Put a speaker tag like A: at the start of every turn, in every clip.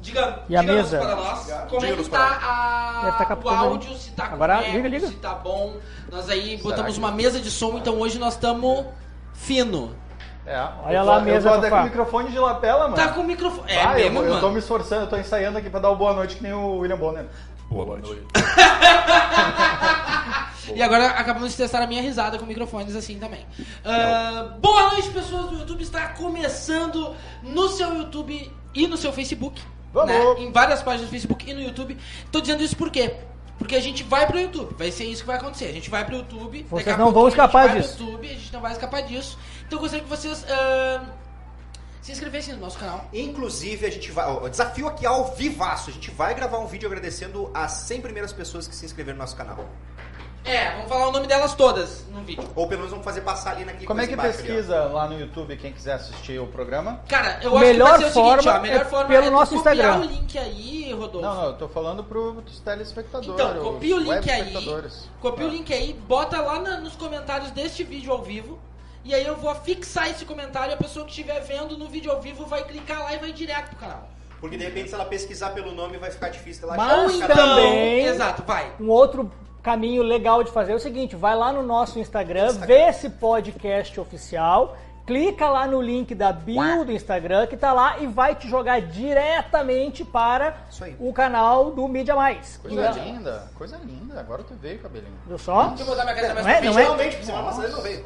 A: Diga,
B: E a
A: diga nos
B: mesa?
A: para nós como é
C: Diga
A: que
C: nos
A: tá,
C: para
A: a-
B: Deve tá
A: o
B: captando aí.
A: áudio, se tá com
B: Agora,
A: eco,
B: liga, liga.
A: se tá bom. Nós aí botamos
D: que-
A: uma mesa de som, então hoje nós estamos fino.
D: É,
B: Olha
D: eu
B: lá
D: tô-
B: a mesa,
D: Eu tô até
B: Fafá.
D: com o microfone de lapela, mano.
A: Tá com o microfone. É
D: ah, eu,
A: mesmo,
D: eu
A: mano.
D: tô me esforçando, eu tô ensaiando aqui pra dar o boa noite que nem o William Bonner.
C: Boa noite.
A: E agora acabamos de testar a minha risada com microfones assim também. Ah, boa noite, pessoas do YouTube. Está começando no seu YouTube e no seu Facebook. né?
D: Vamos!
A: Em várias páginas do Facebook e no YouTube. Tô dizendo isso por quê? Porque a gente vai pro YouTube. Vai ser isso que vai acontecer. A gente vai pro YouTube. daqui
B: Vocês
A: a
B: não
A: pouquinho
B: vão
A: a gente
B: escapar
A: vai pro
B: disso.
A: YouTube, a gente não vai escapar disso. Então eu gostaria que vocês ah, se inscrevessem no nosso canal.
E: Inclusive, a gente vai. ó, desafio aqui ao vivaço. A gente vai gravar um vídeo agradecendo as 100 primeiras pessoas que se inscreveram no nosso canal.
A: É, vamos falar o nome delas todas no vídeo.
E: Ou pelo menos vamos fazer passar ali naquele
D: Como é que
E: coisa embaixo ali, ó.
D: pesquisa lá no YouTube quem quiser assistir o programa?
A: Cara, eu
B: Melhor
A: acho que vai ser o seguinte,
B: forma
A: ó, a melhor
B: é
A: forma
B: pelo
A: é tu
B: nosso
A: copiar
B: Instagram.
A: o link aí, Rodolfo.
D: Não, não, eu tô falando pro os telespectadores.
A: Então, copia o
D: os
A: link aí.
D: espectadores.
A: Copia
D: Ah.
A: o
E: É.
A: link aí, bota lá na- nos comentários deste vídeo ao vivo. E aí eu vou fixar esse comentário e a pessoa que estiver vendo no vídeo ao vivo vai clicar lá e vai direto pro canal.
E: Porque de repente, se ela pesquisar pelo nome, vai ficar difícil ela
B: Mas
E: achar
A: Ou
E: os
A: então,
E: caras.
B: também-
A: exato, vai.
B: Um outro caminho legal de fazer é o seguinte: vai lá no nosso Instagram, vê esse podcast oficial, clica lá no link da bio do Instagram que tá lá e vai te jogar diretamente para
E: Isso aí.
B: o canal do Mídia Mais.
D: Coisa
B: E-
D: linda, coisa linda. Agora tu veio, cabelinho. é
B: Viu só?
A: Deixa eu botar minha cadeira mais
B: Não é-
A: pra frente.
B: não é-
E: Realmente, porque semana passada ele não veio.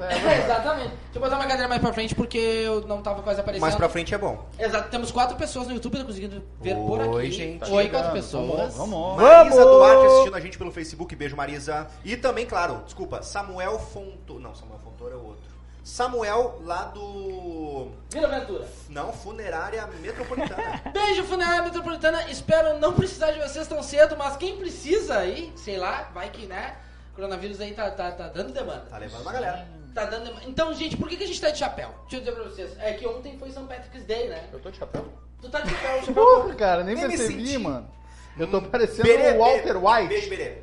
A: Exatamente. Deixa eu botar minha cadeira mais pra frente porque eu não tava quase aparecendo.
E: Mas pra frente é bom.
A: Exato, temos quatro pessoas no YouTube conseguindo ver por aqui.
E: Oi, gente.
A: Oi,
D: Tá Chegando,
A: quatro pessoas.
D: Vamos, vamos.
E: Marisa
B: Vamos!
E: Duarte assistindo a gente pelo Facebook. Beijo, Marisa. E também, claro, desculpa, Samuel Fontoura. Não, Samuel Fontoura é o outro. Samuel lá do.
A: Vila Aventura.
E: Não, Funerária Metropolitana.
A: Beijo, Funerária Metropolitana. Espero não precisar de vocês tão cedo, mas quem precisa aí, sei lá, vai que, né? Coronavírus aí tá, tá, tá dando demanda.
E: Tá levando uma galera.
A: Tá dando demanda. Então, gente, por que, que a gente tá de chapéu? Deixa eu dizer pra vocês. É que ontem foi São Patrick's Day, né?
D: Eu tô de chapéu?
A: Tu tá de chapéu, chapéu.
D: Porra, cara, nem,
E: Nem me
D: percebi,
E: senti.
D: mano. Eu tô
A: é
D: parecendo
E: Berê,
D: o
E: Berê.
D: Walter White.
E: Beijo, Berê.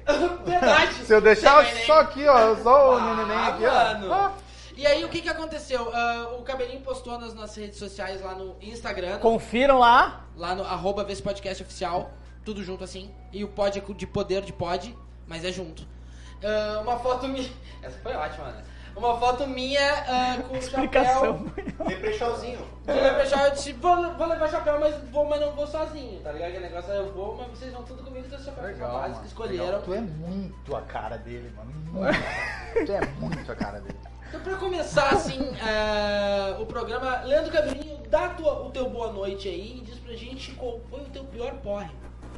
A: Verdade.
D: Se eu deixar
A: Sem neném.
D: só aqui, ó, só o
A: Ah,
D: neném aqui,
A: mano.
D: ó. Ah,
A: E aí, o que que aconteceu? Ah, o Cabelinho postou nas nossas redes sociais, lá no Instagram,
B: Confiram lá.
A: lá no arroba Vê Esse Podcast Oficial, tudo junto assim. E o pod é de poder de pod, mas é junto. Ah, uma foto minha. Essa foi ótima, né? Uma foto minha ah, com o
B: Explicação.
A: chapéu.
E: Leprechauzinho.
A: Eu ia fechar, eu disse, vou, vou levar chapéu, mas, vou, mas não vou sozinho, tá ligado? Que negócio é eu vou, mas vocês vão tudo comigo, então os chapéus
D: Legal,
A: rapazes
D: mano,
A: que escolheram.
D: Tu é muito a cara dele, mano. Muito. tu é muito a cara dele.
A: Então, pra começar, assim, ah, o programa, Leandro Cabelinho, dá a tua- o teu boa noite aí e diz pra gente qual foi o teu pior porre.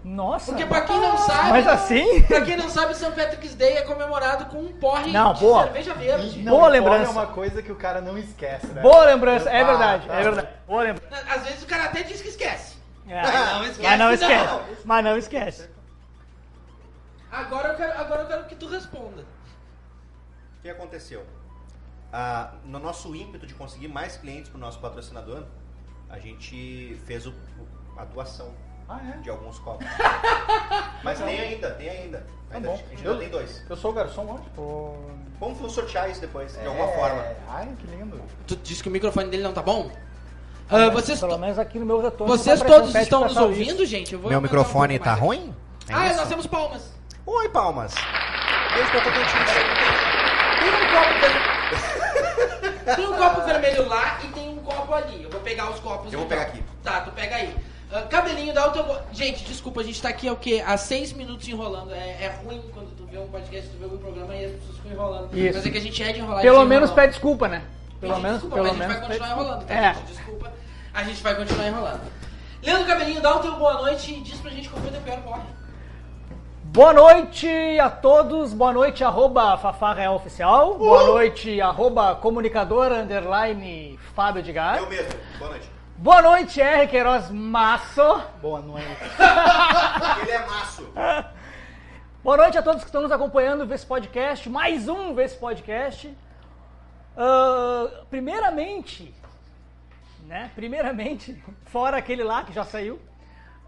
B: Nossa.
A: Porque pra quem não sabe.
B: Mas assim?
A: Pra quem não sabe, St. Patrick's Day é comemorado com um porre
B: Não,
A: de
B: boa.
A: cerveja verde.
B: Boa
D: porra
B: lembrança.
D: É uma coisa que o cara não esquece, né?
B: Boa lembrança, é
D: Ah,
B: verdade,
D: tá.
B: é verdade. Boa lembrança.
A: Às vezes o cara até diz que esquece.
B: É.
A: Ah, não esquece,
B: Mas não
A: não.
B: esquece. Mas não esquece.
A: Agora eu quero, agora eu quero que tu responda.
E: O que aconteceu? Ah, no nosso ímpeto de conseguir mais clientes para o nosso patrocinador, a gente fez o- o- a doação
D: Ah, é?
E: de alguns copos. Mas tem ainda, tem ainda. ainda
A: Tá
D: bom.
E: A gente
D: Eu-
E: ainda tem dois.
D: Eu sou o garçom hoje? É.
E: Vamos vamos sortear isso depois, de
A: É.
E: alguma forma.
D: Ai, que lindo.
A: Tu disse que o microfone dele não tá bom? Ah, vocês
B: Pelo
A: to-
B: menos aqui no meu retorno.
A: vocês
B: não tá
A: todos
B: aparecendo pet
A: estão
B: pra
A: nos
B: saúde.
A: ouvindo, gente? Eu vou
E: Meu
A: aumentar um
E: microfone
A: pouco
E: tá
A: mais.
E: ruim?
A: ah, nós temos palmas.
E: Oi, palmas. Beijo pra todo mundo.
A: Tem um copo vermelho. tem um copo vermelho lá e tem um copo ali. Eu vou pegar os copos.
E: Eu vou
A: então.
E: pegar aqui.
A: Tá, tu pega aí. Ah, cabelinho, dá o teu. bo- Gente, desculpa, a gente tá aqui há o quê? Há seis minutos enrolando. É, é ruim quando tu vê um podcast, tu vê algum programa e as pessoas ficam enrolando.
B: Isso.
A: Mas é que a gente é de enrolar.
B: Pelo
A: de
B: menos
A: enrolar.
B: pede desculpa, né? Pelo
A: Gente,
B: menos,
A: desculpa,
B: pelo
A: mas a
B: menos.
A: gente vai continuar enrolando, tá?
B: É.
A: gente? Desculpa, a gente vai continuar enrolando. Leandro Cabelinho, dá o teu boa noite e diz pra gente qual foi o teu pior corre.
B: É. Boa noite a todos, boa noite, arroba Fafá Real Oficial, boa noite, arroba comunicador, underline Fábio de Gás.
E: Eu mesmo. Boa noite.
B: Boa noite, R. Queiroz Maço.
D: Boa noite.
E: Ele é maço.
B: Boa noite a todos que estão nos acompanhando Vê esse podcast, mais um Vê esse podcast. Ah, primeiramente, né? Primeiramente, fora aquele lá que já saiu,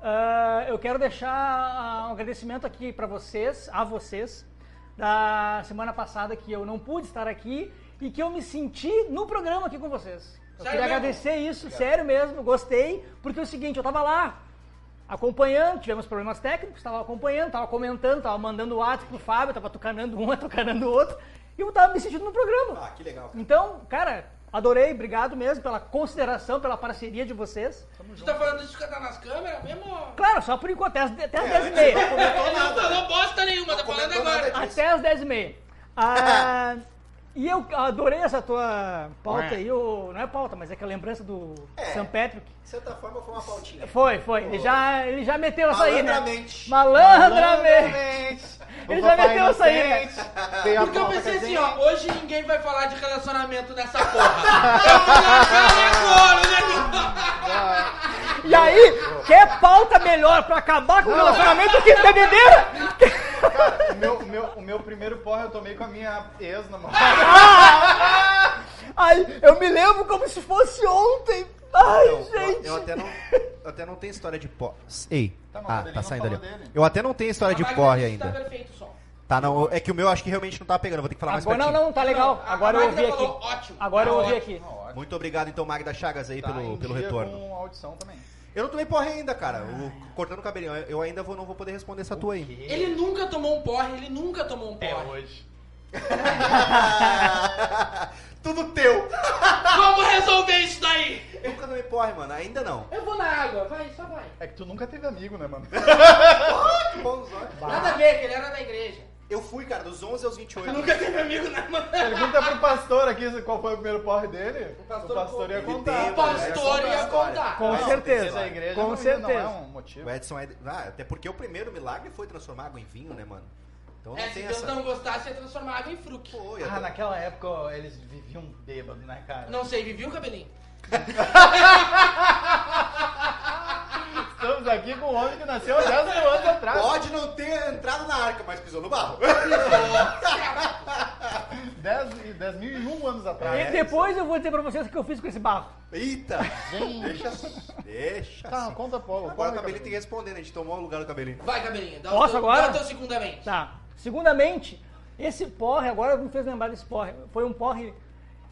B: ah, eu quero deixar um agradecimento aqui para vocês, a vocês, da semana passada que eu não pude estar aqui e que eu me senti no programa aqui com vocês. Eu
A: Sério
B: queria
A: mesmo?
B: agradecer isso, sério mesmo, gostei, porque é o seguinte, eu tava lá, acompanhando, tivemos problemas técnicos, estava acompanhando, estava comentando, estava mandando WhatsApp pro Fábio, estava tucanando um, tucanando o outro, e eu tava me sentindo no programa.
E: Ah, que legal. cara.
B: Então, cara, adorei, obrigado mesmo pela consideração, pela parceria de vocês.
A: Tu tá falando isso que tá nas câmeras mesmo? ó?
B: Claro, só por enquanto, até as, até as
E: É,
B: 10 e
E: antes
B: meia.
E: não comentou
A: Ele não
E: nada.
A: falou bosta nenhuma, tá falando
E: comentou nada
A: agora.
E: disso.
B: Até as 10 e meia. Ah, e eu adorei essa tua pauta aí, o, não é pauta, mas é que a lembrança do
E: É.
B: St. Patrick.
E: De certa forma, foi uma pautinha.
B: Foi, foi. Ele já, ele já meteu essa aí, né?
E: Malandramente.
B: Malandramente. Ele já meteu isso aí, né?
D: Então
A: Porque eu pensei assim, ó, hoje ninguém vai falar de relacionamento nessa porra. Eu vou largar ele agora, né?
B: E aí, quer pauta melhor pra acabar com o relacionamento que bebedeira?
D: Cara, o meu, o meu- o meu primeiro porra eu tomei com a minha ex-namorada.
B: Ai, eu me lembro como se fosse ontem. Ai,
E: Então,
B: gente.
E: Eu até não, eu até não tenho história de porra. Ei,
D: Tá, mas
E: ah,
D: ele não
E: tá saindo ali.
D: falou dele.
E: Eu até não tenho história de
A: Mas
E: porra
A: Tá
E: ainda.
A: perfeito o som.
E: Tá, não, é que o meu acho que realmente não tá pegando, vou ter que falar mais
B: Agora não,
E: pertinho.
B: não, tá legal.
A: A-
B: Agora
A: a
B: eu ouvi
A: Magda
B: aqui.
A: falou, Ótimo.
B: Agora eu
A: Tá
E: é
B: ouvi
A: ótimo.
B: aqui.
E: Muito obrigado então, Magda Chagas aí
D: Tá
E: pelo,
D: em
E: pelo
D: dia
E: retorno.
D: com audição também.
E: Eu não tomei porra ainda, cara. O- cortando o cabelinho, eu ainda vou, não vou poder responder essa tua aí.
A: Ele nunca tomou um porre, ele nunca tomou um porre.
B: É
D: É, hoje.
E: Tudo teu!
A: Vamos resolver isso daí.
E: Nunca tomei porra, mano. Ainda não.
A: Eu vou na água, vai, só vai.
D: É que tu nunca teve amigo, né, mano?
E: Que bom, Zóio.
A: Nada a ver, que ele era da igreja.
E: Eu fui, cara, dos 11 aos 28.
A: Nunca teve amigo na mão.
D: Pergunta pro pastor aqui qual foi o primeiro porre dele. O
A: pastor
D: ia
E: Ele
D: contar.
E: tem,
A: O pastor
E: mas é
A: ia
E: só uma história.
A: contar.
B: Com
E: Mas
B: certeza.
E: tem que
D: Essa
E: ser
D: igreja
B: Com
D: não, não
B: certeza.
D: é um motivo.
E: O Edson é. Ah, até porque o primeiro milagre foi transformar água em vinho, né, mano? Então não
A: É, se
E: tem
A: Deus
E: essa.
A: não gostasse, ia transformar água em fruque.
E: Pô, eu
D: Ah,
E: tô-
D: naquela época ó, eles viviam bêbado, né, cara?
A: Não sei, viviu o cabelinho?
D: Estamos aqui com um homem que nasceu há 10 mil anos atrás.
E: Pode não ter entrado na arca, mas pisou no barro.
D: 10, e 10 mil e um anos
E: é
D: atrás.
B: E depois eu vou dizer pra vocês o que eu fiz com esse barro.
E: Eita! Deixa. Deixa.
D: Tá,
E: assim.
D: conta pouco.
E: Agora o cabelinho tem que responder, né? A gente tomou o lugar do cabelinho.
A: Vai, cabelinho. Dá
B: Posso
A: o teu,
B: agora?
A: Dá o teu segundamente.
B: Tá. Segundamente, esse porre, agora me fez lembrar desse porre. Foi um porre.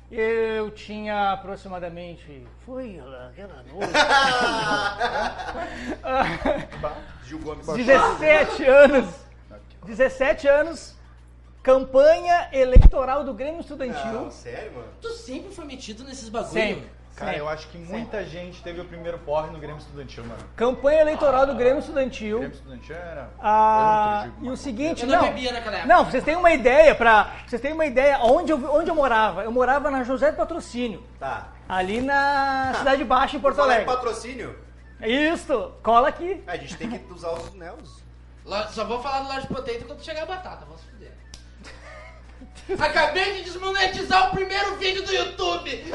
B: Eu tinha aproximadamente. Foi lá, aquela noite.
E: Gil Gomes.
B: 17 anos. 17 anos. Campanha eleitoral do Grêmio Estudantil.
E: Não, Ah, sério, mano?
A: Tu sempre foi metido nesses bagulho?
B: Sempre.
D: Cara,
B: sempre.
D: eu acho que muita gente teve o primeiro porre no Grêmio Estudantil, mano.
B: Campanha eleitoral do Grêmio Estudantil.
D: Grêmio Estudantil era.
B: Ah,
D: outro, digo,
B: e o
D: mano.
B: seguinte,
A: Eu não
B: não.
A: bebia naquela época.
B: Não, vocês têm uma ideia para, vocês têm uma ideia onde eu, onde eu morava? Eu morava na José do Patrocínio,
E: Tá.
B: ali
D: Ah.
B: na Cidade Baixa em Porto
E: Falar em
B: Alegre.
E: patrocínio,
B: Isso, cola aqui.
E: a gente tem que usar os nelos.
A: Lo- Só vou falar do Lodge Potato quando chegar a batata, vamos fuder. Acabei de desmonetizar o primeiro vídeo do YouTube.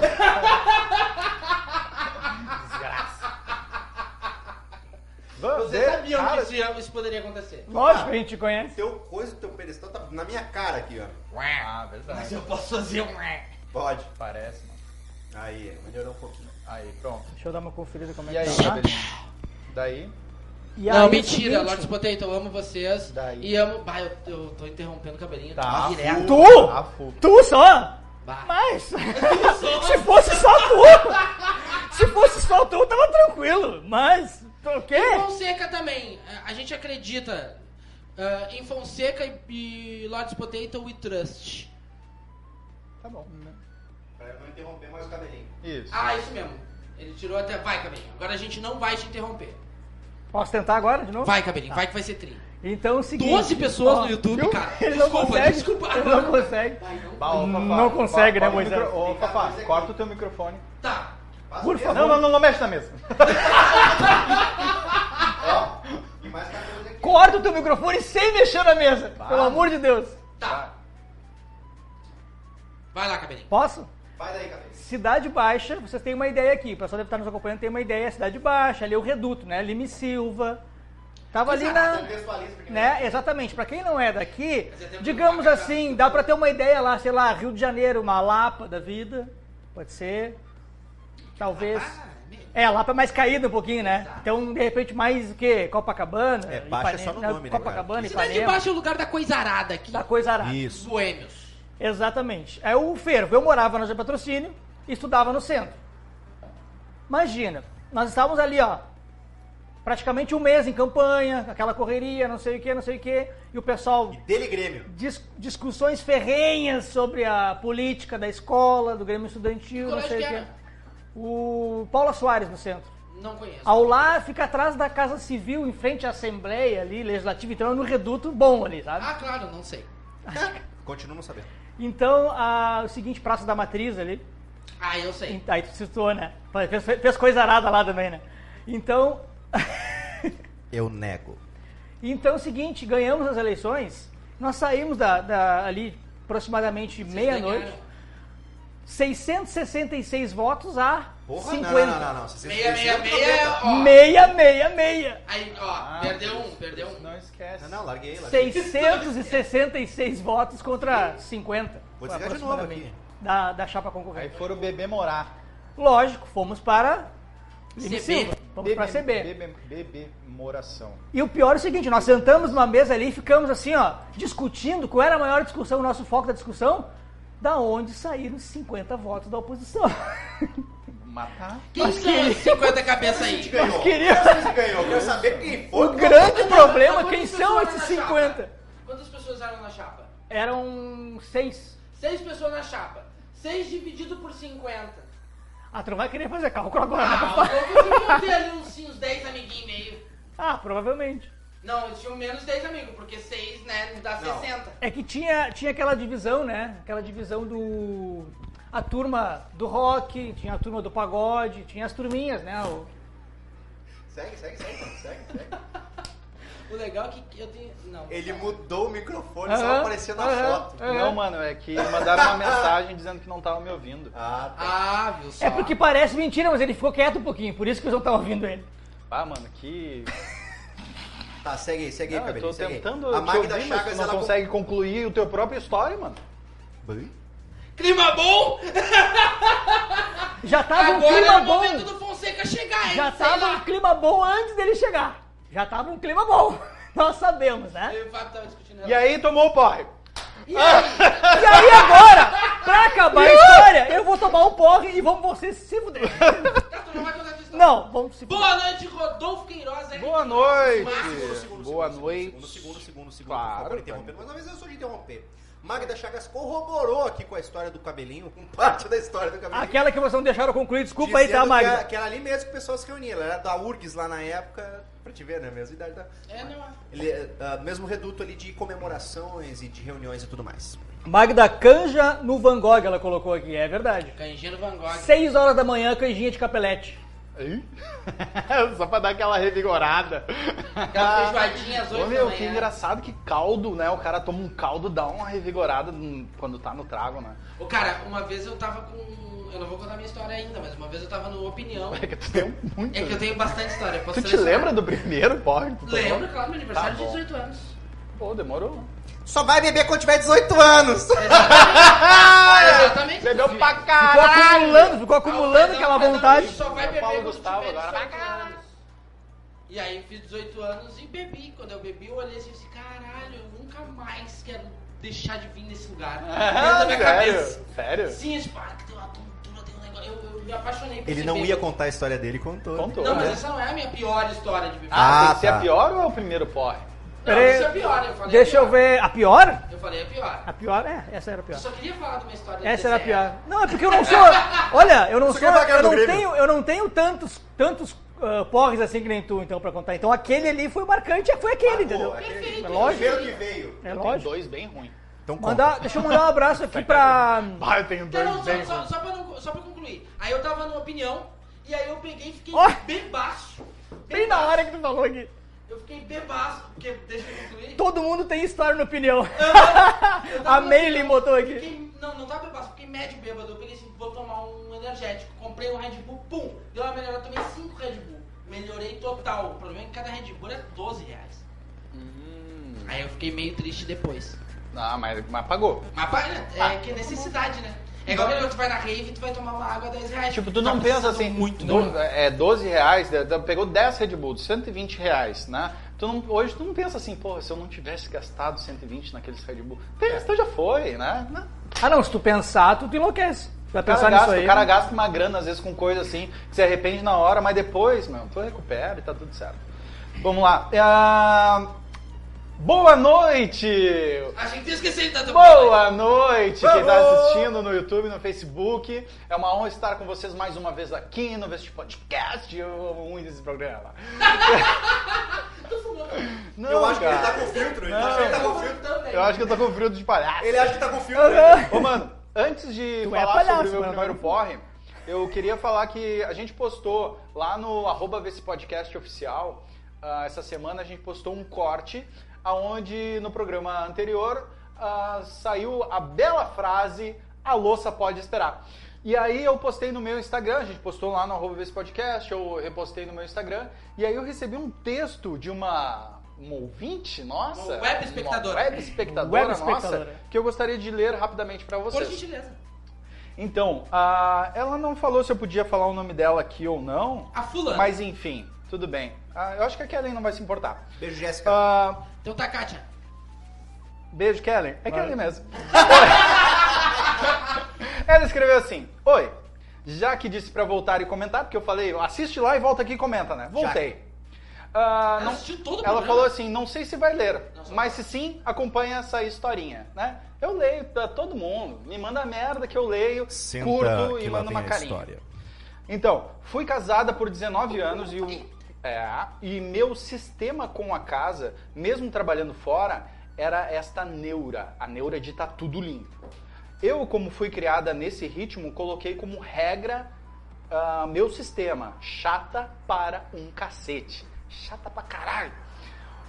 D: Vamos
A: Vocês
D: ver,
A: sabiam
D: cara, assim.
A: que isso, ia- isso poderia acontecer.
D: Ah.
B: Lógico que a gente conhece.
E: Teu coisa, teu pedestal tá na minha cara aqui, ó.
D: Ah,
A: Mas
D: verdade.
A: eu posso fazer um... é.
E: Pode.
D: Parece, mano.
E: Aí, melhorou um pouquinho.
D: Aí, pronto.
B: Deixa eu dar uma conferida como
D: E
B: é
D: aí,
B: que tá.
D: cabelinho? Daí,
B: E aí,
A: Não,
B: o
A: mentira,
B: seguinte,
A: Lodge Potato, eu amo vocês.
D: Daí.
A: E amo... Bah, eu, eu tô interrompendo o cabelinho.
D: Tá.
A: Direto.
B: Tu?
D: a fuga.
B: Tu só?
A: Bah.
B: Mas se fosse só tu, se fosse só tu, eu tava tranquilo. Mas o quê?
A: E Fonseca também. A- A gente acredita ah, em Fonseca e, e Lodge Potato e Trust.
D: Tá bom.
E: Pra não interromper mais o cabelinho.
D: Isso.
A: Ah, isso mesmo. Ele tirou até... Vai, cabelinho. Agora a gente não vai te interromper.
B: Posso tentar agora de novo?
A: Vai, cabelinho. Vai que vai ser tri.
B: Então é o seguinte.
A: 12 pessoas
B: ó,
A: no YouTube,
B: viu?
A: cara.
B: Ele não
A: Desculpa,
B: consegue,
A: desculpa.
B: Ele não consegue.
D: Bah, ô, Fafá,
B: Não consegue,
D: corta
B: né,
D: o
B: Moisés?
D: micro- Ô, Fafá, corta o teu microfone.
A: Tá.
E: Passa
B: Por
E: o
B: favor.
E: dedo,
D: Não, não, não, não mexe na mesa.
E: Ó, e mais cabelo aqui.
B: Corta o teu microfone sem mexer na mesa. Pelo amor de Deus.
A: Tá. Vai lá, cabelinho.
B: Posso?
E: Faz aí, cabelinho.
B: Cidade Baixa, vocês têm uma ideia aqui. O pessoal deve estar nos acompanhando, tem uma ideia. Cidade Baixa, ali é o Reduto, né? Lime Silva. Tava ali na...
E: Contextualiza, porque
B: Né? Exatamente. Pra quem não é daqui,
A: Mas é tempo
B: digamos
A: de pagar,
B: assim, dá pra ter uma ideia lá, sei lá, Rio de Janeiro, uma Lapa da vida. Pode ser. Talvez. É, Lapa é mais caída um pouquinho, né? Então, de repente, mais o quê? Copacabana?
E: É, baixa é só no nome, né, cara?
B: Copacabana,
A: Cidade de
B: Ipanema, Tá
A: Baixo é o lugar da coisarada aqui.
B: da coisa arada.
E: Isso.
A: Dos boêmios.
B: Exatamente. É o fervo. Eu morava na Zé Patrocínio e estudava no centro. Imagina, nós estávamos ali, ó, praticamente um mês em campanha, aquela correria, não sei o que, não sei o que, e o pessoal
E: E dele Grêmio.
B: dis- discussões ferrenhas sobre a política da escola, do Grêmio Estudantil,
A: Que
B: não sei o
A: colégio que
B: que.
A: era?
B: O Paula Soares no centro.
A: Não conheço.
B: Ao lá fica atrás da Casa Civil, em frente à Assembleia ali, Legislativa, então é no reduto bom ali, sabe?
A: Ah, claro, não sei.
E: Continuo não sabendo.
B: Então, a, o seguinte, Praça da Matriz ali,
A: Ah, eu sei.
B: Aí tu citou, né? Fez, fez coisa arada lá também, né? Então,
E: Eu nego.
B: então é o seguinte, ganhamos as eleições, nós saímos da, da- ali aproximadamente
A: Vocês
B: meia-noite,
A: ganharam.
B: 666 votos a
E: Porra,
B: 50.
E: não, não, não, não. Vocês- um
A: Meia, meia,
E: vocês-
A: meia, ó.
B: Meia, meia, meia.
A: Aí, ó, perdeu um, perdeu um.
D: Não esquece.
E: Não, não, larguei, larguei.
B: 666 votos contra 50.
E: Vou desligar de novo
B: aproximadamente,
E: aqui.
B: Da, da chapa concorrente.
D: Aí foram beber morar.
B: Lógico, fomos para... Lime
A: CB.
B: Silva. Fomos para CB.
D: Bebê, bebê moração.
B: E o pior é o seguinte, nós sentamos numa mesa ali e ficamos assim, ó, discutindo qual era a maior discussão, o nosso foco da discussão, da onde saíram os 50 votos da oposição.
D: Matar.
A: Quem são os 50 cabeças aí?
E: Ganhou.
B: Nós queríamos-
E: Vocês ganhou. Eu Quero saber quem
B: O
E: foi.
B: grande problema,
A: Tá Quantas
B: quem
A: pessoas
B: são
A: eram
B: esses
A: na
B: 50?
A: chapa? Quantas pessoas eram na chapa?
B: Eram seis.
A: Seis pessoas na chapa. Seis dividido por 50.
B: Ah, tu não vai querer fazer cálculo agora, né,
A: Ah,
B: papai?
A: eu consegui ter ali uns, uns 10 amiguinhos e meio.
B: Ah, provavelmente.
A: Não, eles tinham menos 10 amigos, porque 6, né, dá
E: Não.
A: 60.
B: É que tinha, tinha aquela divisão, né? Aquela divisão do. A turma do rock, tinha a turma do pagode, tinha as turminhas, né? O-
E: Segue, segue, segue, mano, segue, segue.
A: O legal é que eu tenho... Não.
E: Ele mudou o microfone,
B: Aham,
E: só apareceu na
B: aham.
E: foto.
B: É.
D: Não, mano, é que mandaram uma mensagem dizendo que não tava me ouvindo.
E: Ah, tá.
A: Ah, viu só.
B: É porque parece mentira, mas ele ficou quieto um pouquinho, por isso que vocês não estão ouvindo ele.
D: Ah, mano, que.
E: Tá, segue aí, segue aí,
D: Ah. Não, eu
E: cabelinho.
D: tô
E: segue aí.
D: tentando.
E: A
D: te
E: Magda
D: ouvir, mas
E: Chagas,
D: tu não
E: ela.
D: consegue concluir o teu próprio story, mano.
A: Clima bom?
B: Já tava um
A: Agora
B: clima
A: é o
B: bom.
A: momento do Fonseca chegar, hein?
B: Já
A: sei
B: tava um
A: lá.
B: clima bom antes dele chegar. Já tava um clima bom. Nós sabemos, né?
A: Eu e o Fábio tava discutindo
D: E aí tomou o porre.
A: E aí?
B: E aí agora, pra acabar a história, eu vou tomar um porre e vamos vocês se fuder.
A: Tá, tu não vai contar a tua história.
B: Não, vamos se fuder.
A: Boa noite, Rodolfo Queiroz. é
D: Boa
A: que-
D: noite.
A: Máximo,
D: Boa
E: Segundo,
D: noite.
E: segundo, segundo, segundo.
D: Claro,
E: por favor,
D: cara.
E: interrompendo. Mais uma vez eu sou de interromper. Magda Chagas corroborou aqui com a história do cabelinho, com parte da história do cabelinho.
B: Aquela que vocês não deixaram concluir, desculpa aí,
E: Dizendo
B: tá,
E: Que era,
B: Magda?
E: que era ali mesmo que o pessoal se reunia. Ela era da URGS lá na época, pra te ver, né? Mesma idade da.
A: É, não é?
E: Ele, ah, mesmo reduto ali de comemorações e de reuniões e tudo mais.
B: Magda Canja no Van Gogh, ela colocou aqui, é verdade.
A: Canjeiro Van Gogh.
B: 6 horas da manhã, canjinha de capelete.
D: Ih. Só pra dar aquela revigorada.
A: Aquela feijoadinha às
D: Ah, Ô,
A: oito da
D: meu,
A: manhã.
D: que engraçado que caldo, né? O cara toma um caldo, dá uma revigorada hum, quando tá no trago, né?
A: Ô, cara, uma vez eu tava com... Eu não vou contar minha história ainda, mas uma vez eu tava no Opinião.
D: É que tu tem muito.
A: É que eu tenho bastante história. eu Posso
D: Tu te
A: selecionar.
D: lembra do primeiro porre? que tu tomou?
A: Lembro, claro, meu aniversário é
D: Tá
A: de
D: bom.
A: 18 anos.
D: Pô, demorou.
E: Só vai beber quando tiver 18 anos!
A: Exatamente.
D: Bebeu pra
B: Ficou
D: caralho!
B: acumulando, ficou um acumulando
A: Alfredão,
B: aquela
A: Alfredão,
B: vontade.
A: Só vai beber
D: Paulo
A: quando
D: Gustavo
A: tiver
D: agora.
A: 18 anos. E aí eu fiz 18 anos e bebi. Quando eu bebi, eu olhei assim e disse, caralho, eu nunca mais quero deixar de vir nesse lugar. Dentro da minha cabeça.
D: É, sério? Sério?
A: Sim, tipo, ah, que tem uma tontura, tem um negócio. Eu, eu me apaixonei por
E: Ele
A: ser
E: não
A: bêbado.
E: ia contar a história dele, contou.
D: Contou.
A: Não, mas
D: né?
A: essa não é a minha pior história de bebida.
E: Ah,
D: Tem que ser
E: tá.
D: a pior ou é o primeiro porre?
A: não,
B: peraí.
A: essa é a pior, eu falei. a
B: Deixa eu
A: pior.
B: ver. A pior?
A: Eu falei a pior.
B: A pior é, essa era a
A: Eu
B: pior.
A: só queria falar de uma história do
B: Essa era a
A: DCE.
B: pior. Não, é porque eu não sou. Olha, eu não
E: Você
B: sou.
E: quer vagar
B: Eu
E: no
B: não
E: é Grêmio?
B: tenho, eu não tenho tantos, tantos ah, porres assim que nem tu, então, pra contar. Então aquele ali foi marcante, foi aquele, entendeu?
E: aquele
A: Perfeito.
B: É lógico.
E: primeiro que veio.
B: É
D: Eu tenho
B: lógico.
D: dois bem ruins.
E: Então conta.
B: Mandar, deixa eu mandar um abraço aqui pra.
D: Ah, eu tenho
A: Então,
D: dois
A: não,
D: bem né?
A: só, só,
D: ruins.
A: só, pra não- só pra concluir. Aí eu tava numa opinião, e aí eu peguei e fiquei
B: Ó.
A: bebaço.
B: Bem na hora que tu falou aqui.
A: Eu fiquei bebaço, porque deixa eu concluir.
B: Todo mundo tem história na opinião.
A: Eu tava numa
B: A Meili
A: opinião,
B: botou aqui.
A: Fiquei, não, não tava bebaço, fiquei médio bêbado. Eu peguei assim, vou tomar um energético. Comprei um Red Bull, pum, deu uma melhorada, tomei 5 Red Bull. Melhorei total. O problema é que cada Red Bull é 12 reais.
D: Hum.
A: Aí eu fiquei meio triste depois.
D: Ah, mas, mas pagou.
A: Mas pá, né, é que é necessidade, né? É igual quando tu vai na rave e tu vai tomar uma água 10 reais.
D: Tipo, tu
A: Tá
D: não pensa
A: precisando
D: assim,
A: Muito,
D: do-
A: né?
D: é 12 reais, da- da- pegou 10 Red Bull, 120 reais, né? Tu não, hoje tu não pensa assim, porra, se eu não tivesse gastado 120 naqueles Red Bull.
A: É.
D: Pensa, então já foi, né? Não.
B: Ah não, se tu pensar, tu te enlouquece. Tu vai
D: O cara,
B: pensar nisso
D: gasta,
B: aí.
D: o
A: né?
D: cara gasta uma grana, às vezes, com coisa assim, que se arrepende na hora, mas depois, meu, tu recupera e tá tudo certo. Vamos lá. Ah, boa noite!
A: A gente esqueceu de dar teu boa
D: Boa noite, quem está assistindo no YouTube, no Facebook. É uma honra estar com vocês mais uma vez aqui no Veste Podcast. Eu amo muito esse programa. Não,
E: eu acho que ele tá
D: cara.
E: com filtro. Ele
D: Não.
E: acha que ele tá com filtro.
D: Eu acho que é eu tô com frio de palhaço.
E: Ele acha que tá com filtro.
B: Aham.
D: Ô, mano, antes de
B: Tu é
D: falar
B: palhaço,
D: sobre o meu
B: mano.
D: primeiro porre, eu queria falar que a gente postou lá no arroba Vê Se Podcast Oficial, ah, essa semana a gente postou um corte aonde no programa anterior ah, saiu a bela frase a louça pode esperar. E aí eu postei no meu Instagram, a gente postou lá no arroba Vê Se Podcast, eu repostei no meu Instagram, e aí eu recebi um texto de uma, uma ouvinte, nossa,
A: Uma web espectadora.
D: uma web espectadora,
B: Web espectadora.
D: nossa, que eu gostaria de ler rapidamente pra
A: Por
D: vocês.
A: gentileza.
D: Então, ah, ela não falou se eu podia falar o nome dela aqui ou não,
A: A fulana.
D: mas enfim, tudo bem. Ah, eu acho que a Kellen não vai se importar.
E: Beijo, Jéssica.
D: Ah,
A: Então tá, Kátia.
D: beijo, Kellen. É
B: Vai.
D: Kellen mesmo. ela escreveu assim: Oi, já que disse pra voltar e comentar, porque eu falei, assiste lá e volta aqui e comenta, né? Voltei. Ah,
A: Ela
D: não-
A: assistiu todo o
D: ela
A: programa.
D: falou assim: não sei se vai ler,
A: Não, só-
D: mas se sim, acompanha essa historinha, né? Eu leio pra todo mundo, me manda merda que eu leio, curto e mando uma carinha. Então, fui casada por 19 anos e o. É, e meu sistema com a casa, mesmo trabalhando fora, era esta neura, a neura de tá tudo limpo. Eu, como fui criada nesse ritmo, coloquei como regra ah, meu sistema, chata para um cacete. Chata pra caralho.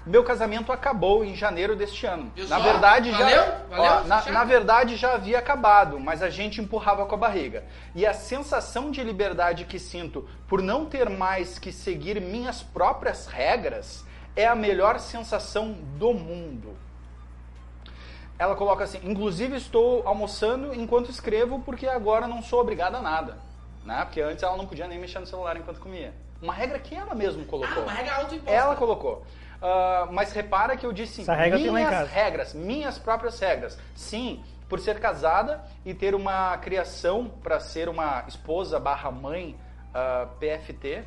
D: Meu casamento acabou em janeiro deste ano.
A: Viu
D: na
A: só?
D: verdade já
A: Valeu? Valeu?
D: Ó, na-
A: Chata?
D: na verdade já havia acabado, mas a gente empurrava com a barriga. E a sensação de liberdade que sinto por não ter mais que seguir minhas próprias regras é a melhor sensação do mundo. Ela coloca assim: inclusive estou almoçando enquanto escrevo, porque agora não sou obrigada a nada. Né? Porque antes ela não podia nem mexer no celular enquanto comia. Uma regra que ela mesma
A: Ah,
D: colocou.
A: uma regra autoimposta.
D: Ela colocou. Ah, mas repara que eu disse
B: Essa regra tem lá em
D: minhas
B: casa.
D: regras, minhas próprias regras. Sim, por ser casada e ter uma criação para ser uma esposa barra mãe ah, PFT,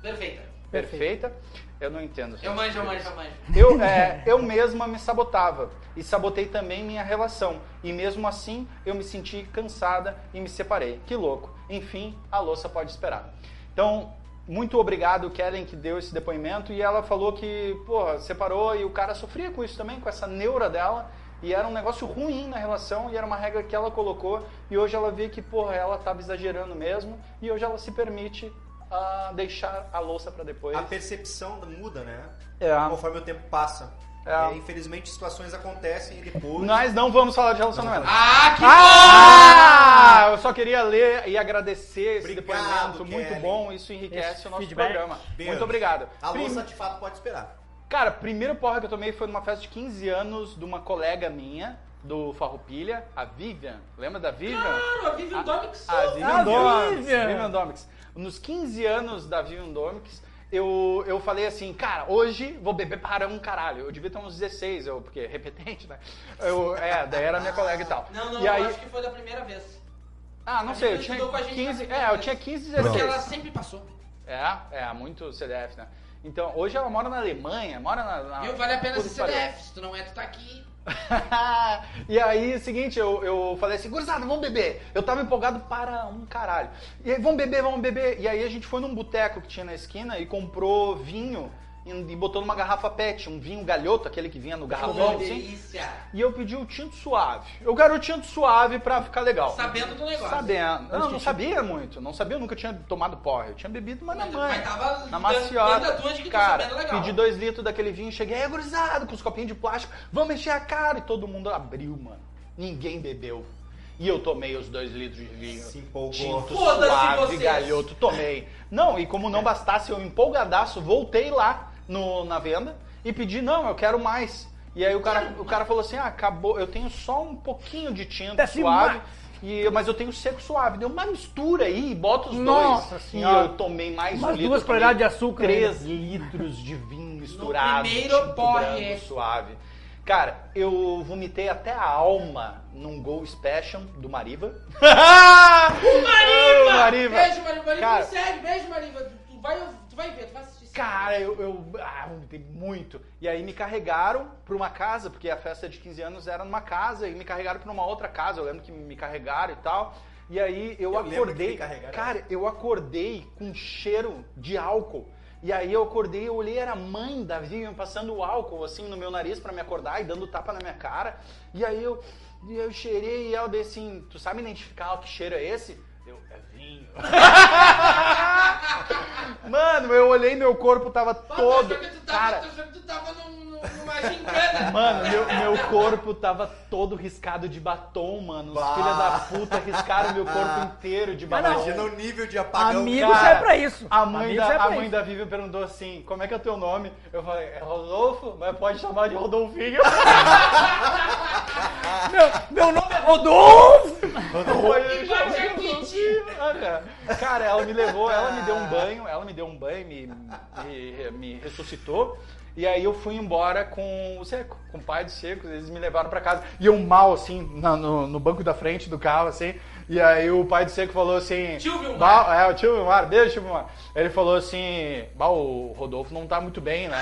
A: Perfeita.
D: perfeita. Eu não entendo.
A: Eu manjo, eu manjo, eu manjo.
D: Eu, é, eu mesma me sabotava e sabotei também minha relação. E mesmo assim, eu me senti cansada e me separei. Que louco. Enfim, a louça pode esperar. Então, muito obrigado, Kellen, que deu esse depoimento. E ela falou que, porra, separou e o cara sofria com isso também, com essa neura dela. E era um negócio ruim na relação e era uma regra que ela colocou. E hoje ela vê que, porra, ela tava exagerando mesmo. E hoje ela se permite ah, deixar a louça para depois.
E: A percepção muda, né?
D: É.
E: Conforme o tempo passa.
D: É.
E: E, infelizmente, situações acontecem e depois...
D: Nós não vamos falar de relacionamento.
A: Ah, que
D: Ah! Eu só queria ler e agradecer esse
E: Obrigado,
D: depoimento muito
E: Kelly.
D: bom. Isso enriquece
B: Esse
D: o nosso
B: feedback.
D: programa.
E: Beijo.
D: Muito obrigado.
E: A
D: Prim-
E: louça, de fato, pode esperar.
D: Cara, a primeira porra que eu tomei foi numa festa de 15 anos de uma colega minha, do Farroupilha, a Vivian. Lembra da Vivian?
A: Claro, a Vivian Domix.
D: A Vivian
B: Ah,
D: Domics.
B: Vivian.
D: Vivian Domics. Nos 15 anos da Vivian Domics, eu, eu falei assim, cara, hoje vou beber para um caralho. Eu devia ter uns 16, eu, porque repetente, né? Eu, é, daí era minha colega e tal.
A: Não, não,
D: e
A: eu
D: aí,
A: acho que foi da primeira vez.
D: Ah, não
A: A
D: sei, eu
A: gente
D: tinha
A: estudou com a gente
D: 15,
A: na faculdade.
D: é, eu tinha 15,
A: Porque ela
D: 16.
A: sempre passou.
D: É, é, muito CDF, né? Então, hoje ela mora na Alemanha, mora na... na
A: Viu? Vale a pena
D: Puta
A: ser
D: que pariu.
A: CDF. Se tu não é, tu tá aqui.
D: e aí, seguinte, eu, eu falei assim, gurizada, vamos beber. Eu tava empolgado para um caralho. E aí, vamos beber, vamos beber. E aí a gente foi num boteco que tinha na esquina e comprou vinho e, e botou numa garrafa pet, um vinho galhoto, aquele que vinha no garrafão,
A: que
D: assim.
A: delícia.
D: E eu pedi o tinto suave. Eu quero o tinto suave pra ficar legal.
A: Sabendo do negócio.
D: Sabendo. Não, não sabia muito. Não sabia, eu nunca tinha tomado porra. Eu tinha bebido, mas na
A: Mas-
D: manha.
A: mas tava
D: na
A: dando- dando
D: maciota.
A: a tua de que tá
D: Cara,
A: sabendo legal.
D: pedi dois litros daquele vinho, cheguei, é gurizado, com os copinhos de plástico. Vamos encher a cara. E todo mundo abriu, mano. Ninguém bebeu. E eu tomei os dois litros de vinho.
E: Se empolgou.
D: Tinto
A: Foda-se
D: suave,
A: vocês.
D: galhoto, tomei. Não, e como
B: É.
D: não bastasse, eu empolgadaço, voltei lá no, na venda e pedi, não, eu quero mais. E aí o cara, o cara falou assim, ah, acabou, eu tenho só um pouquinho de tinto
B: Desce
D: suave,
B: mais.
D: e, mas eu tenho seco suave. Deu uma mistura aí, bota os
B: Nossa
D: dois.
B: Senhora.
D: E eu tomei mais
B: Umas
D: um litro.
B: duas
D: eu tomei
B: colheradas de açúcar
D: Três litros de vinho misturado.
A: primeiro
D: tinto
A: porre.
D: branco, suave. Cara, eu vomitei até a alma num Gol Special do Mariva. Mariva!
A: Beijo, Mariva. Mariva,
D: Cara,
A: me segue. Beijo, Mariva. Tu- tu- vai, tu vai ver, tu vai assistir.
D: Cara, eu, eu ah, eu vomitei muito. E aí me carregaram pra uma casa, porque a festa de 15 anos era numa casa, e me carregaram pra uma outra casa. Eu lembro que me carregaram e tal. E aí eu,
E: Eu lembro que
D: acordei.
E: me carregaram.
D: Cara, eu acordei com um cheiro de álcool. E aí eu acordei, eu olhei, era a mãe da Vivian passando o álcool assim no meu nariz pra me acordar e dando tapa na minha cara. E aí eu, e eu cheirei e ela disse assim: Tu sabe identificar que cheiro é esse? Eu, é vinho. é." Mano, eu olhei, meu corpo tava
A: Pá,
D: todo.
A: Tu achou que tu tá tava,
D: Cara,
A: tu achou que tu tava num- num- numa gincana.
D: Mano, meu, meu corpo tava todo riscado de batom, mano. Os
E: Bah.
D: filha da puta riscaram meu corpo inteiro de batom.
E: Imagina o nível de apagão.
B: Amigo
D: cara,
B: serve pra isso.
D: A mãe,
B: Amigo
D: da,
B: serve pra
D: a mãe
B: isso.
D: da Vivian perguntou assim: como é que é o teu nome? Eu falei: é Rodolfo, mas pode chamar de Rodolfinho.
B: Meu, meu nome é Rodolfo!
D: Aí eu
A: Vai,
D: chamei de
A: Jaquite.
D: Rodolfinho, cara. Cara, ela me levou, ela me deu um banho, ela me deu um banho, me, me, me ressuscitou. E aí eu fui embora com o Seco, com o pai do Seco, eles me levaram pra casa. E eu mal, assim, na- no, no banco da frente do carro, assim. E aí o pai do Seco falou assim...
A: Tio Vilmar.
D: "Bah, É, o tio Vilmar, beijo, tio Vilmar. Ele falou assim, bah, o Rodolfo não tá muito bem, né?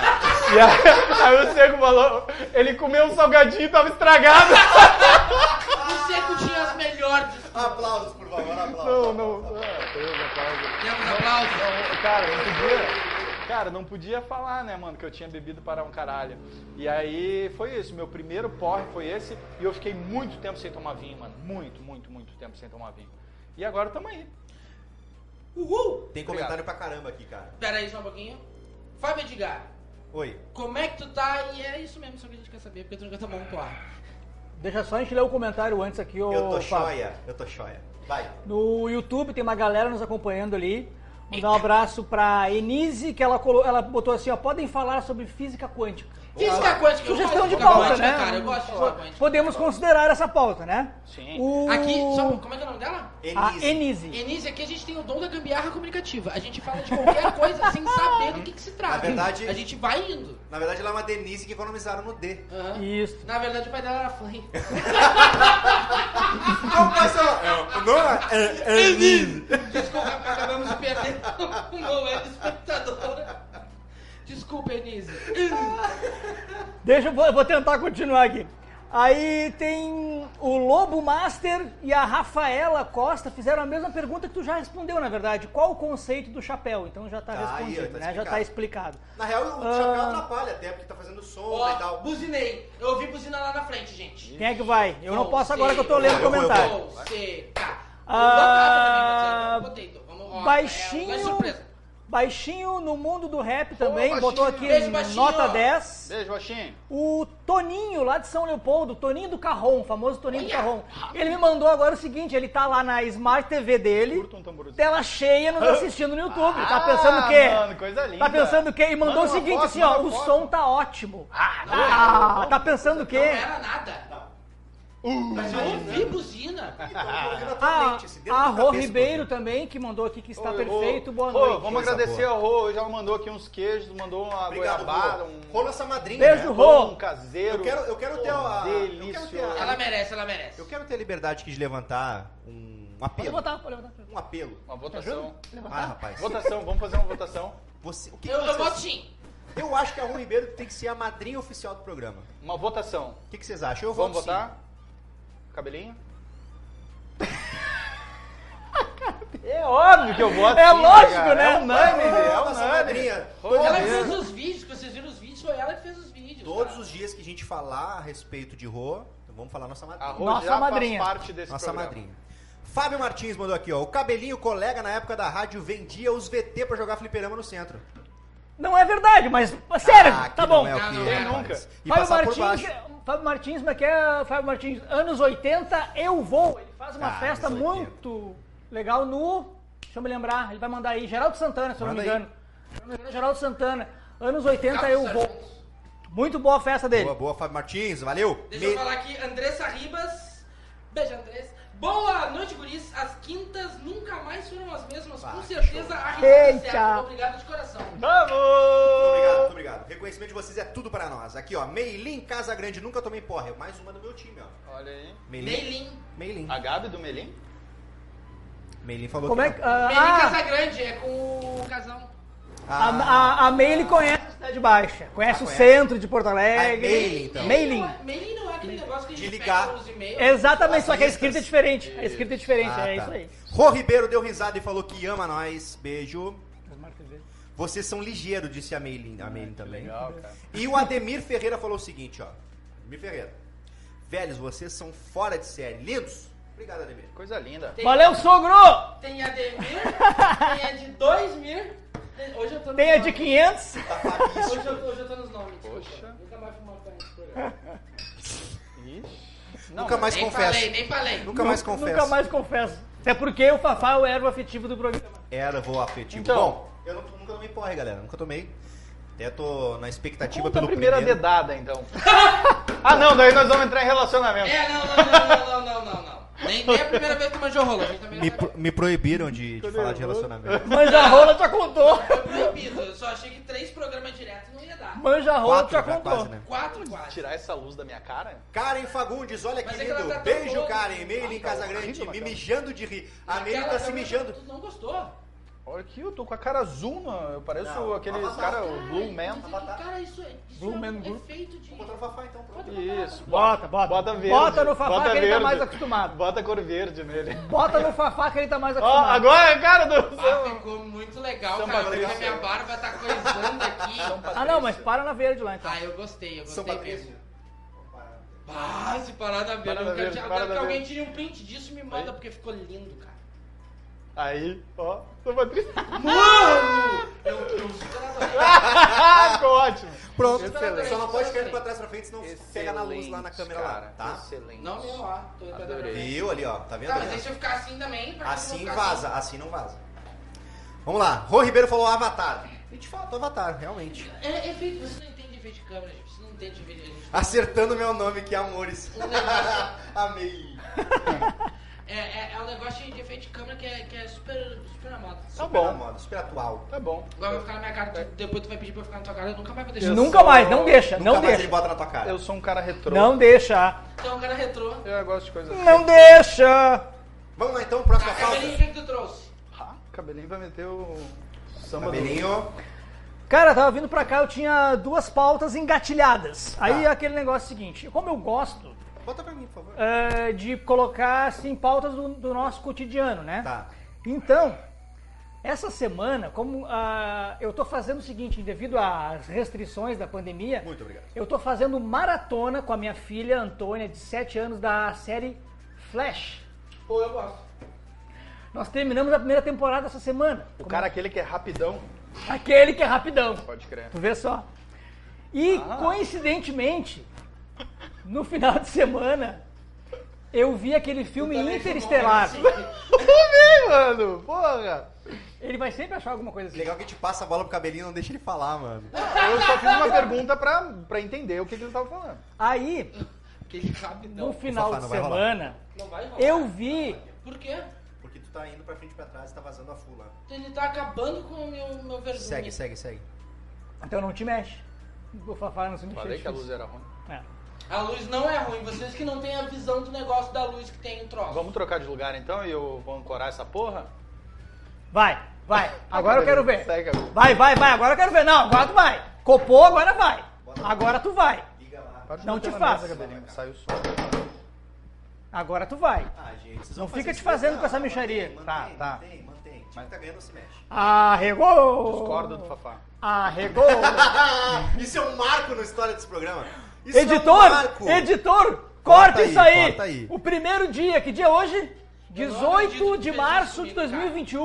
D: e aí, aí o Seco falou, ele comeu um salgadinho e tava estragado.
A: O Seco tinha as melhores.
E: Aplausos, por favor,
D: Não,
E: aplausos.
D: não, ah, Deus, aplausos.
A: Temos aplausos.
D: Então, cara, não podia. Cara, não podia falar, né, mano, que eu tinha bebido para um caralho. E aí foi isso, meu primeiro porre foi esse, e eu fiquei muito tempo sem tomar vinho, mano. Muito, muito, muito tempo sem tomar vinho. E agora tamo aí.
A: Uhul!
E: Tem comentário pra caramba aqui, cara.
A: Pera aí só um pouquinho. Fábio Edgar,
E: Oi.
A: como é que tu tá? E é isso mesmo só que a gente quer saber, porque tu nunca tomou um porra.
B: Deixa só a gente ler o comentário antes aqui, ô
E: Eu tô
B: Fábio.
E: choia, eu tô choia. Vai.
B: No YouTube tem uma galera nos acompanhando ali. Mandar um abraço pra Enise, que ela, colo... ela botou assim, ó, podem falar sobre física quântica.
A: Física quântica, eu
B: Sugestão
A: gosto
B: de
A: física
B: pauta,
A: quântica,
B: né?
A: cara. Eu gosto de física quântica.
B: Podemos considerar essa pauta, né?
D: Sim.
B: O...
A: Aqui, só, como é que é o nome dela?
B: A
E: Enise.
B: Enise.
A: Enise, aqui a gente tem o dom da gambiarra comunicativa. A gente fala de qualquer coisa sem saber do que, que se trata.
E: Na verdade-
A: A gente vai indo.
E: Na verdade, ela é uma Denise que economizaram no D.
A: Aham.
B: Isso.
A: Na verdade, o pai dela era fã.
E: Não, mas ela... Não, é Enise.
A: Desculpa, acabamos de perder um momento espectadora. Desculpa, Enise.
B: Deixa eu vou, eu vou tentar continuar aqui. Aí tem o Lobo Master e a Rafaela Costa fizeram a mesma pergunta que tu já respondeu, na verdade. Qual o conceito do chapéu? Então já tá
E: Tá aí, ó,
B: respondido,
E: tá
B: né? Já tá explicado.
E: Na real, o
B: Ah.
E: chapéu atrapalha até, porque tá fazendo som e
A: Ó,
E: tal.
A: buzinei. Eu ouvi buzina lá na frente, gente.
B: Quem é que vai? Eu não posso agora que eu tô
E: eu
B: lendo o
E: vou, eu vou, eu
B: comentário.
E: vou.
A: Seca.
B: Ah,
A: Botei, então. Vamos ó, É,
B: Baixinho.
A: uma surpresa.
B: Baixinho no mundo do rap também,
D: Baixinho.
B: botou aqui
A: Beijo, Baixinho.
B: nota 10.
D: Beijo, baixinho.
B: O Toninho, lá de São Leopoldo, Toninho do Carrom, famoso Toninho
A: Olha.
B: do Carrom. Ele me mandou agora o seguinte, ele tá lá na Smart TV dele,
D: Curta um tamborzinho.
B: tela cheia, nos assistindo no YouTube. tá pensando o
D: Ah,
B: quê?
D: mano, coisa linda.
B: Tá pensando o quê? E mandou
D: Manda
B: o
D: uma
B: seguinte
D: foto,
B: assim, ó,
D: manda
B: o
D: foto.
B: som tá ótimo.
D: Ah, não,
B: Ah, tá pensando o
A: Não
D: é
B: quê?
A: era nada. Mas eu ouvi buzina.
E: Então,
B: A, a Ah, Rô
E: Rô
B: Ribeiro tá também, que mandou aqui que está
D: tá Ô,
B: perfeito,
D: Rô,
B: boa
D: Rô,
B: noite.
D: Vamos
E: Coisa
D: agradecer
E: boa.
D: ao Rô, já mandou aqui uns queijos, mandou uma
E: Obrigado,
D: goiabada,
E: Rô.
D: um
E: Rô, nossa madrinha.
B: Beijo,
E: né?
B: Rô.
D: pão um caseiro.
E: Eu quero- eu quero ter a- é eu quero ter a-
D: Delicioso.
A: Ela merece, ela merece.
E: Eu quero ter a liberdade aqui de levantar um
B: Pode
E: apelo.
B: botar, pode botar.
E: Um apelo.
D: Uma votação.
E: Ah, rapaz.
D: Votação, vamos fazer uma votação.
E: Você, o que
A: Eu,
E: que
A: eu
E: vocês-
A: boto sim.
E: eu acho que a Rui Ribeiro tem que ser a madrinha oficial do programa.
D: Uma votação.
E: O que, que vocês acham? Eu voto
D: Vamos votar? Cabelinho? É óbvio que eu voto.
B: É
D: sim,
B: lógico,
D: cara.
B: né?
D: É unânime,
E: Ah,
D: é
E: nossa
D: unânime.
E: madrinha.
D: Rô,
E: Coisa
A: Ela
E: Beleza.
A: fez os vídeos, que vocês viram os vídeos, foi ela que fez os vídeos.
E: sim. Todos
A: cara.
E: os dias que a gente falar a respeito de Rô, então vamos falar nossa madrinha.
D: A Rô
B: Nossa
D: já
B: madrinha.
D: faz parte desse
E: nossa
D: programa.
E: madrinha. Fábio Martins mandou aqui, ó. O cabelinho colega na época da rádio vendia os VT pra jogar fliperama no centro.
B: Não é verdade, mas sério,
E: Ah, aqui
B: tá bom.
E: Não é o
A: Ah,
E: que,
A: não é,
E: rapaz.
D: nunca.
E: E
B: Fábio
E: passar por
B: Martins,
E: baixo.
B: Fábio Martins, como é que é? Fábio Martins, anos 80, eu vou. Ele faz uma
E: Ah,
B: festa
E: anos 80.
B: muito legal no. Deixa eu me lembrar, ele vai mandar aí. Geraldo Santana, se eu não me
E: Manda aí.
B: engano. Se eu não me engano, é Geraldo Santana, anos 80, eu
A: Carlos
B: vou.
A: Santos.
B: Muito boa a festa dele.
E: Boa, boa, Fábio Martins, valeu.
A: Deixa
E: Me-
A: eu falar aqui, Andressa Ribas. Beijo, Andressa. Boa noite, guris. As quintas nunca mais foram as mesmas. Com
E: Ah,
A: certeza a risada
B: Eita.
A: certa. Obrigado de coração.
E: Obrigado,
D: Vamos!
E: muito obrigado. Reconhecimento de vocês é tudo para nós. Aqui, ó, Meilin Casa Grande, nunca tomei porra. Mais uma do meu time, ó.
D: Olha aí.
E: Meilin.
A: Meilin.
E: Meilin.
D: A Gabi do Melim?
E: Ah, Meilin falou
B: Como é
E: que
B: que.
E: não.
B: ah,
A: Meilin
B: ah,
A: Casagrande, é com o casão.
B: A, a, a Meile conhece a cidade baixa, conhece
E: Ah,
B: o
E: conhece.
B: centro de Porto Alegre.
E: Ah, é Mailing, então.
B: Mailing.
A: Mailing não é aquele negócio que a gente
E: De ligar.
A: pega os e-mails.
B: Exatamente, só que a escrita é diferente. A escrita é diferente,
E: Ah,
B: é
E: tá.
B: isso aí.
E: Rô Ribeiro deu risada e falou que ama nós. Beijo. Vocês são ligeiro, disse a Meilin, a Meilin também.
D: Legal, cara.
E: E o Ademir Ferreira falou o seguinte, ó. Ademir Ferreira. Velhos, vocês são fora de série. Lindos. Obrigado, Ademir.
D: Coisa linda.
A: Tem-
B: Valeu, sogro!
A: Tem a de mil, tem a de dois mil. tem- Hoje eu tô nos
B: Tem a de
A: nomes.
B: 500.
E: Tá
A: Hoje eu, hoje eu tô nos nomes. desculpa.
D: Poxa.
A: Nunca mais fui uma fã nesse programa.
D: Não,
E: Nunca mais
A: Nem
E: confesso.
A: falei, nem falei.
E: Nunca mais confesso.
B: Nunca mais confesso. Até porque o Fafá é o ervo afetivo do programa.
E: Era voo afetivo.
D: Então-
E: Bom, eu não- nunca tomei porra, galera. Nunca tomei. Até tô na expectativa
D: Conta a
E: pelo
D: primeira
E: primeiro.
D: dedada, então. ah, não, daí nós vamos entrar em relacionamento.
A: É, não, não, não, não, não, não, não. não. Nem, nem a primeira vez que tu manjou rolo. A gente também
E: Me,
A: não
E: pro- me proibiram de, de falar de relacionamento.
B: Manja rola já contou.
A: Foi proibido. Eu só achei que três programas diretos não ia dar.
B: Manja rola
E: Quatro,
B: já
E: já
B: contou.
E: quase, né?
A: Quatro, quase.
D: Tirar essa luz da minha cara?
E: Karen Fagundes, olha
A: Mas
E: que
A: é que ela
E: lindo.
A: tá tão
E: Beijo,
A: boa. tá
E: Karen. Meire em Casa Grande,
D: horrível,
E: me
D: Matheus.
E: mijando de rir. A Meire
A: Aquela
E: tá se
A: também
E: mijando.
A: Tu não gostou?
D: Olha aqui, eu tô com a cara azul, mano. Eu pareço
E: Não,
D: aquele
E: mas-
D: cara, o Blue
A: Mas
E: tá
D: Man.
A: é que, cara, isso é, isso
D: Blue
A: é
D: Man
A: um
D: Group.
A: efeito de...
E: Vou botar o Fafá então. pronto.
D: Isso.
B: Bota, bota.
D: Bota verde.
B: Bota no Fafá
D: Bota
B: que ele tá
D: verde.
B: mais acostumado.
D: Bota a cor verde nele.
B: Bota no Fafá que ele tá mais
D: Ó,
B: acostumado.
D: agora é a cara do...
A: Ah, ficou muito legal,
D: São
A: cara.
D: Patrício.
A: Porque minha barba tá coisando aqui.
B: Ah, não, mas para na verde lá então.
A: Ah, eu gostei, eu
E: São
A: gostei
E: Patrício.
A: mesmo. Ah, se parar da beira,
D: Parada
A: eu quero,
D: verde,
A: eu
D: parada
A: quero que alguém
D: verde.
A: tire um print disso e me manda, porque ficou lindo, cara.
D: Aí, ó. Sou Patrícia.
A: Mano! Eu, eu super adorei.
D: Ficou ótimo.
E: Pronto.
D: Excelente.
E: Só não pode cair pra trás pra frente, senão pega na luz
D: Excelente,
E: lá na câmera lá,
D: cara.
E: tá?
D: Excelente.
A: Não, meu, ó. Tô tô
D: Adorei.
A: adorando.
E: Viu ali, ó. Tá vendo?
A: Tá, mas aí se eu ficar assim também... pra que eu vou
E: Assim
A: ficar
E: vaza, assim não vaza. Vamos lá. Rô Ribeiro falou Avatar. E de fato, Avatar, realmente.
A: assim? É, é feito, você não entende de ver de câmera, gente. Você não entende de ver de...
E: Acertando meu nome, que amores. Amei.
D: Tá
A: É, é, é um negócio de efeito de câmera que é, que é super, super amado.
D: Tá
E: Super na
D: bom,
E: moda, super atual.
D: tá bom.
A: Agora vai ficar na minha cara, tu- depois tu vai pedir pra eu ficar na tua cara, eu nunca mais vou deixar.
D: Eu
B: Nunca
D: sou-
B: mais, não deixa,
E: Nunca
B: não
E: mais ele
B: deixa.
E: bota na tua cara.
D: Eu sou um cara retrô.
B: Não deixa.
A: Então, cara retrô.
D: Eu gosto de coisa assim.
B: Não deixa.
E: Vamos lá então, próxima
A: Ah, Cabelinho, o
E: pauta.
A: que que tu trouxe?
D: Ah, o cabelinho vai meter o samba do-
E: Cabelinho.
B: Cara, eu tava vindo pra cá, eu tinha duas pautas engatilhadas.
E: Tá.
B: Aí é aquele negócio seguinte, como eu gosto
E: Bota pra mim, por favor.
B: é, de colocar assim pautas do, do nosso cotidiano, né?
E: Tá.
B: Então, essa semana, como ah, eu tô fazendo o seguinte, devido às restrições da pandemia,
E: Muito obrigado.
B: eu tô fazendo maratona com a minha filha Antônia, de 7 anos, da série Flash.
A: Pô, eu gosto.
B: Nós terminamos a primeira temporada essa semana.
D: O cara aquele que é rapidão,
B: Aquele que é rapidão.
D: pode crer.
B: Tu vê só. E
D: Ah.
B: coincidentemente, no final de semana, eu vi aquele filme
E: né?
B: Interestelar.
D: Ouvi, assim, mano! Porra!
B: Ele vai sempre achar alguma coisa assim.
E: Legal que a gente passa a bola pro cabelinho e não deixa ele falar, mano.
D: Eu só fiz uma pergunta pra, pra entender o que, que ele tava falando.
B: Aí,
A: Aquele
D: Então,
A: rapidão.
B: no final
E: Fafá,
B: de
E: não vai rolar.
B: semana,
A: Não vai rolar.
B: eu vi.
A: Por quê?
E: Porque tu tá indo pra frente e pra trás e tá vazando a fula. Uhum.
A: Ele tá acabando com o meu, meu vergonha.
E: Segue, segue, segue.
B: Então não te mexe. O Fafá não se mexe. É.
D: Falei que a luz é- era ruim.
A: A luz não é ruim, vocês que não têm a visão do negócio da luz que tem um troço.
D: Vamos trocar de lugar então e eu vou ancorar essa porra?
B: Vai, vai. Agora eu quero ver.
D: Segue, Gabriel.
B: Vai, vai, vai. Agora eu quero ver. Não, agora tu vai. Copou, agora vai. Agora tu vai.
E: Liga lá.
D: Pode
B: Não
D: bater
B: te
D: na
B: faça.
D: mesa, Gabelinho. Saiu o som.
B: Agora tu vai.
E: Ah, gente, vocês vão
B: Não
E: fazer
B: fica te
E: isso
B: fazendo
E: mesmo.
B: com essa
E: Não,
B: mixaria.
E: mantém,
D: Tá,
E: mantém,
D: tá.
E: Mantém, mantém. O time que tá ganhando não se mexe.
B: Arregou!
D: Discordo do Fafá.
B: Arregou!
E: Isso é um marco na história desse programa. Isso
B: editor!
E: é um marco.
B: editor! Corta
E: Corta
B: isso
E: aí,
B: aí!
E: corta aí.
B: O primeiro dia, que dia é hoje?
A: não acredito
B: 18
A: que
B: de
A: fez
B: março
A: isso
B: de
A: comigo,
B: 2021.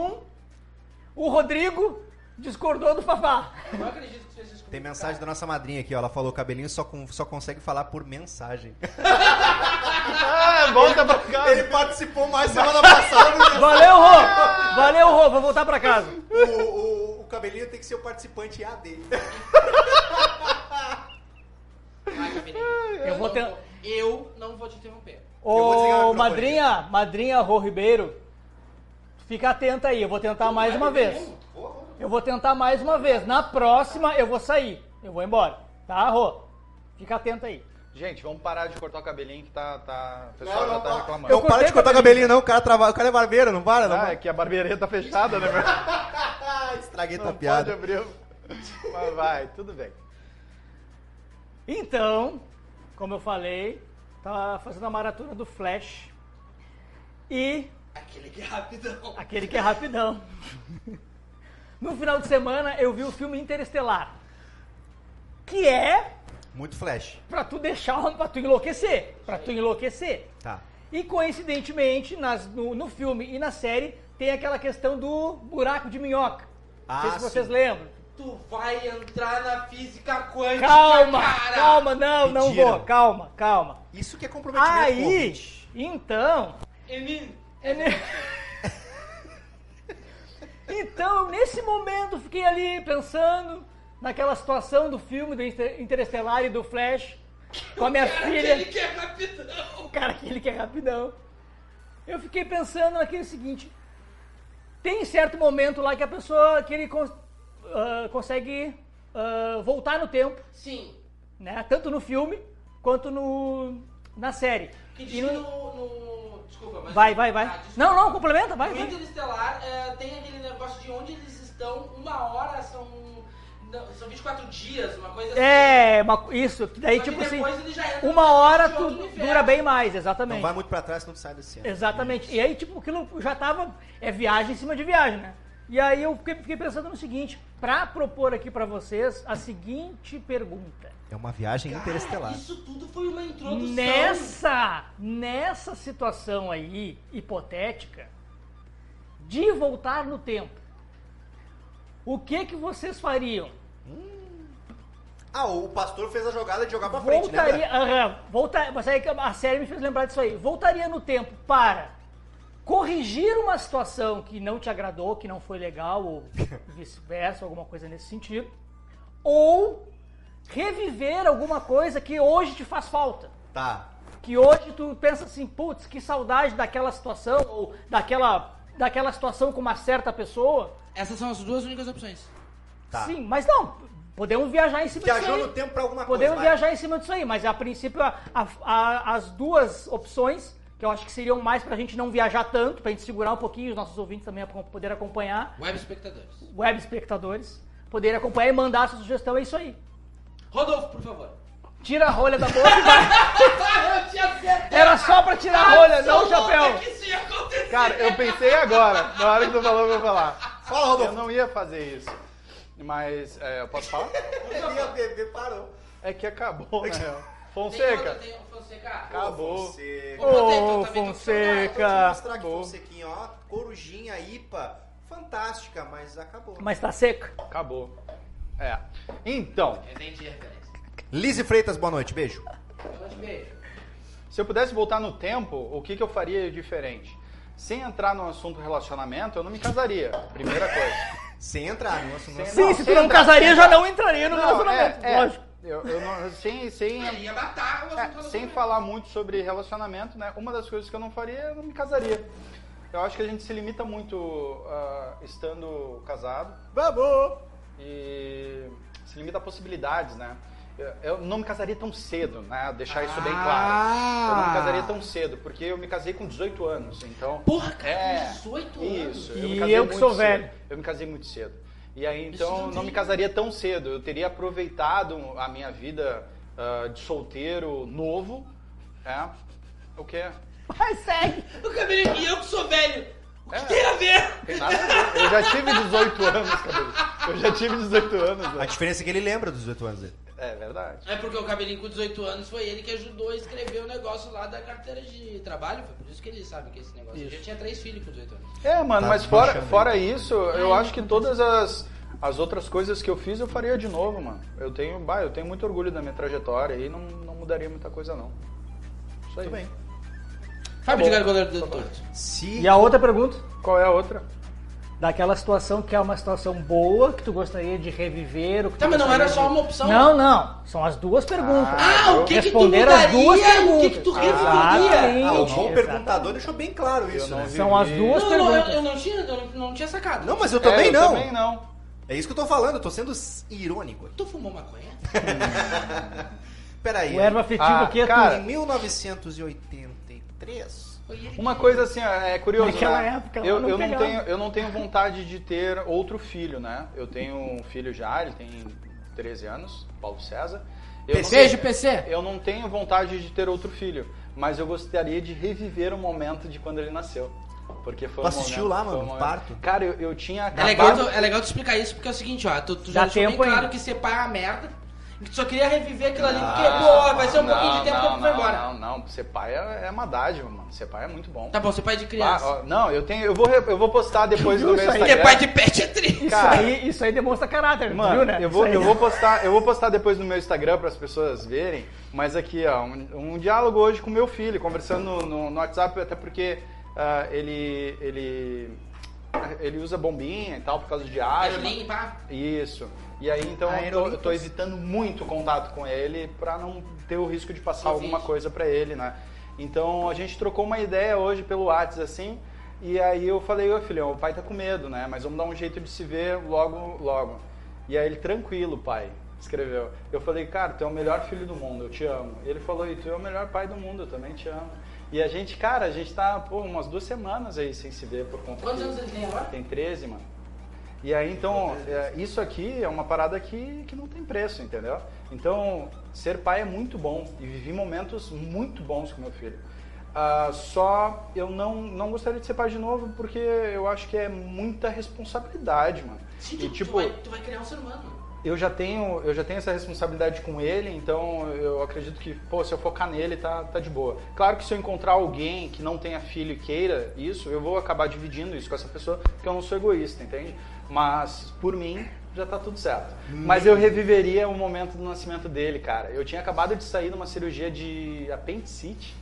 B: O Rodrigo discordou do Fafá.
A: Eu não acredito que vocês escutam.
E: Tem mensagem da nossa madrinha aqui, ó. Ela falou: cabelinho só, com- só consegue falar por mensagem.
D: Ah, volta pra cá!
E: Ele participou mais semana passada.
B: Valeu, Rô! Valeu, Rô! Vou voltar pra casa.
E: O, o- o cabelinho tem que ser o participante AD.
A: Ai, Felipe,
B: Eu vou ter-
A: não eu não vou te interromper.
E: vou desligar o
B: Ô,
E: microfone.
B: madrinha, madrinha Rô Ribeiro, fica atenta aí. Eu vou tentar mais uma vez. Eu vou tentar mais uma vez. Na próxima eu vou sair. Eu vou embora. Tá, Rô? Fica atento aí.
D: Gente, vamos parar de cortar o cabelinho que tá. tá o
E: Não,
D: pessoal já
E: não,
D: tá
E: não.
D: reclamando.
B: Eu
E: Não para
B: cortei
E: de cortar o cabelinho, não. O cara, trava... o cara é barbeiro, não para, não
D: Ah, é
E: para.
D: que a barbearia tá fechada, né, meu?
E: Ah, Estraguei tua
D: Não pode
E: piada.
D: abrir. Mas vai, tudo bem.
B: Então, como eu falei, tava fazendo a maratona do Flash. E
A: Aquele que é rapidão.
B: aquele que é rapidão. No final de semana eu vi o filme Interestelar. Que é
E: Muito flash.
B: pra tu deixar, o- pra tu enlouquecer. Pra tu enlouquecer.
E: Tá.
B: E coincidentemente, nas- no, no filme e na série, tem aquela questão do buraco de minhoca. Não sei
E: Ah,
B: se vocês
E: sim.
B: lembram.
A: Tu vai entrar na física quântica,
B: Calma,
A: cara.
B: calma, não, não
E: Mentira.
B: vou, calma, calma.
E: Isso que é comprometimento com o
B: Aí,
E: ouvinte.
B: então,
A: Emin,
B: é ne- então nesse momento fiquei ali pensando naquela situação do filme do Inter- Interestelar e do Flash com a minha
A: cara,
B: filha.
A: aquele que é rapidão.
B: O cara aquele que é rapidão. Eu fiquei pensando naquele seguinte. Tem certo momento lá que a pessoa que ele cons- ah, consegue ah, voltar no tempo,
A: Sim.
B: né? Tanto no filme quanto no na série.
A: Que
B: E
A: diz
B: no-
A: que no, no- Desculpa, mas...
B: Vai, vai, vai.
A: Ah, desculpa.
B: Não, não, complementa, vai,
A: No
B: vai.
A: Interestelar eh, tem aquele negócio de onde eles estão, uma hora são. não, são 24 dias, uma coisa assim.
B: É, uma- isso, que daí
A: Só que
B: tipo assim,
A: depois ele já entra
B: uma
A: num
B: hora
A: outro
B: tu
A: universo.
B: dura bem mais,
E: Não
B: exatamente.
E: Então vai muito pra trás, não sai desse ano.
B: Exatamente. E aí, tipo, aquilo já tava. É viagem em cima de viagem, né? E aí eu fiquei, fiquei pensando no seguinte, pra propor aqui pra vocês a seguinte pergunta.
E: É uma viagem interestelar.
A: Cara, isso tudo foi uma introdução.
B: Nessa, nessa situação aí, hipotética, de voltar no tempo, o que que vocês fariam?
E: Ah, o pastor fez a jogada de jogar pra frente, né?
B: Voltaria, aham, volta, mas aí que a série me fez lembrar disso aí. Voltaria no tempo para corrigir uma situação que não te agradou, que não foi legal, ou vice-versa, alguma coisa nesse sentido, ou reviver alguma coisa que hoje te faz falta.
E: Tá.
B: Que hoje tu pensa assim, putz, que saudade daquela situação, ou daquela, daquela situação com uma certa pessoa.
A: Essas são as duas únicas opções.
E: Tá.
B: Sim, mas não, podemos viajar em cima disso
E: Viajou
B: aí.
E: no tempo pra alguma coisa.
B: Podemos
E: vai.
B: viajar em cima disso aí, mas a princípio a- a- a- as duas opções, que eu acho que seriam mais pra gente não viajar tanto, pra gente segurar um pouquinho, os nossos ouvintes também acom- poder acompanhar,
A: Web espectadores.
B: web espectadores, poder acompanhar e mandar a sua sugestão, é isso aí.
A: Rodolfo, por favor.
B: Tira a rolha da boca e vai.
A: Eu tinha certeza.
B: Era só um pra tirar a rolha,
D: um
B: não o
A: absoluta
B: chapéu.
A: que isso ia acontecer.
D: Cara, eu pensei agora. Na hora que tu falou, eu vou falar.
E: Fala,
D: Eu
E: Rodolfo.
D: não ia fazer isso. Mas, é, eu posso falar?
E: Minha bebê parou.
D: É que acabou, né?
A: Tem
D: Fonseca.
A: outra, tem o Fonseca.
D: Acabou.
E: Você-
A: Ô,
B: Ô,
A: Fonseca.
E: Vou
B: Fonseca.
E: mostrar aqui pra
D: Acabou.
E: você aqui, ó. Corujinha, IPA, fantástica, mas acabou.
B: Mas tá seco.
D: Acabou. É. Então,
A: Entendi a referência.
E: Lise Freitas, boa noite, beijo.
A: Eu é. te beijo.
D: se eu pudesse voltar no tempo, o que, que eu faria diferente? Sem entrar no assunto relacionamento, eu não me casaria. Primeira coisa.
E: Sem entrar no assunto.
D: Sem-
B: Sim,
D: Não,
B: se tu não
D: entra,
B: casaria,
D: entra.
B: já não entraria no
D: Não,
B: relacionamento,
D: é, é.
B: lógico.
D: Eu, eu não, sem, sem,
A: Ele ia matar o
D: É,
A: assunto
D: sem
A: do-
D: falar muito sobre relacionamento, né? Uma das coisas que eu não faria, eu não me casaria. Eu acho que a gente se limita muito ah, estando casado
E: Vamos!
D: e se limita a possibilidades, né? Eu- Eu não me casaria tão cedo, né? Deixar isso bem
A: Ah!
D: claro. Eu não me casaria tão cedo, porque eu me casei com 18 anos, então...
A: Porra, cara,
D: É,
A: 18 anos.
D: Isso,
B: E
D: me casei
B: eu que
D: muito
B: sou
D: cedo.
B: velho.
D: Eu me casei muito cedo. E aí,
A: Isso não
D: então, não
A: tem-
D: me casaria tão cedo. Eu teria aproveitado a minha vida ah, de solteiro novo. É. O quê?
B: Vai, segue.
A: O cabelo e eu que sou velho. O que
D: É.
A: tem a ver?
D: Tem nada a ver. Eu já tive 18 anos, cabelo. Eu já tive 18 anos.
E: A
D: Né?
E: diferença é que ele lembra dos 18 anos dele.
D: É verdade.
A: É porque o cabelinho com 18 anos foi ele que ajudou a escrever o negócio lá da carteira de trabalho, foi por isso que ele sabe que esse negócio. Ele já tinha três filhos com 18 anos.
D: É, mano,
E: Tá
D: mas fora,
E: desmanchando
D: fora isso, eu acho que todas as, as outras coisas que eu fiz, eu faria de novo, mano. Eu tenho, bah, eu tenho muito orgulho da minha trajetória e não, não mudaria muita coisa, não. Isso aí.
E: Tudo bem.
A: Fábio
D: bom.
A: de goleiro do Torto.
E: Se
B: E a outra pergunta?
D: Qual é a outra?
B: Daquela situação que é uma situação boa, que tu gostaria de reviver. Ou que tu
A: Tá, mas não
B: gostaria
A: era só
B: de-
A: uma opção?
B: Não, não. São as duas perguntas.
A: Ah, o que que tu
B: Responder as duas
A: mudaria e
B: perguntas.
A: o que que tu reviveria?
B: Exatamente.
E: Ah, o bom
B: Exatamente.
E: perguntador deixou bem claro isso,
D: não
E: né?
D: vi.
B: São as duas
A: Não, não,
B: perguntas.
A: eu, eu não tinha, eu não, não tinha sacado.
E: Não, mas eu
D: É,
E: também não.
D: Também não.
E: É isso que eu tô falando, eu tô sendo s- irônico. aqui.
A: Tu fumou maconha?
E: Peraí.
B: O erva afetivo
D: Ah,
B: aqui é
D: cara,
E: Em 1983.
D: Uma coisa assim, ó, é curioso,
B: Naquela
D: né?
B: época, ela
D: eu,
B: não
D: eu, não
B: pegava.
D: tenho, eu não tenho vontade de ter outro filho, né? Eu tenho um filho já, ele tem 13 anos, Paulo César. Eu não-
A: Beijo, PC!
D: Eu não tenho vontade de ter outro filho, mas eu gostaria de reviver o momento de quando ele nasceu. Porque foi
E: Tu
D: um
E: assistiu
D: momento-
E: lá,
D: foi
E: mano,
D: um
E: o
D: momento-
E: parto?
D: Cara, eu, eu tinha
A: É legal,
D: acabado...
A: tu, é legal tu explicar isso, porque é o seguinte, ó, tu, tu já
B: Dá
A: deixou bem
B: tempo
A: claro
B: ainda.
A: que ser pai é uma merda, e que tu só queria reviver aquilo ali, porque,
D: Ah,
A: pô, vai ser um pouquinho
D: não,
A: de tempo
D: não,
A: que eu vou
D: não,
A: embora.
D: Não, não, ser pai é, é uma dádiva, mano. Ser pai é muito bom.
A: Tá bom, ser pai de
D: Ah,
A: criança.
D: ó, não, eu tenho, eu vou, re- eu vou postar depois no meu
B: Isso aí.
A: Porque
D: Instagram.
A: pai de pet é triste.
B: Isso,
D: cara.
B: aí, isso aí demonstra caráter,
D: Mano,
B: viu, né?
D: eu, vou,
B: Isso aí.
D: eu, vou postar, eu vou postar depois no meu Instagram para as pessoas verem, mas aqui, ó, um, um diálogo hoje com meu filho, conversando no, no- no WhatsApp, até porque ah, ele, ele, ele usa bombinha e tal por causa de asma.
A: Aerolim, É pá.
D: Isso. E aí, então, eu tô, eu tô evitando muito contato com ele pra não ter o risco de passar
A: Covid.
D: alguma coisa pra ele, né? Então, a gente trocou uma ideia hoje pelo WhatsApp, assim, e aí eu falei, ô filhão, o pai tá com medo, né? Mas vamos dar um jeito de se ver logo, logo. E aí ele, tranquilo, pai, escreveu. Eu falei, cara, tu é o melhor filho do mundo, eu te amo. Ele falou, e tu é o melhor pai do mundo, eu também te amo. E a gente, cara, a gente tá, pô, umas duas semanas aí sem se ver por conta
A: Quantos
D: que-
A: anos ele tem agora?
D: tem 13, mano. E aí, então, é, isso aqui é uma parada que, que não tem preço, entendeu? Então, ser pai é muito bom e vivi momentos muito bons com meu filho. Ah, só eu não, não gostaria de ser pai de novo porque eu acho que é muita responsabilidade, mano.
A: Sim,
D: E,
A: tu, tu,
D: tipo,
A: vai, tu vai criar um ser humano.
D: eu já tenho eu já tenho essa responsabilidade com ele, então eu acredito que, pô, se eu focar nele, tá, tá de boa. Claro que se eu encontrar alguém que não tenha filho e queira isso, eu vou acabar dividindo isso com essa pessoa, porque eu não sou egoísta, entende? Mas, por mim, já tá tudo certo. Mas eu reviveria o momento do nascimento dele, cara. Eu tinha acabado de sair de uma cirurgia de apendicite,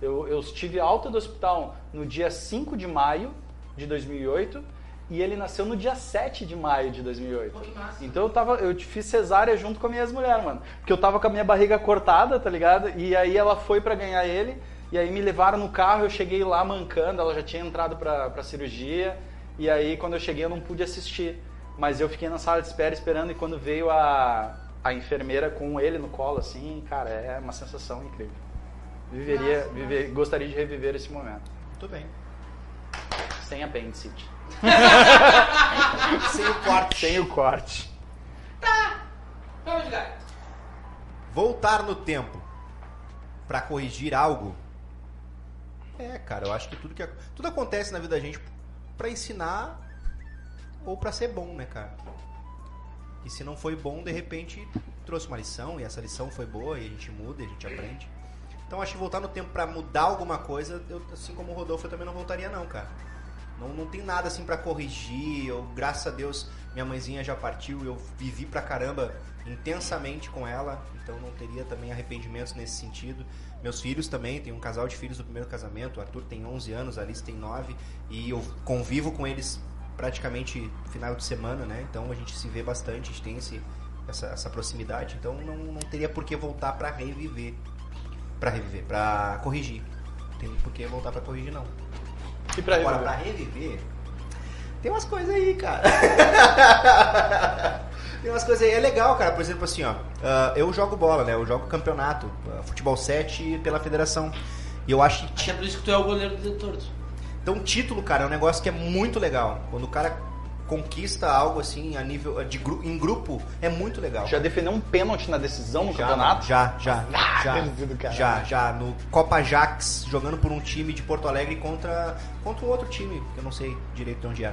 D: eu, eu estive alta do hospital no dia 5 de maio de 2008 e ele nasceu no dia 7 de maio de 2008.
A: Pô, que massa.
D: Então eu tava, eu fiz cesárea junto com a minha ex-mulher, mano. Porque eu tava com a minha barriga cortada, tá ligado? E aí ela foi pra ganhar ele, e aí me levaram no carro, eu cheguei lá mancando, ela já tinha entrado pra, pra cirurgia, e aí quando eu cheguei eu não pude assistir. Mas eu fiquei na sala de espera esperando, e quando veio a, a enfermeira com ele no colo, assim, cara, é uma sensação incrível. Viveria, viver- gostaria de reviver esse momento.
E: Muito bem.
D: Sem apêndice.
E: Sem Ah, o corte.
D: Sem o corte.
A: Vamos jogar.
E: Voltar no tempo pra corrigir algo. É, cara, eu acho que tudo que ac- tudo acontece na vida da gente pra ensinar ou pra ser bom, né, cara? E se não foi bom, de repente trouxe uma lição e essa lição foi boa e a gente muda, e a gente aprende. Então acho que voltar no tempo pra mudar alguma coisa, eu, assim como o Rodolfo, eu também não voltaria não, cara. Não, não tem nada assim pra corrigir. Eu, graças a Deus, minha mãezinha já partiu. Eu vivi pra caramba intensamente com ela. Então não teria também arrependimentos nesse sentido. Meus filhos também. Tem um casal de filhos do primeiro casamento. O Arthur tem 11 anos, a Alice tem 9. E eu convivo com eles praticamente final de semana, né? Então a gente se vê bastante. A gente tem esse, essa, essa proximidade. Então não, não teria por que voltar pra reviver. Pra reviver, pra corrigir. Não tem por que voltar pra corrigir, não.
D: E pra
E: Agora, pra
D: reviver?
E: reviver, tem umas coisas aí, cara. tem umas coisas aí. É legal, cara. Por exemplo, assim, ó. ah, eu jogo bola, né? Eu jogo campeonato, ah, futebol 7 pela federação. E eu acho que
A: Acho que é por isso que tu é o goleiro do torto.
E: então, título, cara, é um negócio que é muito legal. Quando o cara conquista algo assim a nível de gru- em grupo, é muito legal.
D: Já defendeu um pênalti na decisão no
E: Já,
D: campeonato? Ah,
E: Já, já,
D: perdido do
E: já, já,
D: caralho.
E: já, no Copa Jax, jogando por um time de Porto Alegre contra, contra um outro time, que eu não sei direito de onde é.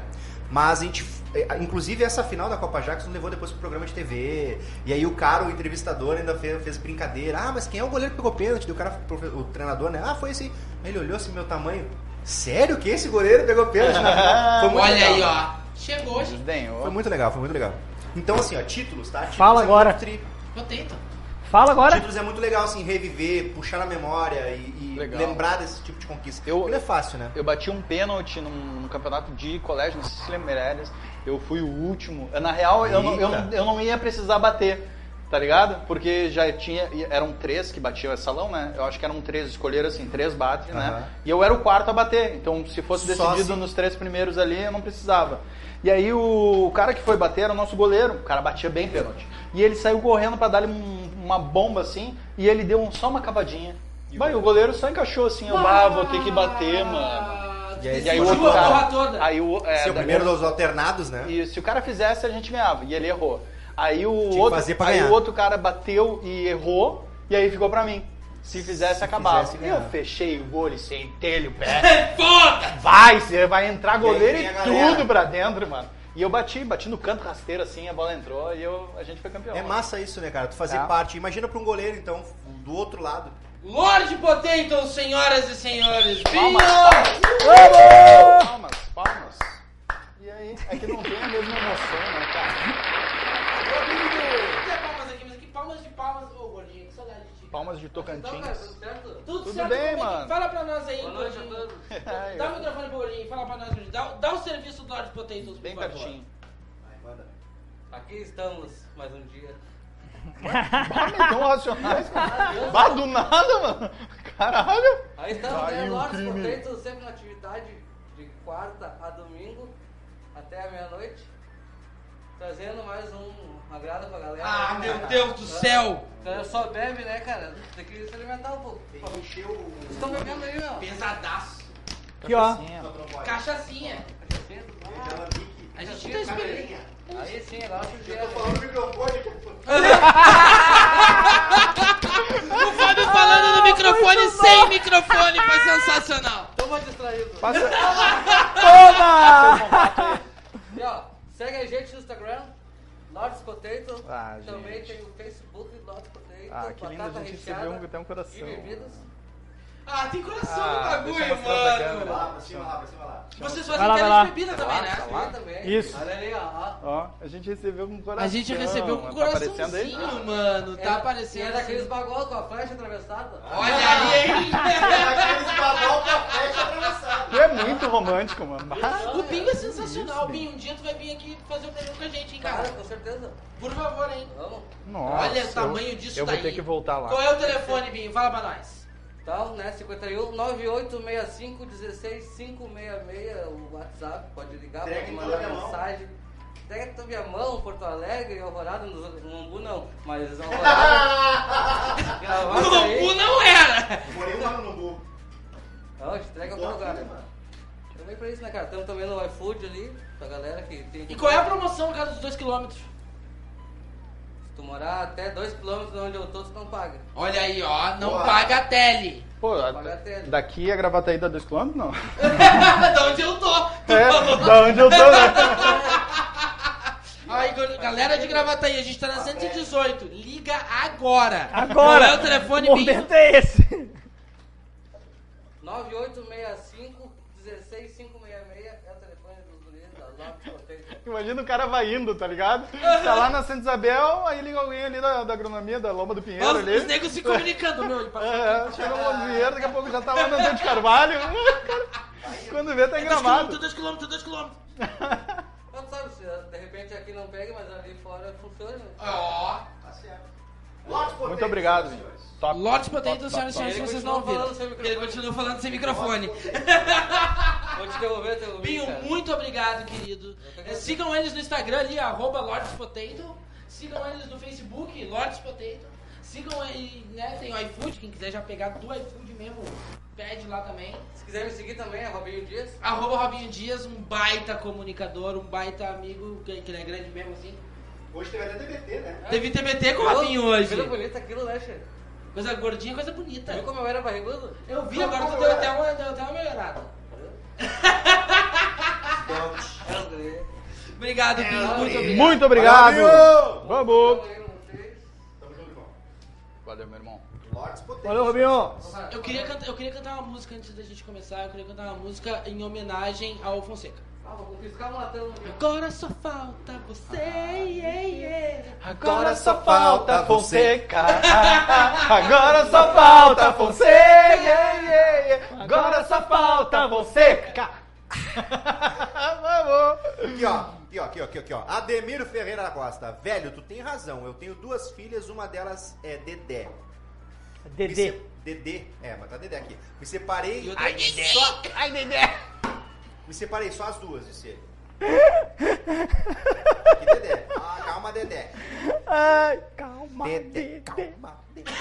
E: Mas a gente, eh, inclusive essa final da Copa Jax nos levou depois pro programa de TV, e aí o cara, o entrevistador, ainda fez, fez brincadeira, ah, mas quem é o goleiro que pegou pênalti? Daí O cara, o treinador, né, ah, foi esse, aí. Aí ele olhou assim, meu tamanho, sério que esse goleiro pegou pênalti? na final?" Foi muito
A: Olha
E: legal.
A: aí, ó. Ah, Chegou, gente.
D: Desdenhou.
E: Foi muito legal, foi muito legal. Então, assim, ó, títulos, tá? Títulos
B: Fala
E: é
B: agora.
E: muito tri-
A: Eu tento.
B: Fala agora.
E: Títulos é muito legal, assim, reviver, puxar na memória e, e
D: Legal.
E: lembrar desse tipo de conquista.
D: Eu-
E: Não é fácil, né?
D: Eu bati um pênalti num, num campeonato de colégio, no Cecília Meirelles. Eu fui o último. Na real, eu não, eu,
E: Eita.
D: eu não ia precisar bater, tá ligado? Porque já tinha. Eram três que batiam esse salão, né? Eu acho que eram três, escolheram assim, três batem,
E: Aham.
D: né? E eu era o quarto a bater. Então, se fosse
E: Só
D: decidido
E: assim.
D: nos três primeiros ali, eu não precisava. E aí, o, o cara que foi bater era o nosso goleiro. O cara batia bem pênalti. E ele saiu correndo pra dar-lhe um- uma bomba assim, e ele deu um, só uma cavadinha. Bah, e o goleiro só encaixou assim, eu bah, vou ter que bater, mano.
E: E aí,
D: E aí o outro
A: Continua a Ah, porra
D: cara,
A: toda.
D: aí o, é,
E: Ser o
D: da-
E: primeiro dos alternados, né?
D: E se o cara fizesse, a gente ganhava. E ele errou. Aí o,
E: que
D: outro,
E: fazer pra
D: aí
E: ganhar.
D: o outro cara bateu e errou, e aí ficou pra mim. Se fizesse, acabava.
E: fizesse,
D: eu
E: ganhava.
D: fechei o olho, sentei o pé.
A: Foda!
D: Vai, você vai entrar goleiro
E: E aí vem
D: e,
E: a galera.
D: tudo pra dentro, mano. E eu bati, bati no canto rasteiro assim, a bola entrou e eu, a gente foi campeão.
E: É massa isso, né, cara? Tu fazer
D: Tá.
E: parte. Imagina pra um goleiro, então, do outro lado.
A: Lorde Potato, senhoras e senhores.
D: Palmas,
A: Vinha!
D: palmas, palmas, palmas. E aí, é que não tem a mesma emoção, né, cara?
A: Cadê palmas aqui? Mas aqui, palmas de palmas. Ô, gordinho, que saudade de ti.
D: Palmas de
A: Então, cara, tudo
D: Tocantins.
A: certo? Tudo,
D: Tudo
A: certo,
D: bem,
A: como é que-
D: mano? Tá,
A: Fala pra nós aí,
C: Boa noite a
A: gordinho.
C: todos.
A: Dá o microfone pro gordinho, fala pra nós, gordinho. Dá, dá o serviço do Lorde Potato,
D: Bem
A: por favor.
D: pertinho.
C: Aqui estamos mais um dia.
D: Ah, mas tão racionais, cara. Bah, do nada, mano. Caralho.
C: Aí estamos, né?
D: Caiu o
C: Lores
D: crime.
C: Potatoes sempre na atividade de quarta a domingo até a meia-noite. Trazendo mais um agrado pra galera.
A: Ah,
C: né,
A: meu
C: cara?
A: Deus do céu!
C: Então só bebe, né, cara? Tem que se alimentar um pouco. Estão bebendo aí, meu.
A: Pesadaço.
B: Aqui, ó.
A: Cachacinha. A gente tá esperando.
C: Aí sim, agora acho que é.
A: O Fábio falando
D: Ah,
A: no microfone sem microfone, foi sensacional.
C: Toma distraído.
D: Passa...
B: Toma!
C: E ó, segue a gente no Instagram, Lords Potato.
D: Ah,
C: Também
D: gente.
C: tem o Facebook Lords Potato.
D: Ah, que lindo a
C: batata
D: gente
C: recheada
D: recebeu um, até um
C: E
D: coração.
C: bebidas.
A: Ah, tem coração
D: Ah,
A: no
D: deixa eu
A: bagulho,
D: mostrar pra
A: mano.
D: câmera.
A: Vocês fazem
B: Vai lá, vai
A: tela
B: lá.
A: de bebida também, né?
C: Lá também.
B: Isso.
C: Olha ali, ó. ó.
D: Ó, a gente recebeu com um coração.
A: A gente recebeu com um
D: Tá aparecendo aí?
A: coraçãozinho, mano. Tá
C: Era-
A: aparecendo.
C: Era é daqueles
A: assim.
C: bagulho com a flecha atravessada.
A: Olha aí,
D: Tu é muito romântico, mano.
A: hein? O Binho é sensacional, Binho. Um dia tu vai vir aqui fazer o programa com a gente, hein,
C: Cara,
A: cara?
C: com certeza.
A: Por favor, hein?
C: Vamos.
D: Nossa,
A: Olha o
D: eu-
A: tamanho disso
D: Eu vou
A: daí.
D: ter que voltar lá.
A: Qual é o telefone, Binho? Fala pra nós.
C: Então, né? 51 9865 16566 o WhatsApp. Pode ligar, pode mandar mensagem. Entrega tu minha mão, Porto Alegre, Alvorada, no no Umbu não, mas Alvorada.
A: O
C: Gravata aí.
A: Lombu não era!
E: um
C: Não, entrega pra lugar. Também pra isso, né, cara? Estamos também no iFood ali, pra galera que tem.
A: E qual é a promoção, cara, dos 2km?
C: Se tu morar até 2km de onde eu tô, tu não paga.
A: Olha aí, ó. Não paga a tele.
D: Pô, a-
C: Bagatela.
D: daqui a gravata aí dá 2 km? Não.
A: da onde eu tô. Tu
D: É,
A: falou.
D: da onde eu tô, né?
A: Aí, gal- galera de Gravataí, a gente tá na 118. Liga agora.
B: Agora!
A: Qual é o telefone,
B: O
A: Binho?
B: momento é esse.
C: 9865 16566 é o telefone dos guris da Love Potato.
D: Imagina o cara vai indo, tá ligado? Tá lá na Santa Isabel, aí liga alguém ali da, da agronomia, da Loma do Pinheiro
A: Ó,
D: ali.
A: Os negros se comunicando, meu. ele passou.
D: É, chega um monte de dinheiro, daqui a pouco já tá lá no Antônio de Carvalho. Quando vê, tá
A: É Dois quilômetros,
D: engramado.
A: dois quilômetros, dois quilômetros.
C: Mas tu sabe, se de repente aqui não pega, mas ali fora funciona. né?
A: Ó.
D: Muito obrigado, gente. Top.
A: Lotes potentes, senhoras e senhores, se
C: Ele
A: vocês
C: continua
A: não viram.
C: falando sem
A: Ele
C: microfone.
A: continua falando sem microfone.
C: Vou te devolver teu
A: Binho,
C: cara.
A: muito obrigado, querido. Eh, Sigam eles no Instagram ali, arroba Lords Potato. Sigam eles no Facebook, Lords Potato. Sigam aí, né? Tem o iFood, quem quiser já pegar do iFood mesmo, pede lá também.
C: Se quiser me seguir também, é Robinho Dias.
A: Arroba Robinho Dias, um baita comunicador, um baita amigo, que, que ele é grande mesmo assim.
E: Hoje teve até TBT, né?
A: Teve TBT com o Robinho hoje.
C: Coisa bonita aquilo, né, chefe?
A: Coisa gordinha, coisa bonita.
C: Viu como eu era barrigudo?
A: Eu vi, agora tu deu até uma, deu até uma melhorada.
C: É os guris.
A: Obrigado, Binho. Muito obrigado.
D: Muito obrigado.
E: Valeu!
D: Vamos.
C: Eu não sei.
E: Tamo junto, irmão.
D: Valeu, meu irmão.
E: Lords Potência.
B: Valeu, Robinho.
A: Eu queria, canta- eu queria cantar uma música antes da gente começar. Eu queria cantar uma música em homenagem ao Fonseca.
C: Ah, vou confiscar um latão.
A: Agora só falta você.
D: Agora só falta Fonseca. Agora só falta Fonseca. Agora só falta Fonseca. Vamos.
E: Aqui, ó. Aqui, ó, aqui, ó, aqui, aqui, ó. Ademiro Ferreira da Costa. Velho, tu tem razão. Eu tenho duas filhas, uma delas é Dedé. Me
B: Dedê.
E: se- Dedê. É, mas tá Dedé aqui. Me separei.
A: E outra-
E: Ai, Dedé. Ai, Dedé. Me separei só as duas, disse ele. Aqui, Dedé. Ah, calma, Dedé.
B: Ai, calma,
E: Dedé,
B: Dedé.
E: calma, Dedé.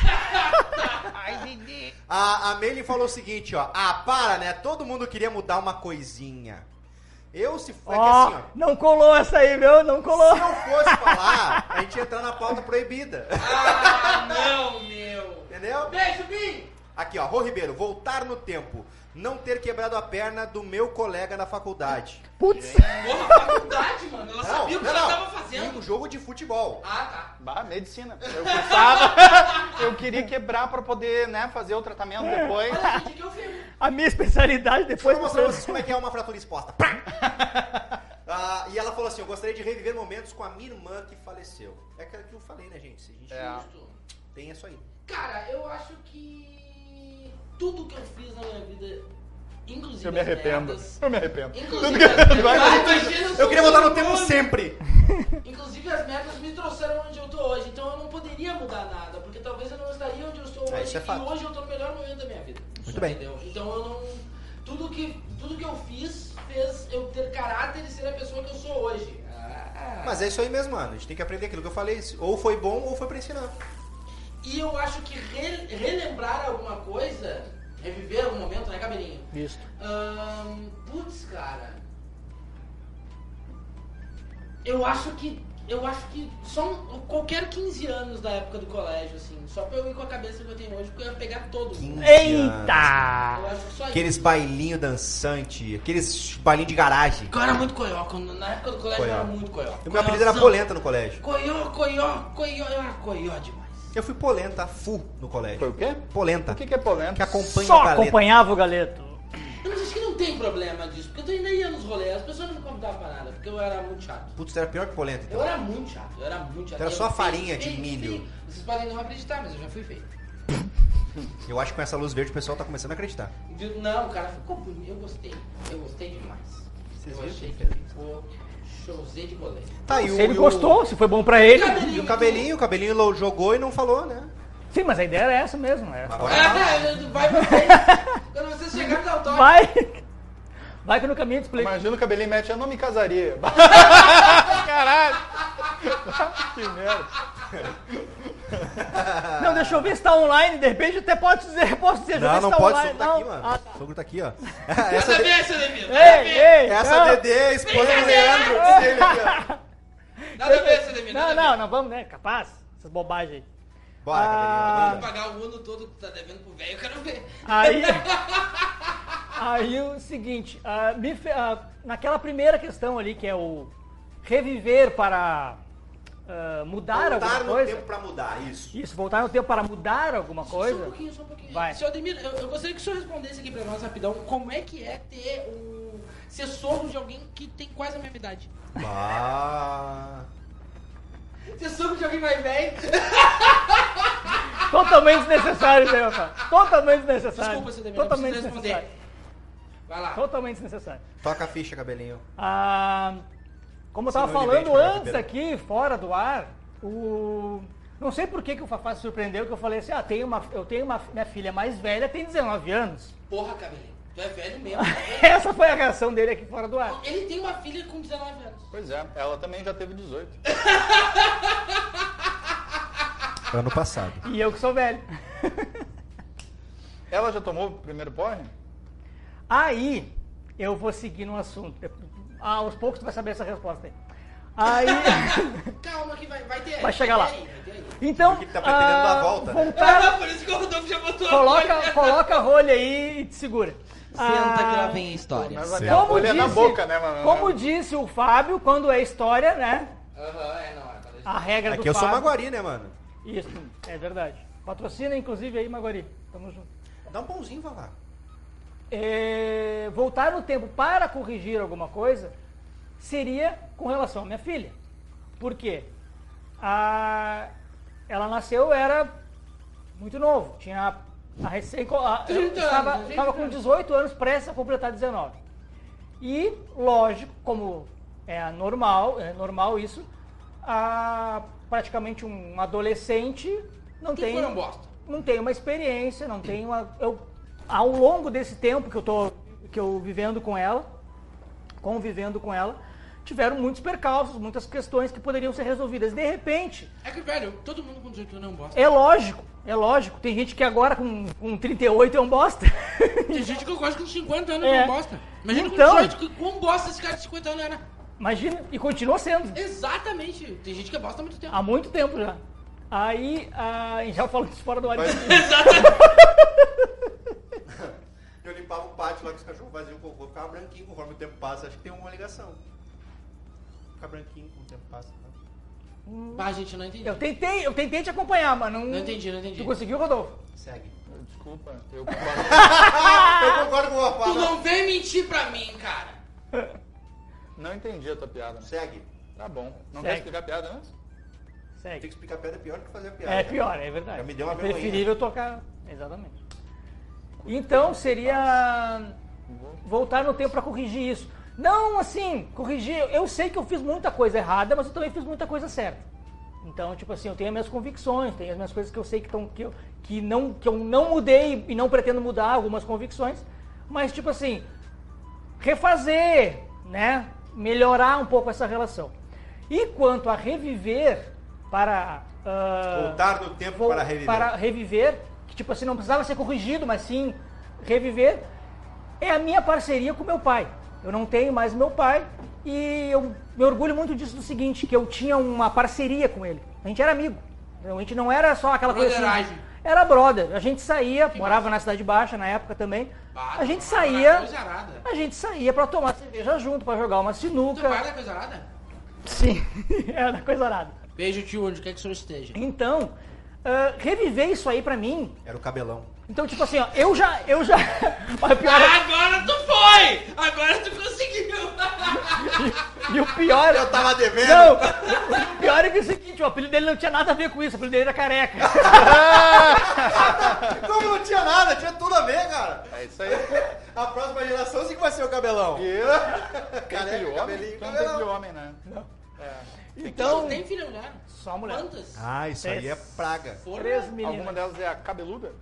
E: A, a Meili falou o seguinte, ó. Ah, para, né? Todo mundo queria mudar uma coisinha. Eu, se for...
B: Ó,
E: assim, ó.
B: não colou essa aí, viu? Não colou.
E: Se eu fosse falar, a gente ia entrar na pauta proibida.
A: Ah, não, meu.
E: Entendeu?
A: Beijo, Bim!
E: Aqui, ó. Rô Ribeiro, voltar no tempo. Não ter quebrado a perna do meu colega na faculdade.
B: Putz.
A: Porra, faculdade, mano. Ela sabia o que ela tava
E: Em um
A: fazendo.
E: jogo de futebol.
A: Ah, tá.
D: Bah, medicina. Eu cursava, eu queria quebrar pra poder, né, fazer o tratamento depois.
A: Olha, gente, que eu fiz.
B: A minha especialidade depois...
E: Vou mostrar pra vocês como é que é uma fratura exposta. Pá! Ah, e ela falou assim: Eu gostaria de reviver momentos com a minha irmã que faleceu. É aquela que eu falei, né, gente? Se a gente
D: É.
A: Justo.
E: tem isso aí.
A: Cara, eu acho que tudo que eu fiz na minha vida, inclusive
D: Eu me
A: as
D: arrependo.
A: merdas,
D: Eu me arrependo.
A: Inclusive, Ai, imagina,
E: Eu queria voltar no tempo
A: orgulhoso.
E: sempre.
A: Inclusive as metas me trouxeram onde eu tô hoje, então eu não poderia mudar nada, porque talvez eu não estaria onde eu estou
E: É,
A: hoje
E: isso é fato.
A: e hoje eu tô no melhor momento da minha vida.
E: Muito bem.
A: Entendeu? Então eu não tudo que tudo que eu fiz fez eu ter caráter e ser a pessoa que eu sou hoje. Ah.
E: Mas é isso aí mesmo, mano. A gente tem que aprender aquilo que eu falei. Ou foi bom ou foi pra ensinar.
A: E eu acho que re- relembrar alguma coisa, reviver algum momento, né, cabelinho?
B: Isso.
A: Ahn, putz, cara. Eu acho que. Eu acho que só um- qualquer 15 anos da época do colégio, assim, só pra eu ir com a cabeça que eu tenho hoje, porque eu ia pegar todo mundo. Eu
B: Eita!
A: acho que só
E: Aqueles bailinhos dançantes, aqueles bailinhos de garagem.
A: isso. Eu era muito coió, quando- na época do colégio eu era
E: Coió.
A: muito coió.
E: O meu apelido era
A: Coiózão.
E: polenta no colégio.
A: Coió, coió, coió, eu era coió demais.
E: Eu fui polenta full no
D: Foi o
E: colégio.
D: quê?
E: Polenta.
D: O que, que é
E: Que
D: polenta?
E: acompanha
B: Só
E: a galeta.
B: acompanhava o Galeto.
A: Eu não acho que não tem problema disso, porque eu ainda ia nos rolês, as pessoas não me contavam pra nada, porque eu era muito chato.
E: Putz, era pior que polenta,
A: Eu
E: então.
A: era muito chato, eu era muito chato.
E: Era
A: Eu
E: só
A: feio,
E: farinha de
A: feio,
E: milho.
A: feio. Vocês podem não acreditar, mas eu já fui feio.
E: Eu acho que com essa luz verde o pessoal tá começando a acreditar.
A: Viu? Não, cara, ficou bonito. Eu gostei. Eu gostei demais.
E: Vocês
A: eu
E: viram
A: achei
E: que
A: que ficou showzê de rolê.
E: Tá, e o-
B: Se ele
E: e o-
B: gostou, se foi bom pra ele.
E: E o cabelinho, o cabelinho lo- jogou e não falou, né?
B: Sim, mas a ideia era essa mesmo. É.
E: Agora tá. fala.
A: Ah, vai vocês. Quando vocês chegarem no autódromo.
B: Vai! Vai que no caminho do split.
D: Imagina o cabelinho mete, eu não me casaria. Caralho. que merda.
B: Não, deixa eu ver se tá online. De repente até pode dizer, posso dizer, deixa
E: Não,
B: eu ver
E: não
B: se tá
E: pode, o
B: online.
E: sogro tá aqui, mano.
B: Ah,
E: O sogro tá aqui, ó.
A: Essa
E: Essa, de-
A: vez, essa Devil.
B: Ei, ei!
E: essa
B: não. Ah.
E: Dedê, é a esposa do Leandro. diz ele aqui, ó.
A: Nada a ver, essa Devil.
B: Não, não, não vamos, né? Capaz? Essas bobagens aí.
E: Bora,
B: Ah.
E: cabelinho.
A: Pagar o ano todo que tu tá devendo pro velho, eu quero ver.
B: Aí, aí o seguinte, ah, me fe- ah, naquela primeira questão ali, que é o reviver para ah, mudar
E: Voltar
B: alguma
E: no
B: coisa.
E: tempo pra mudar, isso.
B: Isso, voltar no tempo para mudar alguma
A: Só um
B: coisa.
A: pouquinho, só um pouquinho.
B: Vai.
A: Seu Ademir, eu, eu gostaria que o senhor respondesse aqui pra nós rapidão como é que é ter o. ser sogro de alguém que tem quase a mesma idade.
E: Ah.
A: Ser sogro de alguém mais velho.
B: Totalmente desnecessário, isso aí, Rafa. Totalmente desnecessário.
A: Desculpa, seu Ademir, não
B: Totalmente
A: precisa responder.
B: desnecessário.
A: Vai lá.
B: Totalmente desnecessário.
E: Toca a ficha, cabelinho.
B: Ah, como eu
E: Senão
B: tava
E: ele
B: falando
E: vende pra
B: antes
E: Gabriela.
B: aqui, fora do ar, o. Não sei por que, que o Fafá se surpreendeu que eu falei assim, ah, tem uma, eu tenho uma. Minha filha mais velha tem 19 anos.
A: Porra, cabelinho. Tu é velho mesmo.
B: Essa foi a reação dele aqui fora do ar.
A: Ele tem uma filha com 19 anos.
D: Pois é, ela também já teve 18.
E: Ano passado.
B: E eu que sou velho.
D: Ela já tomou o primeiro porre?
B: Aí, eu vou seguir no assunto. Ah, aos poucos tu vai saber essa resposta aí. Aí.
A: Calma que vai, vai ter.
B: Vai chegar lá.
A: ter aí, vai ter aí.
B: Então.
E: Porque tá pretendendo dar a
B: ah,
E: volta, né?
B: Voltar,
A: Ah, por isso que o Rodolfo já botou a
B: coloca,
A: folha.
B: coloca a rolha aí e te segura.
A: Senta que lá
B: Ah,
A: vem a história.
D: Mas a minha
B: Como
D: folha é
B: disse,
D: na boca, né, mano?
B: como disse o Fábio, quando é história, né?
A: Aham, é, não, é. tá deixando.
B: A regra
E: É
B: do
E: que eu sou
B: Fábio.
E: maguari, né, mano?
B: Isso, é verdade. Patrocina, inclusive, aí, Maguari. Tamo junto.
E: Dá um pãozinho, vai lá.
B: É, voltar no tempo para corrigir alguma coisa seria com relação à minha filha. Por quê? A, ela nasceu, eu era muito novo. Tinha a recém. A,
A: 30
B: estava,
A: anos, né?
B: estava com 18 anos, prestes a completar 19. E, lógico, como é normal, é normal isso, a, praticamente um adolescente não
A: Quem
B: tem.
A: foi um bosta?
B: Não tem uma experiência, não tem uma. Eu, ao longo desse tempo que eu tô que eu vivendo com ela, convivendo com ela, tiveram muitos percalços, muitas questões que poderiam ser resolvidas. De repente,
A: É que, velho, todo mundo com 18 anos é um bosta.
B: é lógico, é lógico. Tem gente que agora com, com 38 é um bosta.
A: Tem gente que eu gosto com 50 anos
B: É.
A: é um bosta. Imagina
B: Então-
A: com 18, que- quão bosta esse cara de 50 anos era.
B: Imagina, e continua sendo.
A: Exatamente. Tem gente que é bosta há muito tempo.
B: Há muito tempo já. Aí, a gente já falou isso fora do ar.
D: um
E: Mas-
A: Exatamente.
E: Eu limpava o pátio lá que os cachorros faziam cocô, ficava branquinho conforme o tempo passa. Acho que tem uma ligação. Ficar branquinho com o tempo passa. né?
A: Bah, Ah, gente, não entendi.
B: Eu tentei, eu tentei te acompanhar, mas não.
A: Não entendi, não entendi.
B: Tu conseguiu, Rodolfo?
E: Segue.
D: Desculpa, eu
B: Ah!
E: Eu concordo com o
A: Tu
E: Rafael.
A: não vem mentir pra mim, cara.
D: não entendi a tua piada. né?
E: Segue.
D: Tá bom. Não
B: Segue.
D: quer explicar a piada né? antes?
E: Tem que
B: Segue.
E: explicar a piada é pior do que fazer a piada.
B: É pior, é verdade.
E: Já me deu uma
B: é
E: vergonha.
B: preferível tocar. Exatamente. Então seria voltar no tempo pra corrigir isso. Não assim, corrigir. Eu sei que eu fiz muita coisa errada, mas eu também fiz muita coisa certa. Então, tipo assim, eu tenho as minhas convicções, tenho as minhas coisas que eu sei que, tão, que, eu, que, não, que eu não mudei e não pretendo mudar algumas convicções. Mas, tipo assim, refazer, né? Melhorar um pouco essa relação. E quanto a reviver para. ah,
E: Voltar no tempo
B: Vou-
E: para reviver.
B: para reviver, que tipo assim, não precisava ser corrigido, mas sim reviver, é a minha parceria com meu pai. Eu não tenho mais meu pai e eu me orgulho muito disso do seguinte, que eu tinha uma parceria com ele. A gente era amigo. Então, A gente não era só aquela coisa assim.
A: Brotheragem.
B: Era brother. A gente saía, morava na Cidade Baixa na época também.
A: Bah,
B: A gente
A: tu vai na
B: saía,
A: Coisa arada.
B: a gente saía para tomar cerveja junto, para jogar uma
A: Tu vai
B: sinuca.
A: na coisa arada?
B: Sim, era coisa nada.
A: Beijo, tio, onde quer que o senhor esteja.
B: Então, ah, reviver isso aí pra mim
E: Era o cabelão.
B: então, tipo assim, ó, eu já, eu já. Mas o pior é-
A: Agora tu foi! Agora tu conseguiu!
B: e o pior é.
E: Eu tava devendo.
B: Não! O pior é que é o seguinte, ó, o apelido dele não tinha nada a ver com isso, o apelido dele era careca.
E: Como não tinha nada, tinha tudo a ver, cara.
D: É isso aí.
E: A próxima geração sim que vai ser o cabelão.
D: Tem
E: Careca,
D: filho
E: cabelinho,
D: homem? Então não tem
E: cabelão.
D: filho homem, né? É.
B: Então.
A: Nem filha mulher.
B: Só mulher.
A: Quantas?
E: Ah, isso aí é praga.
A: Foram?
B: Três
D: Alguma
B: meninas.
D: delas é a cabeluda?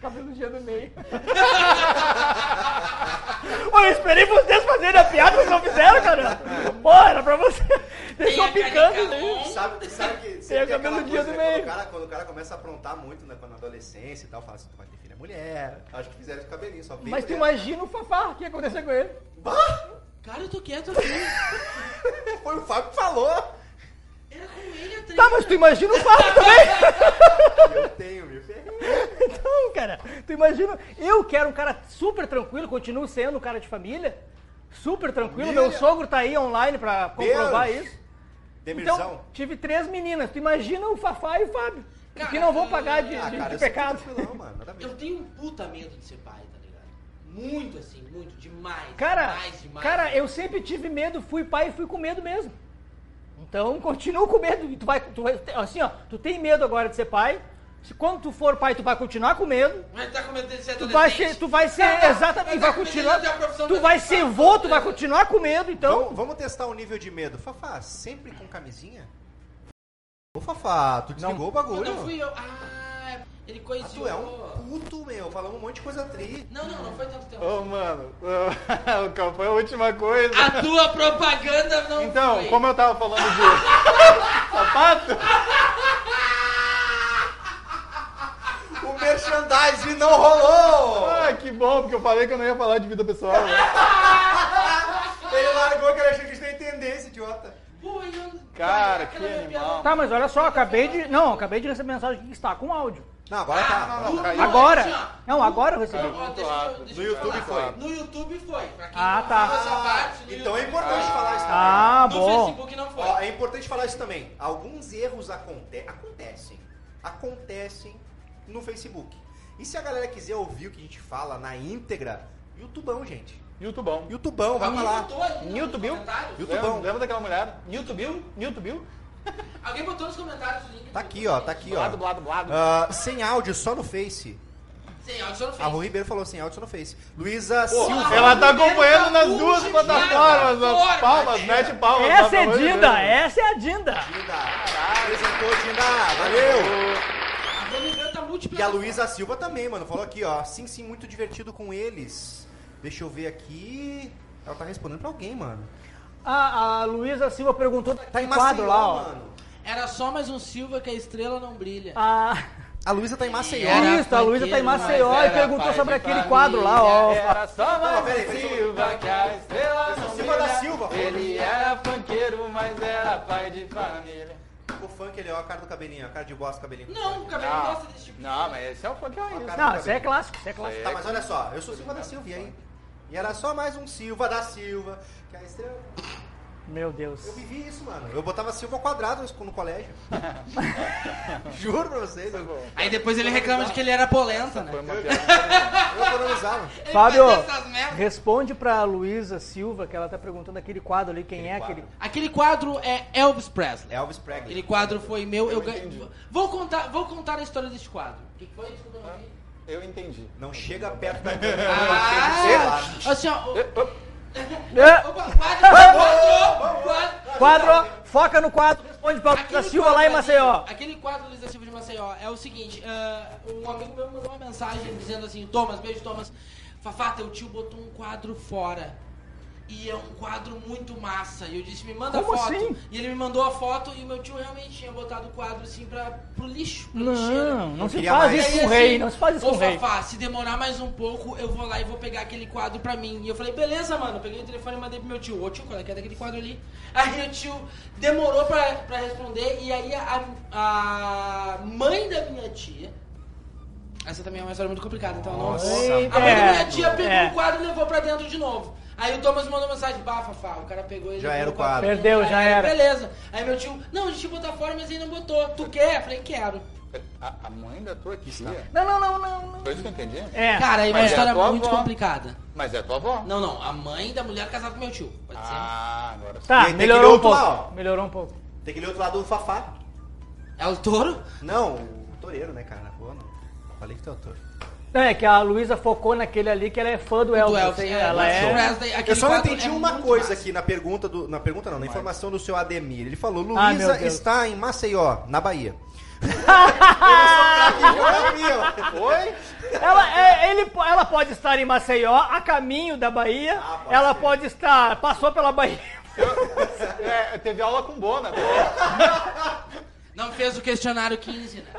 B: Cabelo dia do meio. Ô, eu esperei vocês fazerem a piada, vocês não fizeram, cara. Pô, era pra você. Vocês
A: Tem a
B: estão picando,
A: careca
B: né?
A: on.
E: Sabe, sabe que
B: Tem o
E: aquela
B: cabelo
E: coisa,
B: dia do
E: né,
B: meio.
E: Quando o, cara, quando o cara começa a aprontar muito, né? Quando na adolescência e tal, fala assim, tu vai ter filha mulher. Acho que fizeram de cabelinho, só veio
B: Mas tu
E: mulher.
B: imagina o Fafá, o que ia acontecer com ele?
E: Bah!
A: Cara, eu tô quieto aqui.
E: Foi o Fábio que falou.
A: Era com ele atrás.
B: Tá, mas tu imagina o Fafá também?
E: Eu tenho, me ferrei.
B: Então, cara, tu imagina, eu que era um cara super tranquilo, continuo sendo um cara de família, super tranquilo, meu
E: Família.
B: sogro tá aí online pra comprovar
E: Deus.
B: isso.
E: Demirzão.
B: Então, tive três meninas, tu imagina o Fafá e o Fábio,
A: Cara,
B: que não vão pagar de,
E: ah,
B: de-
E: cara,
B: de
E: eu sou
B: pecado.
E: tranquilão, mano. Nada a ver.
A: Eu tenho um puta medo de ser pai, tá ligado? Muito assim, muito, demais.
B: Cara,
A: demais, demais.
B: cara, eu sempre tive medo, fui pai e fui com medo mesmo. Então, continuo com medo, e tu vai, tu vai- assim ó, tu tem medo agora de ser pai, se quando tu for pai tu vai continuar com medo,
A: Mas tá cometendo ser
B: Tu
A: adolescente.
B: vai ser, tu vai ser, exatamente,
A: Mas
B: vai
A: a comida
B: continuar,
A: é a profissão
B: tu
A: da-
B: vai ser vô, tu vai continuar com medo, então,
E: vamos, vamos testar o nível de medo. Fafá, sempre com camisinha? Ô, Fafá, tu desligou o
A: Eu
E: bagulho.
A: não fui eu. Ah, ele
E: Ah,
A: coisiu.
E: tu é um puto, meu. Falamos um monte de coisa tri.
A: Não, não, não foi tanto tempo.
B: Oh.
D: Ô, mano, o Cal, foi a última coisa.
A: A tua propaganda não
D: Então,
A: foi.
D: como eu tava falando de sapato,
E: O merchandising não rolou!
D: ah, que bom, porque eu falei que eu não ia falar de vida pessoal. né?
E: Ele largou que ele achou que a gente não ia entender, esse idiota.
A: Pô, e eu-
D: Cara,
A: aquela
D: que
A: minha
D: animal.
A: piada-
B: tá, mas olha só, acabei de, não, acabei de receber mensagem que está com áudio,
E: Não, agora
A: Ah,
E: tá.
D: não, não,
E: Agora-
D: caiu.
B: agora,
A: assim, ó.
B: não, agora eu recebi,
A: Ó,
D: muito
A: deixa eu-
D: rápido.
A: deixa
E: No
A: eu
E: YouTube
A: falar.
E: foi.
A: No YouTube foi. Pra quem
B: Ah,
A: não
B: tá.
A: viu essa parte, no
E: então é
A: YouTube
E: importante
A: foi.
E: falar isso também.
B: ah,
A: no
B: bom,
A: Facebook é. não foi.
E: Ó, é importante falar isso também. Alguns erros aconte acontecem. Acontecem no Facebook. E se a galera quiser ouvir o que a gente fala na íntegra, YouTubão, gente.
D: YouTubão.
E: YouTubão, então vai
A: Alguém
E: pra lá.
A: botou ali nos
D: YouTube, viu?
A: comentários?
D: Lembra,
E: YouTubão.
D: lembra daquela mulher? YouTube, YouTube,
A: Alguém botou nos comentários o link.
E: Tá aqui, ó, tá aqui, ó.
D: blado, blado, blado.
E: Ah, sem áudio, só no Face.
A: Sim, ó, só no
E: A Rô
A: Facebook.
E: Ribeiro falou sem áudio, só no Face. Luísa
D: Pô,
E: Silva.
D: ela tá
A: Ribeiro
D: acompanhando
A: tá
D: nas
A: puto
D: duas
A: de
D: plataformas,
A: merda,
D: as
A: porra,
D: palmas,
A: tadinha.
D: mete palmas. tá
B: essa
D: pelo
B: é
D: amor de
B: Dinda,
D: Deus.
B: essa é a Dinda,
E: Dinda. Apresentou Dinda. Valeu.
A: A Rony tá múltipla.
E: E a Luísa Silva também, mano. Falou aqui, ó. Sim, sim, muito divertido com eles. Deixa eu ver aqui. Ela tá respondendo pra alguém, mano.
B: A, a Luísa Silva perguntou
E: Tá em
B: do quadro
E: Maceió,
B: lá, ó.
E: mano.
A: Era só mais um Silva que a estrela não brilha.
B: A
E: A Luísa tá em Maceió.
A: Era
B: Ah, Isso, a Luísa tá em
A: funkeiro,
B: Maceió
C: mas
B: e
C: era
B: perguntou
C: pai de
B: sobre aquele
C: família,
B: quadro lá, ó.
D: é, Era só
E: Não,
D: mais
E: peraí,
D: um
E: peraí.
D: Silva que a estrela não
E: Silva da
D: brilha.
E: Silva.
D: Ele era funkeiro, mas era pai de família.
E: O funk, ele é ó, a cara do cabelinho, a cara de bosta do cabelinho.
A: Não, o cabelo
E: Ah.
D: Não,
A: gosta desse tipo
D: não, mas esse é o funk aí.
E: Cara,
B: Não, isso aí é clássico, isso é clássico.
E: Tá, mas olha só, eu sou Silva da Silva, e aí? E era só mais um Silva da Silva. Que é a estrela...
B: Meu Deus.
E: Eu vivi isso, mano. Eu botava Silva ao quadrado no colégio. Juro pra vocês. Eu, eu
A: Aí depois ele reclama de que ele era polenta, né?
D: Foi uma piada.
E: economizava.
A: Ele
B: Fábio,
A: faz essas merdas.
B: responde pra Luísa Silva, que ela tá perguntando aquele quadro ali, quem é aquele.
A: Aquele quadro é Elvis Presley.
E: Elvis
A: Aquele
E: Presley.
A: quadro foi meu, eu, ganhei.
D: entendi.
A: Vou contar, vou contar a história desse quadro. O que foi? Desculpa, eu não ouvi.
D: Eu entendi.
E: Não chega perto da
A: Ah,
E: câmera.
A: assim, ó. o-
B: É,
A: Opa, quadro, quadro, quadro.
B: quadro, foca no quadro, responde pra
A: Aquele
B: Luísa Silva
A: quadro né?
B: lá em
A: ali,
B: Maceió.
A: Aquele quadro Luiz da Silva de Maceió é o seguinte: ah, um amigo meu mandou uma mensagem dizendo assim, Thomas, beijo, Thomas. Fafá, teu tio botou um quadro fora. E é um quadro muito massa. E eu disse, me manda
B: Como
A: a foto.
B: assim?
A: E ele me mandou a foto e o meu tio realmente tinha botado o quadro assim pra, pro lixo. Pro lixeira.
B: Não, não se
E: queria
B: faz
E: mais.
A: E
B: isso
A: aí,
B: com o
A: assim,
B: rei, não se faz isso
A: "Ô,
B: com o rei.
A: Fafá, se demorar mais um pouco, eu vou lá e vou pegar aquele quadro pra mim. E eu falei, beleza, mano. Eu peguei o telefone e mandei pro meu tio. Ô, tio, qual é que é daquele quadro ali? Aí o tio demorou pra, pra responder. E aí a, a mãe da minha tia... Essa também é uma história muito complicada, então eu não
E: Nossa,
A: vou...
B: Ei,
A: A mãe da minha
B: é,
A: tia pegou
B: é.
A: o quadro e levou pra dentro de novo. Aí o Thomas mandou mensagem, bah, Fafá, o cara pegou ele.
E: Já
A: levou
E: era o quadro.
B: Perdeu, já era.
A: Beleza. Aí meu tio, não, a gente botar fora, mas ele não botou. Tu quer? Eu falei, quero.
D: A, a mãe da tua tia?
B: Não, não, não, não, não.
D: Foi isso que eu entendi?
B: É.
A: Cara, aí é uma
D: Mas é a
A: história
D: tua
A: muito
D: avó.
A: complicada.
D: Mas é tua avó?
A: Não, não, a mãe da mulher casada com meu tio. Pode
D: Ah, agora sim.
E: E aí
B: Tá,
E: tem
B: melhorou um
E: aquele outro lá,
B: pouco.
E: ó.
B: Melhorou um pouco.
E: Tem aquele outro lado do Fafá.
A: ser? É o touro?
E: Não, o toureiro, né, cara? Pô, não. Falei que tu é o touro.
B: Não, é que a Luísa focou naquele ali que ela é fã do Elvis.
A: Elvis,
B: hein?
A: é,
B: ela
A: mas
B: é.
A: o Presley, aquele
E: Eu só não
A: quadro
E: entendi
A: é
E: uma
A: muito
E: coisa
A: massa.
E: aqui na pergunta do. Na pergunta não, na informação do seu Ademir. Ele falou,
B: Ah, meu
E: Luísa
B: Deus.
E: está em Maceió, na Bahia. Eu sou craque de geografia, ó. Oi?
B: Ela, é- ele, po- ela pode estar em Maceió, a caminho da Bahia.
E: Ah, pode
B: ela
E: ser.
B: pode estar. Passou pela Bahia.
D: É, teve aula com Bona. pô.
A: Não fez o questionário 15, né?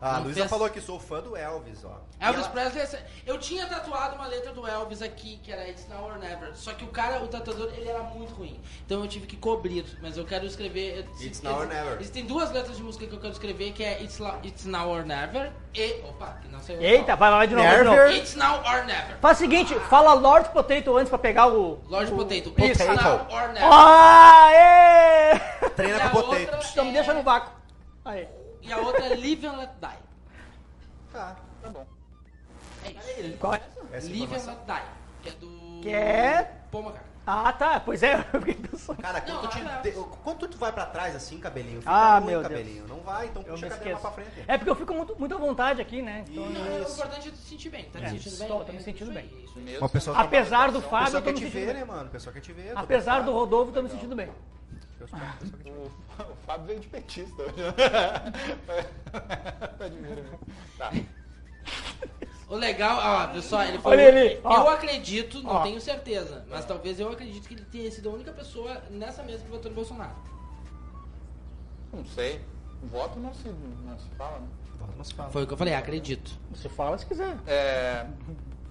E: Ah, a
A: Não
E: Luísa
A: pensa.
E: falou aqui, sou fã do Elvis, ó.
A: Elvis
E: E
A: Presley, essa- eu tinha tatuado uma letra do Elvis aqui, que era It's Now or Never. Só que o cara, o tatuador, ele era muito ruim. Então eu tive que cobrir, mas eu quero escrever... eu-
E: It's Now or Never.
A: Existem duas letras de música que eu quero escrever, que é It's, Lo- It's Now or Never e... Opa, que não sei o
B: Eita, vai lá de novo. vai de novo.
E: Nerver.
A: It's Now or Never.
B: Faz o seguinte, fala Lord Potato antes pra pegar o.
A: Lorde
B: o-
A: Potato. It's
B: Isso.
A: Now or Never.
B: Aê!
E: Treina
A: E a
E: com potente.
A: outra
B: Então me
A: é-
B: deixa no vácuo. Aí.
A: E a outra é Live and Let Die.
E: Tá, tá bom.
A: É isso.
B: Qual é?
E: Essa
A: Live and
E: informação.
A: Let Die. Que é do.
B: Que é?
A: Pô, Macaco.
B: Ah, tá. Pois é, eu fiquei pensando.
E: Cara, quando,
A: Não,
E: tu
A: não.
E: te, te- quando tu vai pra trás assim, cabelinho, fica
B: Ah,
E: ruim,
B: meu Deus.
E: cabelinho. Não vai, então
B: Eu
E: puxa
B: me
E: a cadeira mais
B: esqueço.
E: pra frente.
B: É porque eu fico muito, muito à vontade aqui, né? Então,
A: Não, é
E: Isso.
A: importante é tu se sentir bem. Tá me
B: É,
A: sentindo bem?
B: estou, tô me
A: É
B: sentindo
A: isso
B: bem.
A: aí, isso aí.
D: Mesmo.
E: Uma pessoa que-
B: apesar do
E: O
B: Fábio,
E: pessoal
B: eu tô
E: quer
B: me
E: te
B: sentindo
E: ver,
B: bem.
E: né, mano? O pessoal quer te ver.
B: Apesar Ah. do Rodolfo, eu tô me sentindo bem.
D: O, o Fábio veio de petista hoje. Admiro, né? Tá.
A: O legal, ó, pessoal, ele falou.
B: Olha ele, ó.
A: Eu acredito, não
B: Ó.
A: tenho certeza, mas talvez eu acredito que ele tenha sido a única pessoa nessa mesa que votou no Bolsonaro.
D: Não sei. Voto não se, não se fala, né?
E: Não se fala.
A: Foi o que eu falei, acredito.
B: Você fala se quiser.
D: É,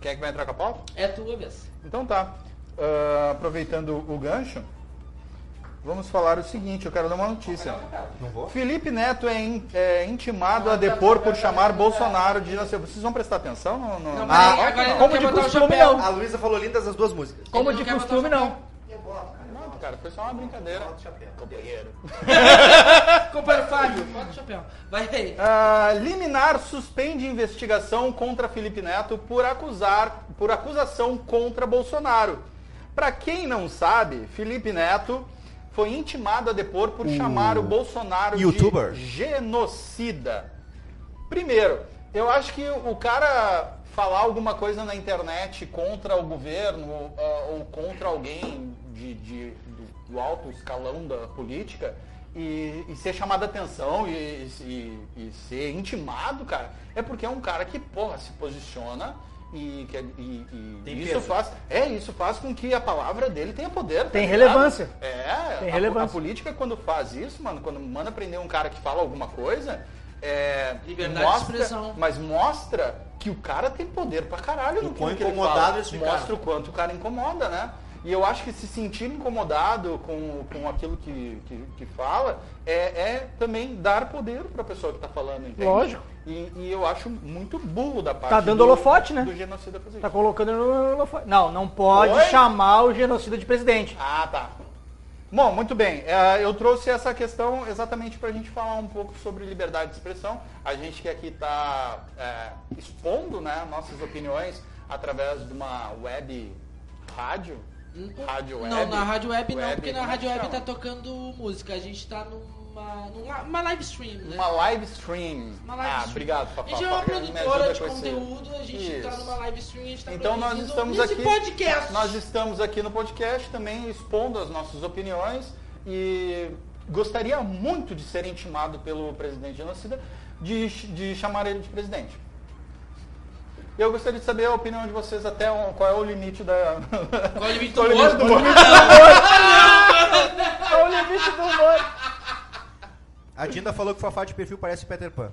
D: quem é que vai entrar com a pauta?
A: É tua vez.
D: Então tá. Ah, aproveitando o gancho, vamos falar o seguinte, eu quero dar uma notícia.
E: Não vou?
D: Felipe Neto é, in- é intimado a depor por chamar Bolsonaro de nasceu. Vocês vão prestar atenção no. no- Ah,
A: Não,
D: na
A: peraí,
D: pauta?
A: agora ele
D: não.
A: não
B: Como
A: quer
B: de
A: botar o
B: costume,
A: chapéu.
B: não.
E: A Luísa falou lindas as duas músicas.
B: Como
A: Ele
B: de
A: não quer botar
B: costume,
A: o chapéu.
B: não.
D: Não, cara, foi só uma
E: É?
D: brincadeira. Companheiro.
A: Companheiro Fábio, bota o chapéu. Vai aí.
D: Ah, liminar suspende investigação contra Felipe Neto por acusar por acusação contra Bolsonaro. Para quem não sabe, Felipe Neto foi intimado a depor por chamar o Bolsonaro
E: youtuber.
D: de genocida. Primeiro, eu acho que o cara falar alguma coisa na internet contra o governo ah, ou contra alguém de, de- do, do alto escalão da política e, e ser chamado a atenção e, e- e ser intimado, cara, é porque é um cara que, porra, se posiciona E, que- e- e
E: Tem
D: isso
E: peso.
D: faz. É, isso faz com que a palavra dele tenha poder. tá
B: Tem
D: ligado?
B: relevância.
D: É,
B: Tem
D: a-
B: relevância.
D: A, política quando faz isso, mano, quando manda prender um cara que fala alguma coisa, é.
A: Liberdade de
D: mostra-
A: expressão.
D: Mas mostra que o cara tem poder pra caralho no
E: quão
D: que ele
E: incomodado
D: fala.
E: esse cara.
D: Mostra o quanto o cara incomoda, né? E eu acho que se sentir incomodado com, com aquilo que, que, que fala é, é também dar poder pra pessoa que tá falando, entende?
B: Lógico.
D: E, e eu acho muito burro da parte
B: Tá dando
D: do-
B: holofote, né?
D: do genocida fazer
B: Tá
D: isso.
B: colocando no holofote. Não, não pode
D: Oi?
B: chamar o genocida de presidente.
D: Ah, tá. Bom, muito bem. É, Eu trouxe essa questão exatamente para a gente falar um pouco sobre liberdade de expressão. A gente que aqui está expondo né, nossas opiniões através de uma web rádio. Rádio web.
A: Uhum. Não, na rádio web, não,
D: Web,
A: porque na
D: como é que
A: rádio web
D: chama?
A: tá tocando música. A gente tá numa, numa- uma live stream, né?
D: Uma live stream.
A: Uma live
D: ah,
A: stream.
D: obrigado,
A: A
D: papai.
A: gente é uma produtora de conteúdo, a gente tá
D: Isso.
A: numa live stream, a gente tá
D: Então nós
A: produzindo
D: estamos
A: esse
D: aqui.
A: podcast.
D: Nós estamos aqui no podcast também expondo as nossas opiniões e gostaria muito de ser intimado pelo presidente genocida de, ch- de chamar ele de presidente. Eu gostaria de saber a opinião de vocês até o- qual é o limite da.
A: Qual o limite
D: Qual
A: do
D: o limite do
A: gordo?
B: É o limite do humor.
E: A Dinda falou que o Fafá de perfil parece Peter Pan.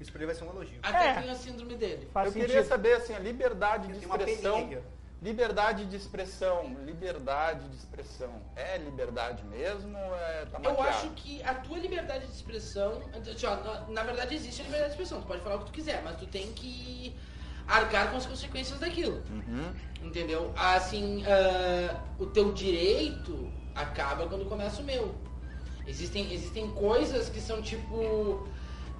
E: Isso pra ele vai ser um elogio.
A: Até
B: É.
A: tem a síndrome dele.
B: Faz
D: eu queria
B: sentido.
D: saber assim, a liberdade de
E: Tem uma
D: expressão.
E: peninha aqui,
D: Liberdade de expressão, liberdade de expressão. É liberdade mesmo? ou É, tá
A: Eu
D: maquiado?
A: acho que a tua liberdade de expressão. assim, ó, na- Na verdade, existe a liberdade de expressão. Tu pode falar o que tu quiser, mas tu tem que arcar com as consequências daquilo.
E: Uhum.
A: Entendeu? Assim, ah, o teu direito acaba quando começa o meu. Existem, existem coisas que são tipo.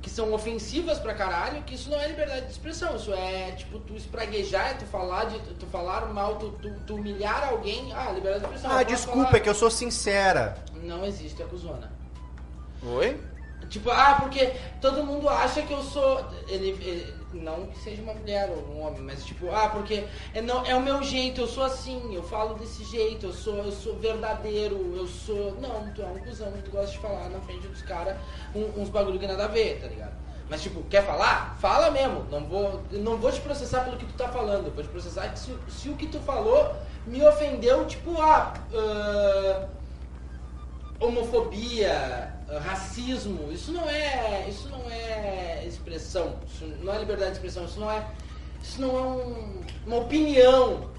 A: que são ofensivas pra caralho, que isso não é liberdade de expressão. Isso é tipo tu espraguejar, tu falar, de, tu falar mal, tu, tu, tu humilhar alguém. Ah, liberdade de expressão.
E: Ah,
A: eu posso
E: desculpa,
A: falar-
E: é que eu sou sincera.
A: Não existe é acusona.
D: Oi?
A: Tipo, ah, porque todo mundo acha que eu sou. Ele, ele- não que seja uma mulher ou um homem, mas tipo, ah, porque é, não, é o meu jeito, eu sou assim, eu falo desse jeito, eu sou, eu sou verdadeiro, eu sou. Não, tu é um cuzão, tu gosta de falar na frente dos caras uns bagulho que nada a ver, tá ligado? Mas tipo, quer falar? Fala mesmo. Não vou, não vou te processar pelo que tu tá falando, eu vou te processar se, se o que tu falou me ofendeu, tipo, ah. ah, homofobia, ah, racismo, isso não é, isso não é expressão, isso não é liberdade de expressão, isso não é, isso não é um- uma opinião,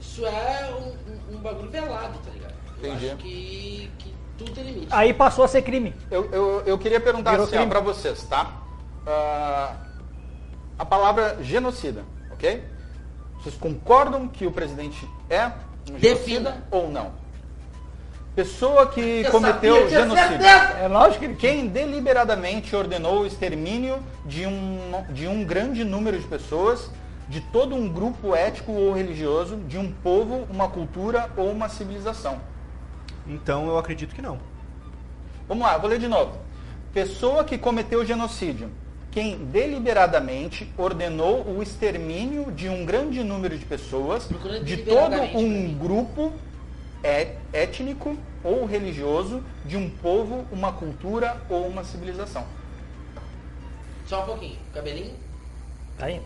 A: isso é um, um- um bagulho velado, tá ligado? Eu
D: Entendi.
A: acho que, que tudo tem limite.
B: Aí passou a ser crime.
D: Eu, eu, eu queria perguntar
B: Virou
D: assim, ó,
B: crime.
D: pra vocês, tá? Ah, a palavra genocida, ok? Vocês concordam que o presidente é um genocida
A: Defina.
D: ou não? Pessoa que
A: Eu sabia,
D: cometeu
A: eu tinha
D: genocídio.
A: certeza!
B: É lógico que ele
D: Quem deliberadamente ordenou o extermínio de um, de um grande número de pessoas, de todo um grupo ético ou religioso, de um povo, uma cultura ou uma civilização.
E: Então eu acredito que não.
D: Vamos lá, vou ler de novo. Pessoa que cometeu genocídio, quem deliberadamente ordenou o extermínio de um grande número de pessoas,
A: Procura
D: de todo
A: deliberadamente pra
D: um
A: mim.
D: grupo é- étnico ou religioso, de um povo, uma cultura ou uma civilização.
A: Só um pouquinho, cabelinho.
B: Tá indo.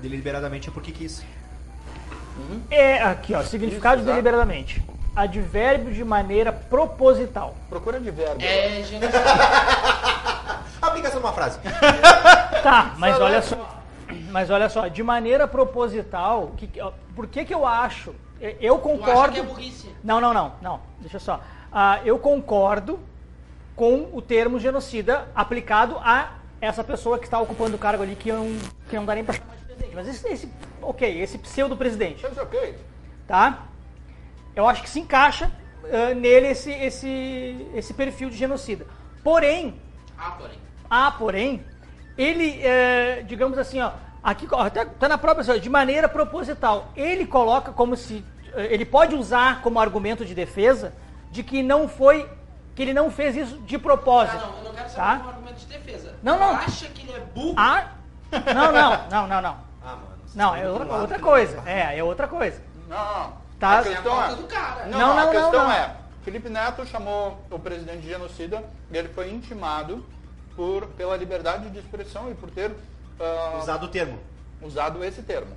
E: Deliberadamente é porque quis.
B: É, aqui, ó. Significado
D: Isso, tá?
B: deliberadamente. Advérbio de maneira proposital.
D: Procura de verbo.
A: É genocídio.
E: Aplicação de uma frase.
B: Tá, mas olha só. Mas olha só, de maneira proposital, que, que- ó, por que que eu acho? Eu- Eu
A: tu acha que
B: concordo.
A: é burrice?
B: Não, não, não, não. Deixa só. Ah, eu concordo com o termo genocida aplicado a essa pessoa que está ocupando o cargo ali, que não, que não dá nem pra chamar de presidente. Mas esse, esse- ok, esse pseudo-presidente,
D: Mas ok.
B: tá? Eu acho que se encaixa ah, nele esse, esse, esse perfil de genocida. Porém,
A: Ah, porém.
B: há, porém, ele, é, digamos assim, ó, aqui ó, até tá na própria história, de maneira proposital, ele coloca como se eh, ele pode usar como argumento de defesa de que não foi que ele não fez isso de
A: Ah,
B: propósito.
A: não, eu não quero saber
B: Tá?
A: um argumento de defesa.
B: Não,
A: Tu
B: não.
A: acha que ele é burro?
B: Ah, não, não, não, não, não.
E: Ah, mano. vocês estão
B: Não,
E: indo
B: é
E: pra um
B: outra,
E: lado
B: outra
E: que não
B: coisa.
E: vai.
B: É, é outra coisa.
D: Não.
B: Tá.
D: A
A: é a
D: questão
A: falta
D: é.
A: do cara.
D: Não,
B: Não,
D: a
B: não,
D: questão
B: não, não.
D: é, Felipe Neto chamou o presidente de genocida e ele foi intimado por, pela liberdade de expressão e por ter ah,
E: Usado o termo.
D: usado esse termo.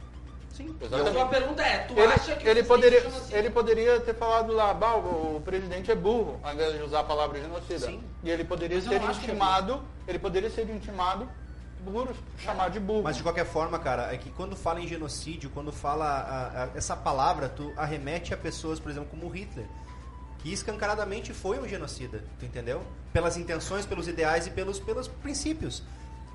A: Sim.
D: Exatamente.
A: Então a pergunta é, tu
D: Ele,
A: acha que
D: ele
A: o presidente
D: poderia,
A: chama assim?
D: ele poderia ter falado lá, "Bah, o o presidente é burro, ao invés de usar a palavra genocida.
A: Sim.
D: E ele poderia
A: Mas eu
D: ser
A: não acho que ele é
D: intimado, ele poderia ser intimado, burro, chamar de burro.
E: Mas de qualquer forma, cara, é que quando fala em genocídio, quando fala a- a- essa palavra, tu arremete a pessoas, por exemplo, como Hitler, que escancaradamente foi um genocida, tu entendeu? Pelas intenções, pelos ideais e pelos, pelos princípios.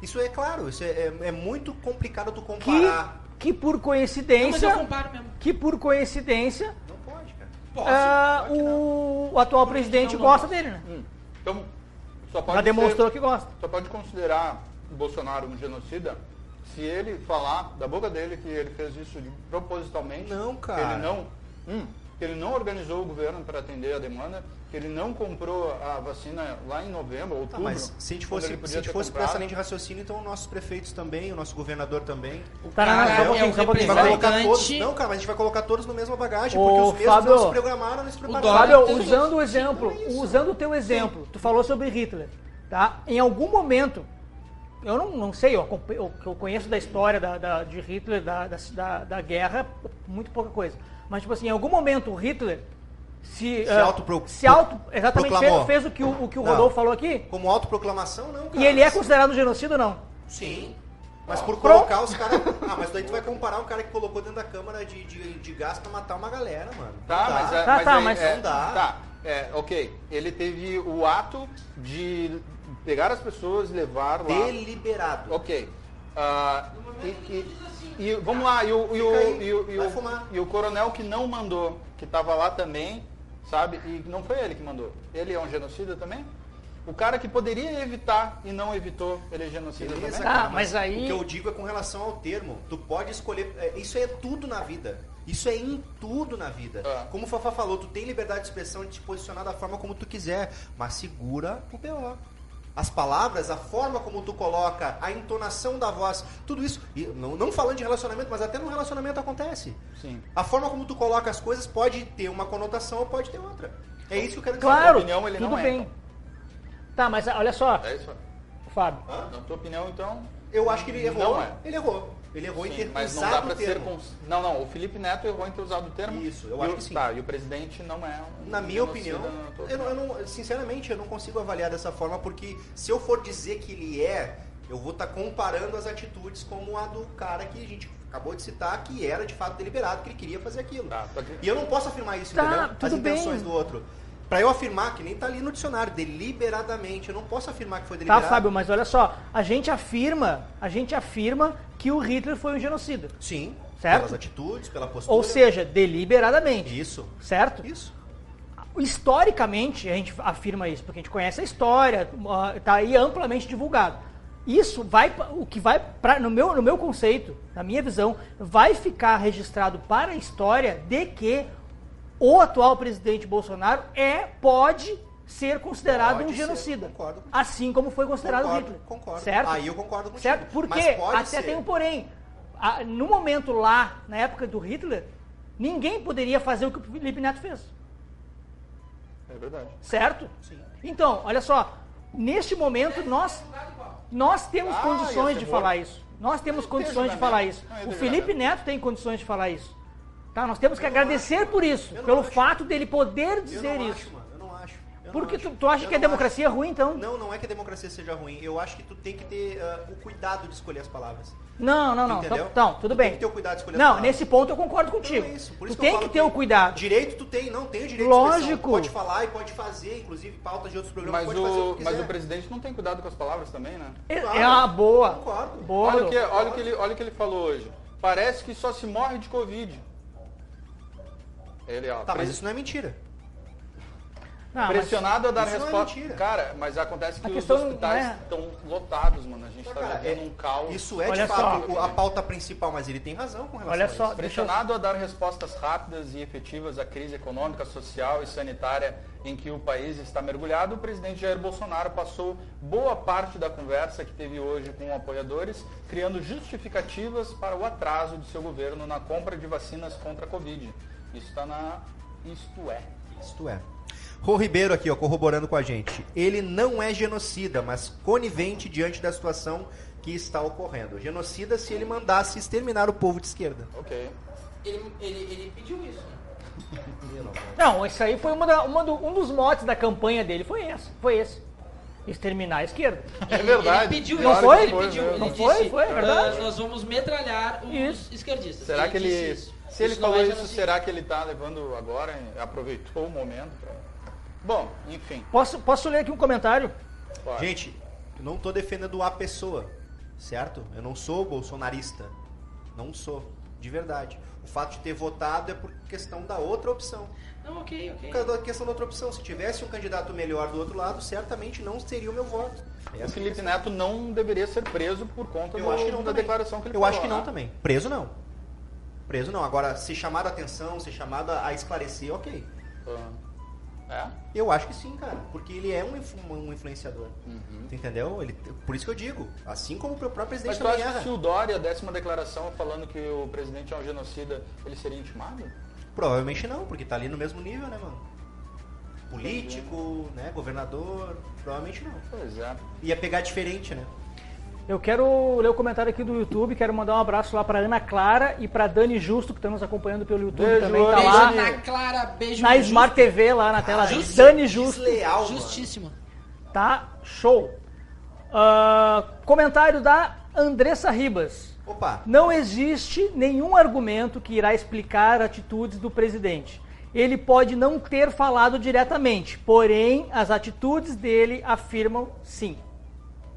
E: Isso é claro, isso é, é- é muito complicado tu comparar.
B: Que, que por
A: Não, mas eu
B: coincidência,
A: comparo mesmo.
B: que por coincidência,
E: Não pode, cara.
A: Posso.
B: ah,
E: que
B: o, o atual presidente
A: não, não
B: gosta
A: gosto.
B: dele, né?
D: Hum. Então, só pode
B: Já
D: ser-
B: demonstrou que gosta.
D: Só pode considerar o Bolsonaro um genocida se ele falar da boca dele que ele fez isso de- propositalmente.
E: Não,
D: que
E: cara.
D: Ele não, hum, que ele não organizou o governo para atender a demanda, que ele não comprou a vacina lá em novembro, outubro.
E: Tá, mas se a gente
D: quando
E: fosse,
D: ele podia
E: se a gente
D: ter
E: fosse por
D: comprado.
E: essa linha de raciocínio, então nossos prefeitos também, o nosso governador também.
B: Tá, não, não,
A: cara
B: só
A: é
B: um
A: o
B: pouquinho,
E: A gente
B: só um pouquinho.
A: representante.
E: vai
B: Fala aí.
E: colocar
A: Exatamente.
E: todos. Não, cara, mas a gente vai colocar todos no mesmo bagagem,
B: Ô,
E: porque os mesmos
B: Fábio,
E: não se programaram, não se prepararam.
A: Dória
B: Fábio,
A: tem-
B: usando o exemplo, usando o teu exemplo, tu falou sobre Hitler, tá? Em algum momento, eu não, não sei, eu, acompanho- eu, eu conheço da história da, da- de Hitler, da, da, da- da guerra, muito pouca coisa. Mas, tipo assim, em algum momento o Hitler se,
E: Se
B: ah,
E: autopro-
B: se auto exatamente fez,
E: proclamou.
B: fez o que o, o que o
E: Não.
B: Rodolfo falou aqui.
E: Como autoproclamação, não, cara.
B: E ele é considerado um genocida ou não?
E: Sim. Mas por
B: Pronto.
E: colocar os caras. Ah, mas daí tu vai comparar um cara que colocou dentro da câmara de, de, de gás pra matar uma galera, mano.
D: Tá,
E: Não
D: mas,
E: dá.
D: é,
B: Tá,
D: mas,
B: tá,
D: aí-
B: mas-
D: é,
E: Não dá.
D: Tá, é, ok. Ele teve o ato de pegar as pessoas e levar lá.
E: Deliberado.
D: Ok. Ah, e, e- e vamos lá, e o, e o-
E: Fica aí,
D: e o- e o-
E: vai fumar.
D: e o coronel que não mandou, que estava lá também, sabe? E não foi ele que mandou. Ele é um genocida também? O cara que poderia evitar e não evitou, ele é genocida
E: Beleza,
D: também?
B: Tá,
E: cara,
B: mas aí-
E: O que eu digo é com relação ao termo. Tu pode escolher. é, Isso é tudo na vida. Isso é em tudo na vida.
D: É.
E: Como o Fafá falou, tu tem liberdade de expressão de te posicionar da forma como tu quiser, mas segura o B.O. As palavras, a forma como tu coloca, a entonação da voz, tudo isso. E não, não falando de relacionamento, mas até no relacionamento acontece.
D: Sim.
E: A forma como tu coloca as coisas pode ter uma conotação ou pode ter outra. É isso que eu quero dizer.
B: Claro,
D: opinião, ele
B: tudo
D: não é,
B: bem.
D: então.
B: Tá, mas olha só,
D: É isso?
B: Fábio.
D: Na tua opinião, então.
E: Eu acho que ele errou.
D: Não é.
E: Ele errou. Ele errou em
D: Sim,
E: ter
D: mas não dá
E: usado
D: pra
E: o termo.
D: ser. cons- Não, não, o Felipe Neto errou em ter usado o termo.
E: Isso, eu
D: E
E: acho
D: o-
E: que sim.
D: Tá, e o presidente não é. um
E: Na minha
D: genocida,
E: opinião,
D: na tua
E: eu, não- eu não- sinceramente, eu não consigo avaliar dessa forma, porque se eu for dizer que ele é, eu vou estar comparando as atitudes como a do cara que a gente acabou de citar, que era de fato deliberado, que ele queria fazer aquilo.
D: Tá, tá aqui.
E: E eu não posso afirmar isso,
B: Tá,
E: entendeu? As
B: tudo bem.
E: intenções do outro. Pra eu afirmar, que nem tá ali no dicionário, deliberadamente, eu não posso afirmar que foi
B: Tá,
E: deliberado.
B: Fábio, mas olha só, a gente afirma, a gente afirma que o Hitler foi um genocida.
E: Sim,
B: Certo?
E: pelas atitudes, pela postura.
B: Ou seja, deliberadamente,
E: Isso.
B: certo?
E: Isso.
B: Historicamente, a gente afirma isso, porque a gente conhece a história, está aí amplamente divulgado. Isso vai, pa- o que vai, pra, no, meu, no meu conceito, na minha visão, vai ficar registrado para a história de que o atual presidente Bolsonaro é, pode ser considerado
E: Pode
B: um
E: ser,
B: genocida.
E: concordo contigo.
B: assim como foi considerado
E: Concordo,
B: Hitler.
E: concordo.
B: Certo?
E: Aí eu concordo contigo.
B: Certo? Porque
E: Mas pode
B: até
E: ser.
B: tem um porém. Ah, No momento lá, na época do Hitler, ninguém poderia fazer o que o Felipe Neto fez.
D: É verdade.
B: Certo?
E: Sim.
B: Então, olha só, neste momento nós nós temos
D: Ah, ia
B: condições
D: ser
B: de
D: morto.
B: falar isso. Nós temos condições de
D: julgamento.
B: falar isso.
D: Não ia ter
B: O Felipe Neto tem condições de falar isso. Tá, nós temos que
E: Eu não
B: agradecer
E: acho,
B: por
E: mano.
B: isso,
E: Eu não
B: pelo
E: acho.
B: fato dele poder
E: Eu
B: dizer
E: não
B: isso.
E: acho, mano. Eu não acho. Eu não
B: Porque
E: acho.
B: tu, tu acha
E: Eu
B: que a
E: não
B: democracia é ruim, então?
E: Não, não é que a democracia seja ruim. Eu acho que tu tem que ter ah, o cuidado de escolher as palavras.
B: Não, não, não.
E: Entendeu?
B: Então, então, tudo
E: Tu
B: bem.
E: tem que ter o cuidado de escolher as
B: Não,
E: palavras.
B: nesse ponto eu concordo contigo.
E: Então é isso. Por
B: tu
E: isso que eu
B: tem que
E: falo
B: ter o cuidado.
E: Direito tu tem, não tem o direito
B: Lógico.
E: de expressão. Tu Pode falar e pode fazer, inclusive pautas de outros programas,
D: Mas
E: pode fazer o
D: o,
E: que
D: mas
E: quiser.
D: o presidente não tem cuidado com as palavras também, né?
B: É,
E: Claro.
B: é uma boa.
E: Concordo.
B: Boa.
D: Olha o,
B: Rodolfo.
D: que, é olha, o que ele, olha o que ele falou hoje. Parece que só se morre de Covid. Ele, ó,
E: Tá, mas
D: pres-
E: isso não é mentira.
B: Não, mas-
D: pressionado a dar
E: isso não é
D: resposta.
E: mentira.
D: cara, mas acontece que
B: A
D: os
B: questão não
D: hospitais
B: é-
D: estão lotados, mano. A gente
E: Tá,
D: tá
E: cara,
D: vivendo
E: é-
D: um caos.
E: Isso é
B: Olha
E: de fato
B: só.
E: o- a pauta principal, mas ele tem razão com relação
B: Olha
E: a isso.
B: só, deixa eu-
D: Pressionado a dar respostas rápidas e efetivas à crise econômica, social e sanitária em que o país está mergulhado, o presidente Jair Bolsonaro passou boa parte da conversa que teve hoje com apoiadores, criando justificativas para o atraso de seu governo na compra de vacinas contra a Covid. Isso está na Isto É.
E: Isto é. Rô Ribeiro aqui, ó, corroborando com a gente. Ele não é genocida, mas conivente diante da situação que está ocorrendo. Genocida se ele mandasse exterminar o povo de esquerda.
D: Ok.
A: Ele, ele, ele pediu isso. né?
B: Não, isso aí foi uma da- uma do- um dos motes da campanha dele, foi esse, foi esse. Exterminar a esquerda.
D: É verdade.
A: Ele pediu
B: Não
A: isso,
B: foi?
A: ele pediu.
D: né?
A: Ele
B: Não
A: disse,
B: foi? Foi, é
A: "Ah,
B: verdade."
A: nós vamos metralhar os
B: Isso.
A: esquerdistas.
D: Será que
A: disse
D: ele.
A: isso.
D: Se ele
A: não
D: falou
A: é
D: isso,
A: genocídio.
D: será que ele tá levando agora? hein? Aproveitou o momento pra. Bom, enfim.
B: Posso, posso ler aqui um comentário?
D: pode.
E: Gente, eu não tô defendendo a pessoa, certo? Eu não sou bolsonarista. Não sou, de verdade. O fato de ter votado é por questão da outra opção.
A: Não, ok,
E: Por
A: ok.
E: causa da questão da outra opção. Se tivesse um candidato melhor do outro lado, certamente não seria o meu voto. É
D: É,
E: assim.
D: o Felipe Neto não deveria ser preso por conta
E: Eu
D: do-
E: acho que não
D: da
E: também.
D: declaração que ele
E: Eu
D: falou,
E: acho que não
D: né?
E: também. Preso não. Preso não. Agora, ser chamado a atenção, ser chamado a esclarecer, ok.
D: Ah. É?
E: Eu acho que sim, cara. Porque ele é um, influ- um influenciador. Tu entendeu? Ele, por isso que eu digo. Assim como o próprio
D: Uhum. Mas
E: presidente
D: tu
E: também
D: acha que se
E: erra.
D: o Dória desse uma declaração falando que o presidente é um genocida, ele seria intimado?
E: Provavelmente não, porque tá ali no mesmo nível, né, mano? Político, né? Governador. Provavelmente não.
D: Pois é.
E: Ia pegar diferente, né?
B: Eu quero ler o comentário aqui do YouTube, quero mandar um abraço lá pra Ana Clara e pra Dani Justo, que estão nos acompanhando pelo YouTube
D: Beijo,
B: também, tá
D: Ana.
A: Beijo
B: lá
D: Dani.
A: na Clara, beijo
B: na
A: no
B: Smart TV lá na tela.
E: Justo.
B: Dani Justo.
E: Desleal,
A: Justo.
E: mano.
A: Justíssima.
B: Tá show. Ah, comentário da Andressa Ribas.
E: Opa.
B: Não existe nenhum argumento que irá explicar atitudes do presidente. Ele pode não ter falado diretamente, porém as atitudes dele afirmam sim.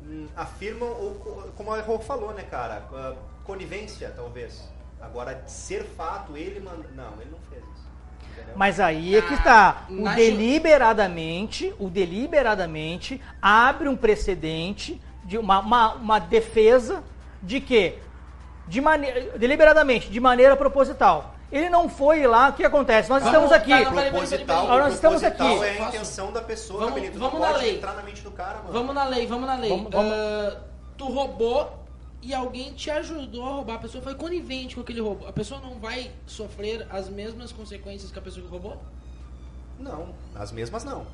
E: Hum, afirmam, ou co- como a Rô falou, né, cara? Ah, Conivência, talvez. Agora, ser fato, ele manda. Não, ele não fez isso. entendeu?
B: Mas aí é que está.
A: Ah,
B: O
A: mas-
B: deliberadamente, o deliberadamente abre um precedente de uma, uma, uma defesa de que de maneira deliberadamente, de maneira proposital. Ele não foi lá, o que acontece? Nós
A: Vamos
B: estamos aqui.
A: voltar na-
E: Proposital,
B: Agora nós estamos
E: proposital
B: aqui.
E: é a
A: Posso?
E: intenção da pessoa,
A: Vamos-
E: Gabrielito.
A: vamos
E: não
A: na
E: pode
A: lei.
E: entrar na mente do cara, mano.
A: Vamos na lei, vamos na lei.
B: Vamos- vamos-
A: Ah, tu roubou e alguém te ajudou a roubar. A pessoa foi conivente com aquele roubo. A pessoa não vai sofrer as mesmas consequências que a pessoa que roubou?
E: Não, as mesmas não.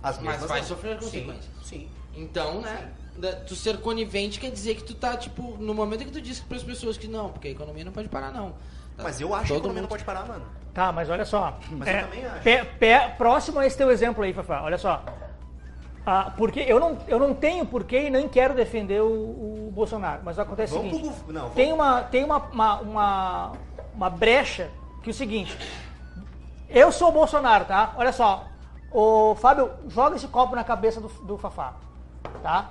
E: As
A: Mas
E: mesmas
A: vai
E: não.
A: sofrer
E: Sim,
A: consequências.
E: Sim.
A: Então, né? da- Tu ser conivente quer dizer que tu tá, tipo, no momento que tu diz para as pessoas que não, porque a economia não pode parar, não. Tá-
E: Mas eu acho que
A: todo
E: o Flamengo
A: mundo-
E: não pode parar, mano.
B: Tá, mas olha só. É,
E: Mas eu também acho.
B: pé- pé- próximo a esse teu exemplo aí, Fafá, olha só. Ah, porque eu não, eu não tenho porquê e nem quero defender o, o Bolsonaro. Mas acontece
E: Vamos
B: o seguinte.
E: pro Guf- não,
B: tem
E: vamos-
B: uma, tem uma, uma, uma, uma brecha que é o seguinte. Eu sou o Bolsonaro, tá? Olha só. Ô, Fábio, joga esse copo na cabeça do, do Fafá. Tá?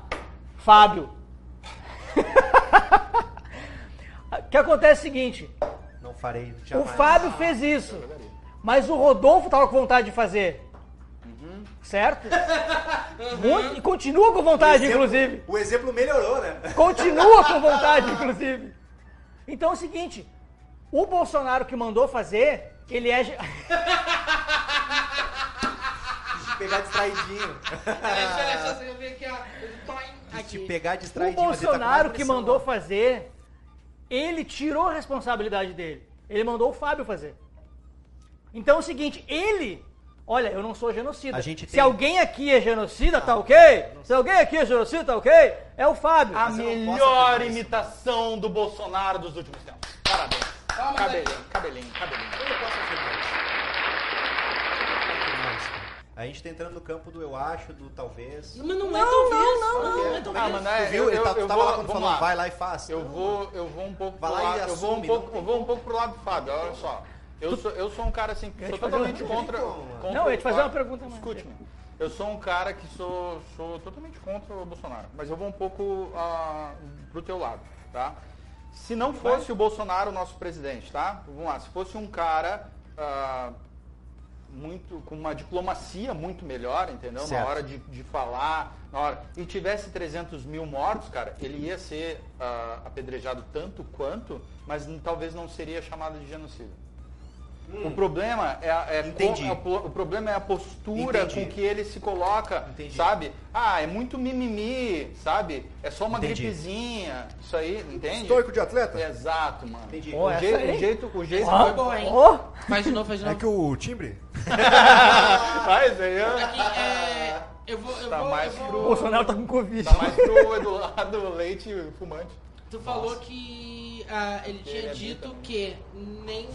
B: Fábio. O que acontece é o seguinte.
E: Não farei
B: O
E: jamais.
B: Fábio fez isso. Mas o Rodolfo tava com vontade de fazer. Certo? Muito- e continua com
E: é O
B: vontade,
E: um exemplo-
B: inclusive.
E: O exemplo melhorou, né?
B: Continua com vontade, inclusive. Então é o seguinte: o Bolsonaro que mandou fazer, ele é. ge-
E: De pegar distraidinho.
A: tá assim, eu ver aqui, ó.
E: De
A: Aqui.
E: te pegar
B: O
E: distraidinho. mas ele tá com mais
B: Bolsonaro que
E: pressão,
B: mandou
E: ó.
B: fazer, ele tirou a responsabilidade dele. Ele mandou o Fábio fazer. Então é o seguinte, ele. Olha, eu não sou genocida.
E: A gente
B: Se
E: tem-
B: alguém aqui é genocida, tá ok? Se alguém aqui é genocida, tá ok? É o Fábio.
D: A
E: Mas eu não posso
D: melhor
E: afirmar isso.
D: imitação do Bolsonaro dos últimos tempos. Parabéns.
A: Palmas
D: Cabelinho, cabelinho, cabelinho.
E: Eu não posso afirmar isso. Eu não posso afirmar isso, cara. A gente tá entrando no campo do eu acho, do talvez.
A: Mas não, é talvez. Não, não,
B: Então,
A: é
D: Ah,
A: talvez.
D: mas não é,
E: Tu viu?
D: eu-
E: Ele
D: eu-
E: tá- tu
D: eu
E: tava
D: vou-
E: lá quando
D: vamos
E: falou,
D: lá.
E: vai lá e faz.
D: Eu vou, eu vou um pouco
E: Vai
D: pro
E: lá e
D: lado, eu vou um
E: assume, não
D: pouco,
E: tem
D: eu vou um pouco pro lado do Fábio, olha só. Eu sou, eu sou um cara assim que
B: Eu ia
D: sou
B: te fazer
D: totalmente
B: uma-
D: contra,
E: Não, eu ia te
D: contra
B: fazer
D: o-
B: uma pergunta, mas-
D: Escute-me. Eu sou um cara que sou, sou totalmente contra o Bolsonaro, mas eu vou um pouco ah, pro teu lado, tá? Se não fosse o Bolsonaro o nosso presidente, tá? Vamos lá, se fosse um cara ah, muito com uma diplomacia muito melhor, entendeu?
E: Certo.
D: Na hora de, de falar, na hora e tivesse 300 mil mortos, cara, ele ia ser ah, apedrejado tanto quanto, mas n- talvez não seria chamado de genocida.
E: Hum.
D: O problema é, a- é
E: Entendi.
D: com- é po- o problema é a postura
E: Entendi.
D: com que ele se coloca,
E: Entendi.
D: sabe? Ah, é muito mimimi, sabe? É só uma
E: Entendi.
D: gripezinha, isso aí, entende?
E: Histórico de atleta?
D: Exato, mano.
E: É, Entendi.
B: Ó,
D: O,
B: essa
D: je-
B: aí.
D: o jeito, o jeito
B: Ó,
D: foi bom, hein?
B: ó.
E: É
A: É Faz de novo, faz de novo.
D: Ah,
E: o timbre?
D: Vai, Zé.
A: Aqui, é, Eu vou, eu
D: Tá
A: vou,
D: mais
A: eu vou-
B: O
D: pro-
B: Bolsonaro tá com Covid.
D: Tá mais pro Eduardo Leite fumante.
A: Tu falou que ah, ele tinha
D: Ele é
A: dito
D: bem
A: que nem.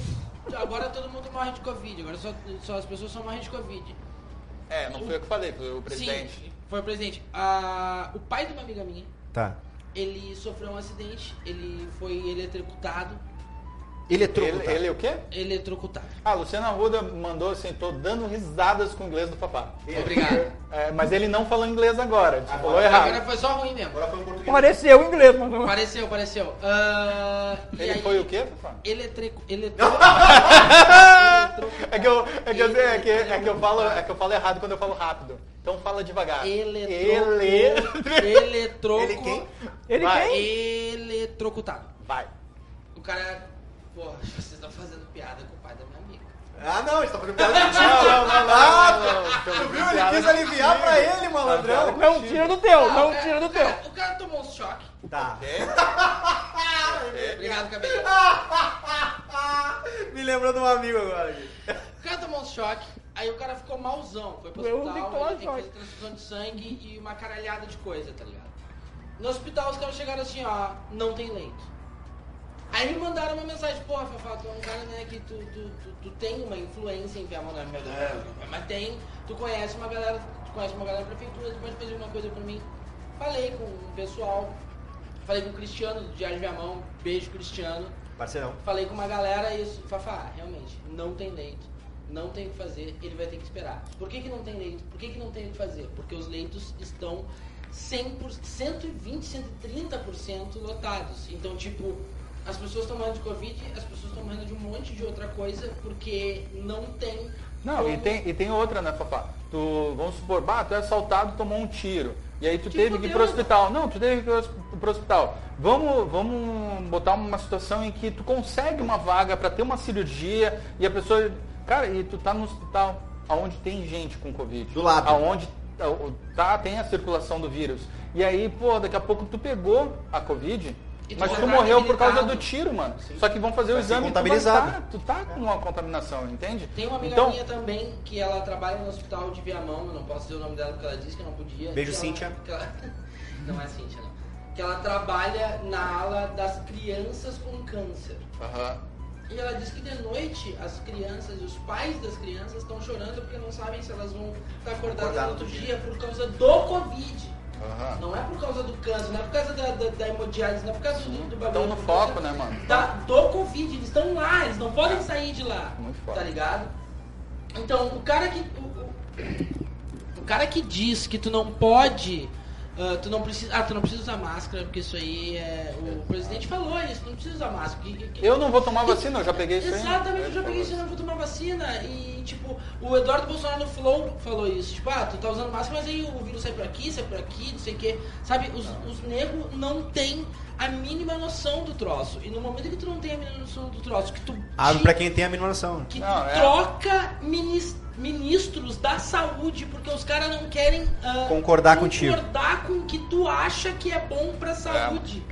A: Agora todo mundo morre de Covid, agora só, só as pessoas só morrem de Covid.
D: É, não foi eu que falei, foi o presidente.
A: Sim, foi o presidente. Ah, o pai de uma amiga minha,
E: Tá.
A: ele sofreu um acidente, ele foi eletrocutado.
E: Eletrocutado.
D: Ele, é ele o quê?
A: Eletrocutado.
D: tá. Ah, Luciana Ruda mandou assim, tô dando risadas com o inglês do papá.
A: Obrigado.
D: É, mas ele não falou inglês agora, ele falou
A: Agora
D: Tá errado.
A: foi só ruim mesmo.
E: Agora foi um português.
B: Pareceu inglês, é. mano.
A: Apareceu, apareceu. Ah, e
D: Ele
A: aí-
D: foi o quê, Fafá?
A: Eletreco.
D: É que eu, é que eu, é que, é que eu falo, é que eu falo errado quando eu falo rápido. Então fala devagar.
A: é Eletroco.
D: é Ele-
A: Eletroco.
E: Ele quem?
B: Ele
D: Vai.
B: quem?
A: Eletrocutado.
D: Vai.
A: O cara. Porra, vocês estão fazendo piada com o pai da minha amiga.
E: Ah, não, ele tá fazendo piada contigo.
D: Não, não, não, não,
E: Ah,
D: não, não.
E: Tu viu? Ele quis aliviar pra ele, malandrão.
B: Não tira do um teu,
A: Ah, o
B: não
A: cara-
B: tira do
A: o
B: teu.
A: cara- O cara tomou um choque.
E: Tá.
A: Obrigado, cabelo.
E: Me lembrou de um amigo agora. gente.
A: O cara tomou um choque, aí o cara ficou malzão. Foi pro
B: Eu não tenho que
A: hospital,
B: tomar
A: ele tem que fazer
B: choque.
A: transfusão de sangue e uma caralhada de coisa, tá ligado? No hospital os caras chegaram assim, ó, não tem leito. Aí me mandaram uma mensagem, porra, Fafá, tu é um cara, né, que tu, tu, tu, tu tem uma influência em Viamão, não é verdade? Mas tem, tu conhece uma galera, tu conhece uma galera da prefeitura, tu pode fazer uma coisa pra mim. Falei com o pessoal, falei com o Cristiano do Diário de Viamão, beijo Cristiano.
E: Parceirão.
A: Falei com uma galera e isso, Fafá, "Ah, realmente, não tem leito, não tem o que fazer, ele vai ter que esperar. Por que, que não tem leito? Por que, que não tem o que fazer? Porque os leitos estão 100%, 120%, 130% lotados. Então, tipo, as pessoas estão morrendo de Covid, as pessoas estão morrendo de um monte de outra coisa, porque não tem.
D: Não, e
A: como-
D: tem, e tem outra, né, papá? Tu, vamos supor, bah, tu é assaltado, tomou um tiro. E aí tu
A: Que
D: teve que ir pro
A: fudeu.
D: hospital. Não, tu teve que ir pro hos- pro hospital. Vamos, vamos botar uma situação em que tu consegue uma vaga pra ter uma cirurgia e a pessoa. Cara, e tu tá no hospital aonde tem gente com Covid.
E: Do lado.
D: Aonde tá- o- tá, tem a circulação do vírus. E aí, pô, daqui a pouco tu pegou a Covid.
A: E tu
D: Mas
A: já
D: tu
A: tá
D: morreu por causa do
A: habilitado.
D: tiro, mano. Só que vão fazer o
E: Vai ser
D: exame e tu vai
E: contabilizado.
D: tá- tu tá com uma contaminação, entende?
A: Tem uma amiga
D: então,
A: minha também que ela trabalha no hospital de Viamão, eu não posso dizer o nome dela porque ela disse que não podia.
E: Beijo,
A: Que ela-
E: Cíntia.
A: que ela- não é Cíntia, não. Que ela trabalha na ala das crianças com câncer.
D: Aham.
A: E ela diz que de noite as crianças e os pais das crianças estão chorando porque não sabem se elas vão estar acordadas
E: Acordar
A: no
E: no
A: outro
E: dia.
A: dia por causa do Covid.
D: Aham.
A: Não é por causa do câncer, não é por causa da, da, da hemodiálise, não é por causa do, do bagulho.
D: Estão no
A: por causa
D: foco, né, mano?
A: da, do Covid, eles estão lá, eles não podem sair de lá.
D: Muito foda.
A: Tá ligado? Então, o cara que. O, o- o cara que diz que tu não pode. ah, tu não precisa. Ah, tu não precisa usar máscara, porque isso aí é. O presidente falou isso, tu não precisa usar máscara. Que- que- que-
D: Eu não vou tomar vacina, eu já peguei isso aí.
A: um Exatamente, eu já peguei isso, eu não vou tomar vacina. E, tipo, o Eduardo Bolsonaro no Flow falou isso. Tipo, ah, tu tá usando máscara, mas aí o vírus sai por aqui, sai por aqui, não sei o quê. Sabe, os, os negros não têm a mínima noção do troço. E no momento que tu não tem a mínima noção do troço, que tu...
E: Abre
A: te-
E: Ah, pra quem tem a mínima noção.
A: Que
D: Não, é.
A: troca minis- ministros da saúde, porque os caras não querem... ah,
E: Concordar contigo.
A: Concordar com o que tu acha que é bom pra saúde.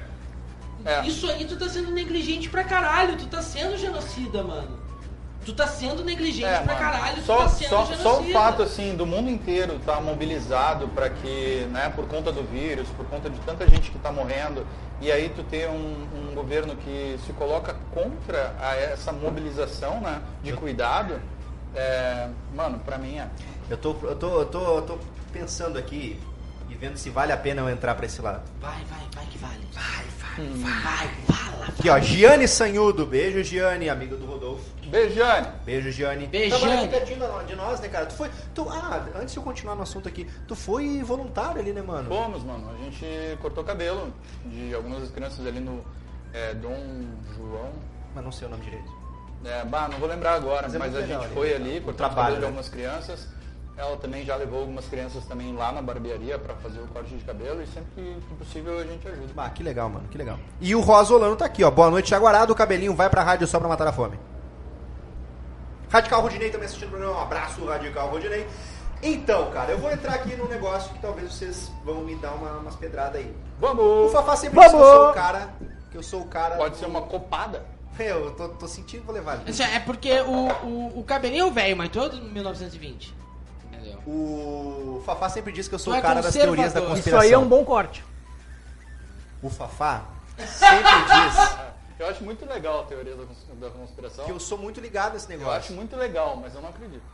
D: É.
A: Isso aí tu tá sendo negligente pra caralho, tu tá sendo genocida, mano. Tu tá sendo negligente
D: É,
A: pra
D: mano,
A: caralho, tu
D: só,
A: tá sendo
D: só,
A: genocida.
D: só o fato assim do mundo inteiro estar mobilizado para que, né, por conta do vírus, por conta de tanta gente que está morrendo, e aí tu ter um, um governo que se coloca contra a essa mobilização, né, de cuidado, é, mano, para mim é.
E: Eu tô, eu, tô, eu, tô, eu tô pensando aqui e vendo se vale a pena eu entrar pra esse lado.
D: assim.
A: Vai, vai, vai que vale. Vai, vai, vai, fala.
E: Aqui, ó. Giane Sanhudo. Beijo, Giane, amigo do Rodolfo.
D: Beijane.
E: Beijo, Giane.
A: Beijo,
E: Trabalha
A: Giane.
E: aqui pertinho da- de nós, né, cara? Tu foi. Tu, ah, antes de eu continuar no assunto aqui, tu foi voluntário ali, né, mano?
D: Fomos, mano. A gente cortou cabelo de algumas das crianças ali no é, Dom João.
E: Mas não sei o nome direito.
D: É, bah, não vou lembrar agora,
E: Mas
D: mas,
E: é muito
D: a
E: legal
D: gente
E: ali,
D: foi
E: legal.
D: ali,
E: O
D: cortou
E: trabalho,
D: o cabelo de
E: né?
D: algumas crianças. Ela também já levou algumas crianças também lá na barbearia para fazer o corte de cabelo e sempre que possível a gente ajuda.
E: Ah, que legal, mano, que legal. E o Rosolano tá aqui, ó. Boa noite, Jaguarado. O cabelinho vai pra rádio só pra matar a fome. Radical Rodinei também assistindo o programa. Um abraço, Radical Rodinei. Então, cara, eu vou entrar aqui num negócio que talvez vocês vão me dar uma, umas pedradas aí. O
D: Vamos!
E: Fafá sempre diz que eu
B: Vamos!
E: sou o cara. Que eu sou o cara.
D: Pode
E: do-
D: ser uma copada?
E: Eu tô, tô sentindo, vou levar. ali.
A: é Assim, É porque o, o, o cabelinho é o velho, mas todo 1920. Entendeu?
E: O Fafá sempre diz que eu sou
A: Tu é
E: o cara das teorias da
A: conservador.
B: Isso
E: conspiração.
B: aí é um bom corte.
E: O Fafá sempre
D: Eu acho muito legal a teoria da cons- da conspiração.
E: diz que eu sou muito ligado nesse
D: Eu acho
E: negócio.
D: muito legal, mas eu não acredito.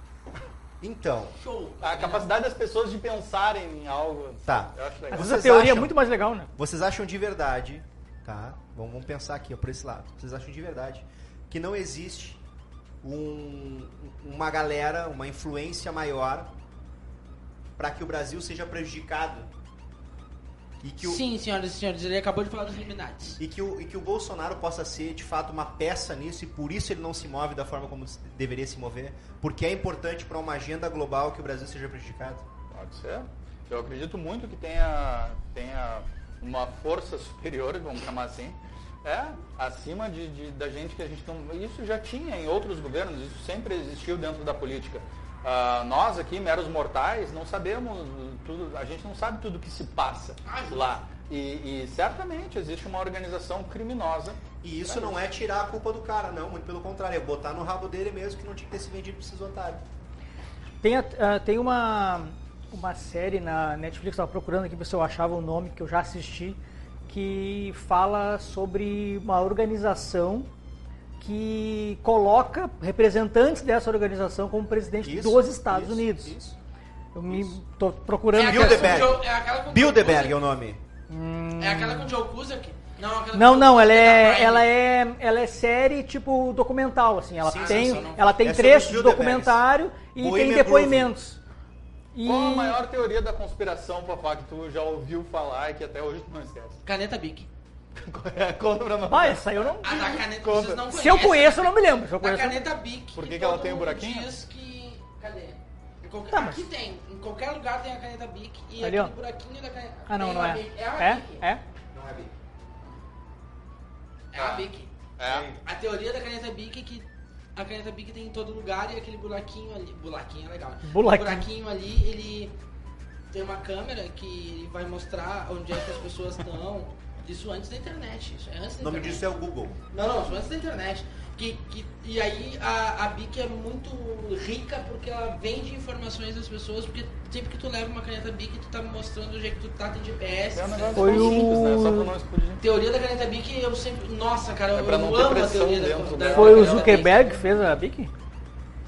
E: Então,
A: Show.
D: A capacidade das pessoas de pensarem em algo.
E: Tá.
D: Eu acho
B: Às
D: legal.
B: vezes
E: Vocês
B: a teoria é
E: acham?
B: muito mais legal, né?
E: vocês acham de verdade, tá? Vamos, vamos pensar aqui, ó, por esse lado. Vocês acham de verdade que não existe um- uma galera, uma influência maior para que o Brasil seja prejudicado e que o,
A: Sim, senhoras e senhores, ele acabou de falar dos Illuminati.
E: E que, o, e que o Bolsonaro possa ser de fato uma peça nisso e por isso ele não se move da forma como se- deveria se mover, porque é importante para uma agenda global que o Brasil seja prejudicado.
D: Pode ser. Eu acredito muito que tenha, tenha uma força superior, vamos chamar assim, é, acima de, de- da gente que a gente não. Isso já tinha em outros governos, isso sempre existiu dentro da política. Ah, nós aqui, meros mortais, não sabemos tudo, a gente não sabe tudo que se passa lá. E, e certamente existe uma organização criminosa.
E: E isso não é tirar a culpa do cara, não, muito pelo contrário, é botar no rabo dele mesmo que não tinha que ter se vendido pra esses otários.
B: Tem, a- ah, tem uma, uma série na Netflix, eu tava procurando aqui pra ver se eu achava o nome, que eu já assisti, que fala sobre uma organização que coloca representantes dessa organização como presidente
E: Isso,
B: dos Estados
E: isso,
B: Unidos.
E: isso.
B: Eu me tô procurando. assim.
E: aquela-
A: com
E: Bilderberg.
A: o Joe- é aquela com o
E: Bilderberg é
A: Joe
E: o nome.
A: Cusack. É aquela com o Joe Cusack? Não, aquela com
B: Não,
A: o
B: não,
A: Joe
B: ela
A: Cusack da
B: é,
A: Prime.
B: ela é, ela é série tipo documental, assim. Ela
E: Sim,
B: tem,
E: sim, sim.
B: ela tem
E: É sobre
B: trechos de
E: Bilderbergs.
B: documentário e
E: Bohemian
B: tem
E: Grove.
B: depoimentos. E
D: Qual a maior teoria da conspiração, papá, que tu já ouviu falar e que até hoje tu não esquece?
A: Caneta Bic.
D: Conta pra nós.
B: Ah, essa aí eu não.
A: A da caneta
D: Conta.
A: vocês não conhecem. né?
B: Se eu conheço, eu não me lembro. Se eu
A: Da
B: conheço, eu não-
A: caneta Bic.
D: Por que que
A: todo
D: ela tem um
A: mundo
D: buraquinho?
A: Diz que. Cadê? Em qualquer-
B: Tá, mas-
A: Aqui tem. Em qualquer lugar tem a caneta Bic e
B: Ali,
A: aquele
B: ó.
A: buraquinho da caneta.
B: Ah, não,
A: tem
B: não
A: uma
B: é.
A: Bic. É uma Bic.
B: É? É?
E: Não é Bic.
A: É uma Bic.
D: É.
A: A teoria da caneta Bic é que a caneta Bic tem em todo lugar e aquele buraquinho ali. Buraquinho é legal. né?
B: Buraquinho.
A: O buraquinho ali, ele tem uma câmera que vai mostrar onde é que as pessoas estão. Isso antes da internet. Isso é antes da
E: O nome
A: internet.
E: disso é o Google.
A: Não, não, isso antes da internet. Que, que, e aí a, a Bic é muito rica porque ela vende informações das pessoas, porque sempre que tu leva uma caneta Bic, tu tá mostrando o jeito que tu tá, tem GPS.
D: É um
A: né?
D: negócio
B: Foi
D: tão
B: o-
D: simples, né? Só pra não explodir.
A: Teoria da caneta Bic, eu sempre. Nossa, cara,
D: É
A: eu
D: pra não ter
A: amo a
D: pressão
A: teoria da,
D: dentro
A: da,
D: dela.
A: da
B: Foi o
A: caneta
B: Zuckerberg que fez a Bic?
A: Bic.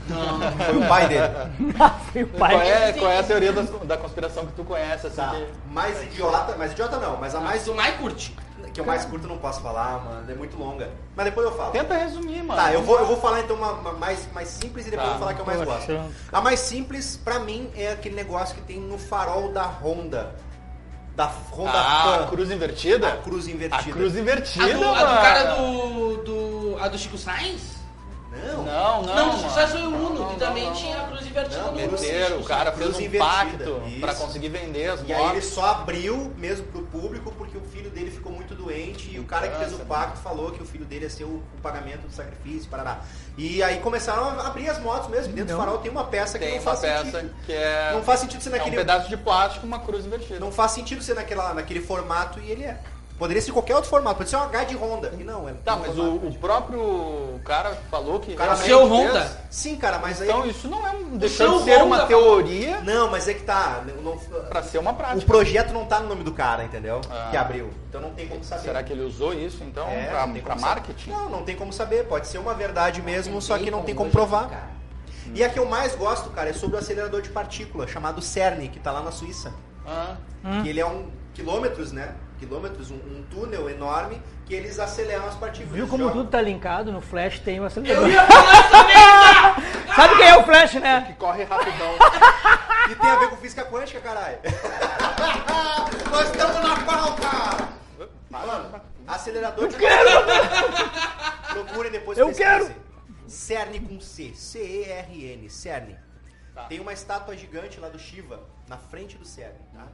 A: Não.
E: Foi o pai dele.
B: Foi o
D: Qual
B: pai.
D: é, qual é a teoria das- da, conspiração que tu conhece, assim,
E: Tá.
D: que-
E: Mais idiota, mais idiota não, mas a mais
A: Mas o mais curte.
E: que eu mais curto eu não posso falar, mano, é muito longa. Mas depois eu falo.
D: Tenta resumir, mano.
E: Tá, eu vou, eu vou falar então uma, uma mais, mais simples e depois
D: Tá.
E: eu vou falar que eu mais
B: Poxa.
E: gosto. A mais simples, pra mim, é aquele negócio que tem no farol da Honda. Da Honda
D: Ah,
E: Fan.
D: a cruz invertida?
E: A cruz
D: A
E: invertida.
D: cruz
A: A
D: invertida,
A: do,
D: mano.
A: a do cara do, do. A do Chico Sainz?
E: Não.
D: Não,
A: Não,
D: não,
A: o
D: mano.
A: Chico Sainz foi o Uno,
D: Não,
A: que
D: não,
A: também
D: não,
A: tinha
D: não.
A: a cruz invertida
E: Não,
A: no
E: meteram,
D: Meteram, o cara fez
E: Cruz
D: um
E: invertida.
D: pacto
E: Isso.
D: pra conseguir vender as
E: E aí ele
D: motos.
E: só abriu mesmo pro público porque o filho dele ficou muito doente e o cara que fez o
D: Nossa,
E: pacto falou que o filho dele ia ser o, o pagamento do sacrifício, parará. E aí começaram a abrir as motos mesmo. Dentro do farol tem uma peça que
D: Tem
E: não
D: uma
E: faz
D: peça
E: sentido.
D: que é,
E: Não faz sentido ser
D: é um
E: naquele
D: pedaço de plástico, uma cruz invertida.
E: Não faz sentido ser naquela, naquele formato e ele é. Poderia ser qualquer outro formato, pode ser um H de Honda. E não, é.
D: Tá,
E: um
D: mas o,
E: formato.
D: o próprio cara falou que...
E: cara
D: realmente
A: Seu
D: fez.
A: Honda.
E: Sim, cara, mas aí.
D: Então isso não é um... Deixou
A: seu
D: de ser uma
A: Honda-
D: teoria
E: Não, mas é que tá. não-
D: pra ser uma prática.
E: o projeto não tá no nome do cara, entendeu?
D: Ah.
E: Que abriu. Então não tem como saber.
D: Será que ele usou isso, então,
E: É,
D: pra,
E: não tem
D: pra
E: como saber.
D: marketing?
E: Não, não tem como saber. Pode ser uma verdade mesmo, só que não tem como
A: hoje,
E: provar.
A: cara.
E: E a que eu mais gosto, cara, é sobre o acelerador de partícula, chamado CERN, que tá lá na Suíça.
D: Ah,
B: Hum.
E: Que ele é um quilômetros, né? Quilômetros, um, um túnel enorme que eles aceleram as partículas.
B: Viu como
E: Jogam.
B: tudo tá linkado? No Flash tem o acelerador.
A: Eu ia falar essa merda!
B: Sabe quem é o Flash, né?
D: que corre rapidão.
E: E tem a ver com física quântica, caralho. Nós estamos na pauta! Mano, acelerador de. Procurem depois
B: Eu
E: pesquisem.
B: quero!
E: CERN com C. C-E-R-N. CERN.
D: Tá.
E: Tem uma estátua gigante lá do Shiva, na frente do CERN, tá?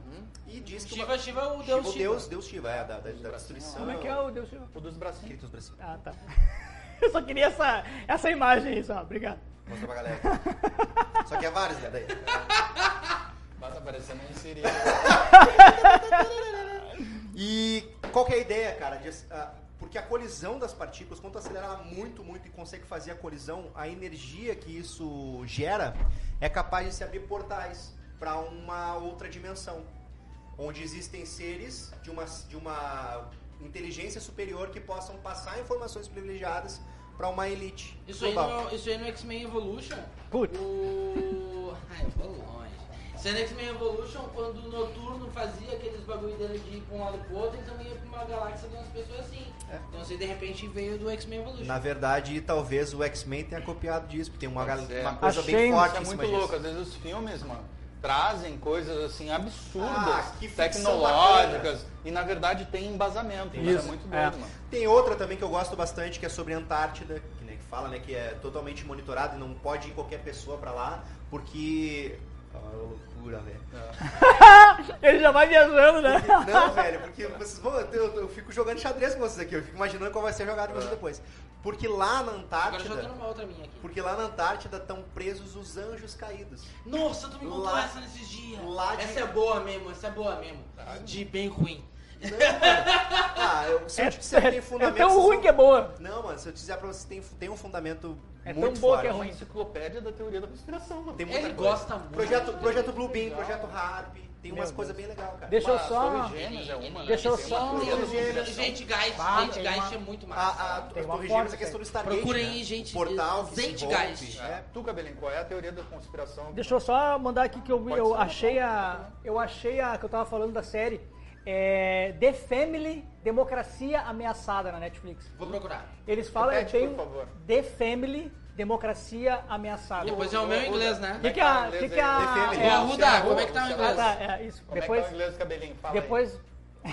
E: E diz
A: Uhum.
E: que.
A: Shiva,
E: uma...
A: Shiva é o Deus
E: Shiva,
A: Shiva.
E: Deus, Deus Shiva, é, da, da, da destruição.
B: Como é que é o Deus?
D: O Tipo dos bracinhos.
E: Aquele que tem os bracinhos.
B: Ah, tá. Eu só queria essa, essa imagem aí, só. Obrigado.
E: Mostra pra galera. Só que é vários, né? Daí.
D: Mas tá parecendo um siri.
E: E qual que é a ideia, cara? de ac- ah, porque a colisão das partículas, quando tu acelera muito, muito e consegue fazer a colisão, a energia que isso gera é capaz de se abrir portais. para uma outra dimensão, onde existem seres de uma, de uma inteligência superior que possam passar informações privilegiadas para uma elite.
A: Isso aí, é
E: global.
A: no, isso aí no X-Men Evolution.
B: Putz.
A: O... Ah, eu vou longe. Isso aí no X-Men Evolution, quando o Noturno fazia aqueles bagulho dele de ir pra um lado pro outro, ele também ia pra uma galáxia de umas pessoas assim.
D: É.
A: Então isso aí de repente veio do X-Men Evolution.
E: Na verdade, talvez o X-Men tenha copiado disso, porque tem uma,
C: Pode
E: gal-
C: ser.
E: uma coisa
B: Achei-
E: bem forte
D: Isso é
E: em cima
D: muito
E: disso.
D: louco. Às vezes os filmes, mano, trazem coisas assim absurdas,
E: Ah, que ficção
D: tecnológicas, e na verdade tem embasamento. Isso,
B: Isso,
D: é muito doido,
B: é.
D: mano.
E: Tem outra também que eu gosto bastante, que é sobre a Antártida, que, né, que fala né, que é totalmente monitorado e não pode ir qualquer pessoa pra lá, porque. Ah, loucura, velho.
B: Ele já vai viajando, né?
E: Porque- Não, velho, porque vocês vão, eu, eu- eu fico jogando xadrez com vocês aqui, eu fico imaginando qual vai ser a jogada de vocês depois. Porque lá
A: Agora
E: na
A: eu já tô
E: Antártida.
A: numa outra minha aqui.
E: Porque lá na Antártida estão presos os anjos caídos.
A: Nossa, tu me contou
E: Lá-
A: essa nesses dias.
E: lá de-
A: Essa é boa mesmo, essa é boa mesmo.
D: Tá.
A: De bem ruim.
E: Não, mano. Ah, eu, se eu, se eu tenho
B: É,
E: fundamento.
B: tão
E: vocês
B: ruim
E: vão-
B: que é boa.
E: Não, mano, se eu te dizer pra vocês, tem, tem um fundamento
B: É tão
E: muito
B: boa
E: forte.
B: que é
D: Uma
B: ruim.
D: enciclopédia da teoria da conspiração, mano.
E: Tem muita
A: Ele
E: coisa.
A: gosta muito.
E: Projeto, projeto Blue Beam, Projeto Harp, tem umas coisas bem legais, cara.
B: Deixa eu
D: Mas
B: só.
D: Torres Gêmeas é uma, né?
B: Deixa eu
D: Tem
B: só-
D: uma teoria da conspiração.
A: Gente, guys,
B: Ah,
A: gente,
B: tem
A: guys
B: uma-
A: é muito massa.
E: A, a,
B: Tem
E: a
B: uma
E: Torre Gêmeas,
B: força,
E: a questão
B: é.
E: do Stargate,
A: Procurem
E: né?
A: aí, gente,
E: Portal, que se
A: Zeitgeist.
E: envolve.
D: É, tu, Cabelinho, qual é a teoria da conspiração?
B: Deixa eu só mandar aqui que eu,
D: Pode
B: eu
D: ser.
B: achei
A: né?
B: a. Eu achei a que eu tava falando da série. É, The Family Democracia Ameaçada na Netflix.
A: Vou procurar.
B: Eles falam.
D: Repete,
B: tem
D: por favor.
B: The Family Democracia Ameaçada.
A: Depois é o meu
D: o-
A: inglês, né?
B: O que, que a.
D: Como é
B: Que
D: que
B: que
D: tá o
B: a
E: inglês aí?
B: é,
A: Ô, Arruda,
D: Luciano,
A: como é que tá o
D: Luciano.
B: ah,
A: inglês?
B: tá, é, isso.
D: Como é
B: depois.
D: que tá o inglês, Cabelinho? Fala aí.
B: depois.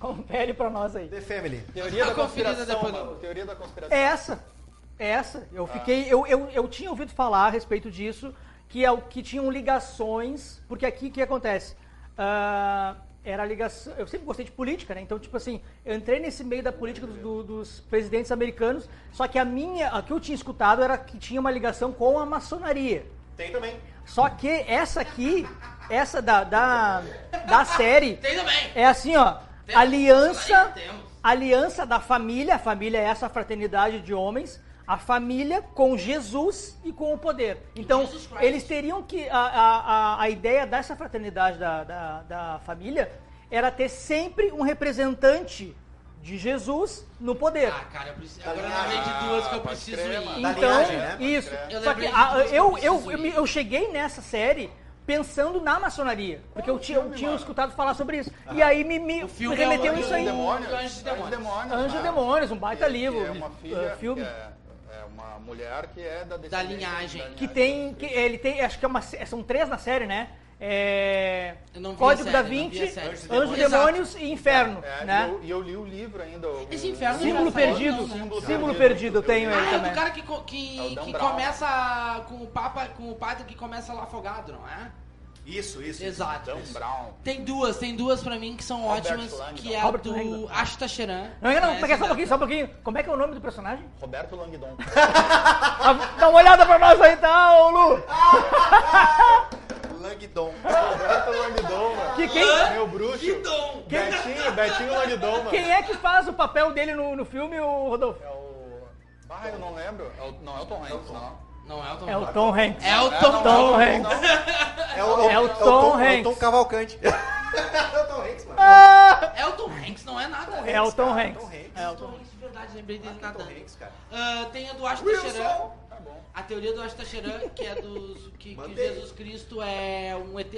B: Confere pra nós aí.
E: The Family.
D: Teoria
A: Dá
D: da
A: uma conferida
D: conspiração,
A: depois do-
D: mano. Teoria da conspiração.
B: Tá É essa. É essa.
D: Ah.
B: Eu fiquei. Eu, eu, eu tinha ouvido falar a respeito disso, que é o que tinham ligações. Porque aqui o que acontece? Ah, era a ligação. Eu sempre gostei de política, né? Então, tipo assim, eu entrei nesse meio da política dos, do- dos presidentes americanos, só que a minha. A que eu tinha escutado era que tinha uma ligação com a maçonaria.
E: Tem também.
B: Só que essa aqui, essa da, da, da série,
A: Tem também.
B: é assim, ó.
A: Temos.
B: Aliança,
A: Aí temos.
B: aliança da família, a família é essa fraternidade de homens, a família com Jesus e com o poder. Então,
A: Jesus Christ.
B: eles teriam que. A, a, a- a ideia dessa fraternidade da, da, da família era ter sempre um representante de Jesus no poder.
A: Ah, cara, eu
B: Tá
A: preciso. Agora eu lembrei de duas que eu preciso
D: Ah, crer,
A: ir.
D: mano.
E: Da
B: Então,
E: linhagem, né? Pode
B: isso.
D: crer.
A: Eu
B: Só que
A: lembrei de
B: a-
A: duas que eu
B: eu, eu,
A: preciso
B: eu,
A: ir.
B: me- eu cheguei nessa série pensando na maçonaria. Porque eu tinha, eu tinha escutado falar sobre isso. E aí me, me,
A: O
B: me
A: filme é o
B: remeteu
A: Anjo
B: um isso aí.
A: do Demônio.
D: Demônios.
A: Anjos e Demônios.
D: Demônios,
B: Anjo e
D: né?
B: Demônios, um baita
D: Que-
B: livro.
D: que É uma filha,
B: uh, filme.
D: que é, é uma mulher que é
A: Da
D: da, descendência-
A: linhagem.
B: Que tem. Que ele tem. Acho que é uma, são três na série, né? É,
A: Eu não vi a
B: Código
A: série,
B: da
A: não vi
B: Vinci,
A: a série. Anjos e
B: Anjos e Demônios,
A: Demônios
B: e Inferno.
D: É,
B: né?
D: e eu, e eu li o livro ainda. o-
A: Esse inferno
B: Símbolo
A: não vai sair,
B: perdido.
A: não, né?
B: símbolo,
D: Símbolo
B: perdido, eu
D: perdido.
B: tenho ele
A: Ah, é
B: também.
A: do cara que, co- que,
D: É o Dan
A: que
D: Brown.
A: começa com o Papa, com o padre que começa lá afogado, não é?
E: Isso, isso.
A: Exato.
D: Dan Brown.
A: Tem duas, tem duas pra mim que são
D: Robert
A: ótimas,
D: Langdon.
A: que é a
B: Robert
A: do
B: Langdon.
A: Ashta Sheran.
B: Não, não, não,
A: Conhece
B: pega só um
A: essa?
B: pouquinho, só um pouquinho. Como é que é o nome do personagem?
D: Roberto Langdon.
B: Ah, Dá uma olhada pra nós aí, então, Lu!
E: Langdon.
D: Roberto Langdon, mano.
B: Que quem,
D: Meu bruxo.
A: Langdon.
D: Betinho, Betinho Langdon, mano.
B: quem é que faz o papel dele no, no filme, o Rodolfo?
D: É o... Ah, eu não lembro. É o... Não, é o Tom Hanks, não.
A: Não, é o Tom.
B: É o Tom Hanks.
A: É o
D: É,
A: Tom.
D: não,
B: Tom
D: não,
B: Hanks.
D: não.
E: É o, é o-
B: É o
E: é o
B: Tom
E: É o
B: Hanks.
E: Tom Cavalcante. é o Tom Hanks, mano.
A: É o Tom Hanks, não é nada.
B: É o Tom
E: cara,
B: Hanks.
E: Tom Hanks.
B: É o
A: Tom
B: Tom-
A: Hanks, de verdade, lembrei dele
E: Ah, que
A: nadando.
E: Tom Hanks, cara.
A: Ah, tem a do Ashta Sheran.
E: Wilson.
D: Tá bom.
A: A teoria do Ashta Sheran, que é dos que, que
E: Mandei.
A: Jesus Cristo é um ET.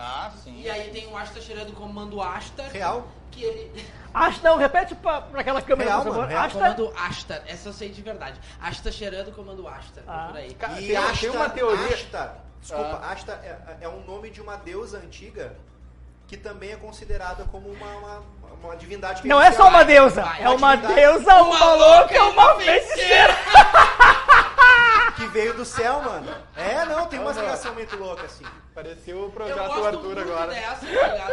D: Ah, sim.
A: E aí tem o Ashta Sheran do comando Ashta.
E: Real.
A: Que ele.
B: Acho não, repete pra, pra aquela câmera,
E: Real,
B: por favor.
E: mano, real.
B: Acho
A: Comando Ashtar, essa eu sei de verdade. Ashtar cheirando comando Ashtar, tá
B: Ah.
A: por aí.
D: Cara,
E: e
D: tem,
E: Asta,
D: tem uma teoria... Ah.
E: Asta, desculpa, Asta é, é um nome de uma deusa antiga que também é considerada como uma, uma, uma divindade. que
B: não é só uma deusa,
A: Vai,
B: é uma
E: atividade.
B: deusa, uma,
E: Tá é
B: louca,
A: e
B: uma feiticeira.
E: Que veio do céu, mano. É, não, tem uma ligação muito louca, assim.
D: Pareceu o
A: Eu
D: projeto
A: gosto
D: Arthur
A: muito
D: agora.
A: dessa, tá ligado?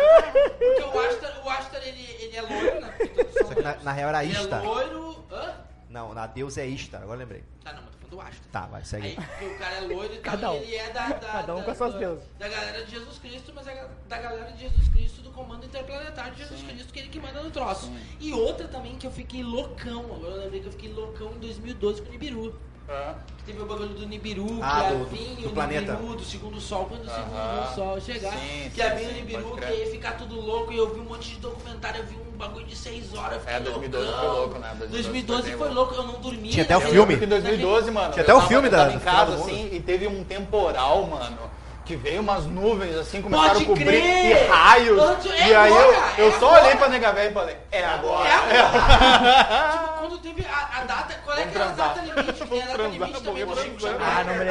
A: Porque o Ashtar, o Ashtar ele, ele é loiro, né? Porque todos são
E: Só que na,
A: loiros.
E: na real era
A: Ele é
E: Ista.
A: loiro. Hã?
E: Não, na deusa é Ista, agora lembrei.
A: Tá, não, mas tô falando do Ashtar.
E: Tá, vai, segue.
A: Aí,
E: aí.
A: porque o cara é loiro e
B: Cada
A: tal,
B: um.
A: e ele é da, da,
B: Cada um
A: da,
B: com as suas
A: da-
B: deusas.
A: da galera de Jesus Cristo, mas é ga- da galera de Jesus Cristo do comando interplanetário de Jesus Cristo, que é ele que manda no troço. E outra também que eu fiquei loucão, agora eu lembrei que eu fiquei loucão em 2012 com o Nibiru.
F: Ah.
A: Que teve o bagulho do Nibiru,
E: Ah,
A: que a
E: do- do-
A: Vinho,
E: do planeta.
A: Nibiru, do segundo sol, quando o
D: Aham.
A: segundo sol chegar,
D: Sim,
A: que a
D: sim,
A: Vinho
D: sim,
A: Nibiru,
D: pode
A: que
D: crer.
A: ia ficar tudo louco, e eu vi um monte de documentário, eu vi um bagulho de 6 horas, eu fiquei
D: É, 2012
A: loucão.
D: foi louco, né?
A: 2012 foi louco, eu não dormi.
E: Tinha até o
A: né?
E: filme.
F: Porque em 2012, mano.
E: Tinha
F: eu
E: até o
F: tava-
E: filme
F: eu
E: da-
F: tava
E: do
F: em
E: final do
F: casa,
E: mundo.
F: assim, e teve um temporal, mano. Que veio umas nuvens, assim, começaram
A: Pode
F: a cobrir
A: crer!
F: e raios.
A: Antes- é
F: e aí
A: agora,
F: eu, eu
A: é
F: só
A: agora.
F: olhei pra nega velha e falei, é agora.
A: É agora. tipo, quando teve a, a data. Qual é que era a data limite? Tem a data
F: transar,
A: limite também do
F: vamos
A: Chico
F: transar.
A: Xavier.
B: Ah, não me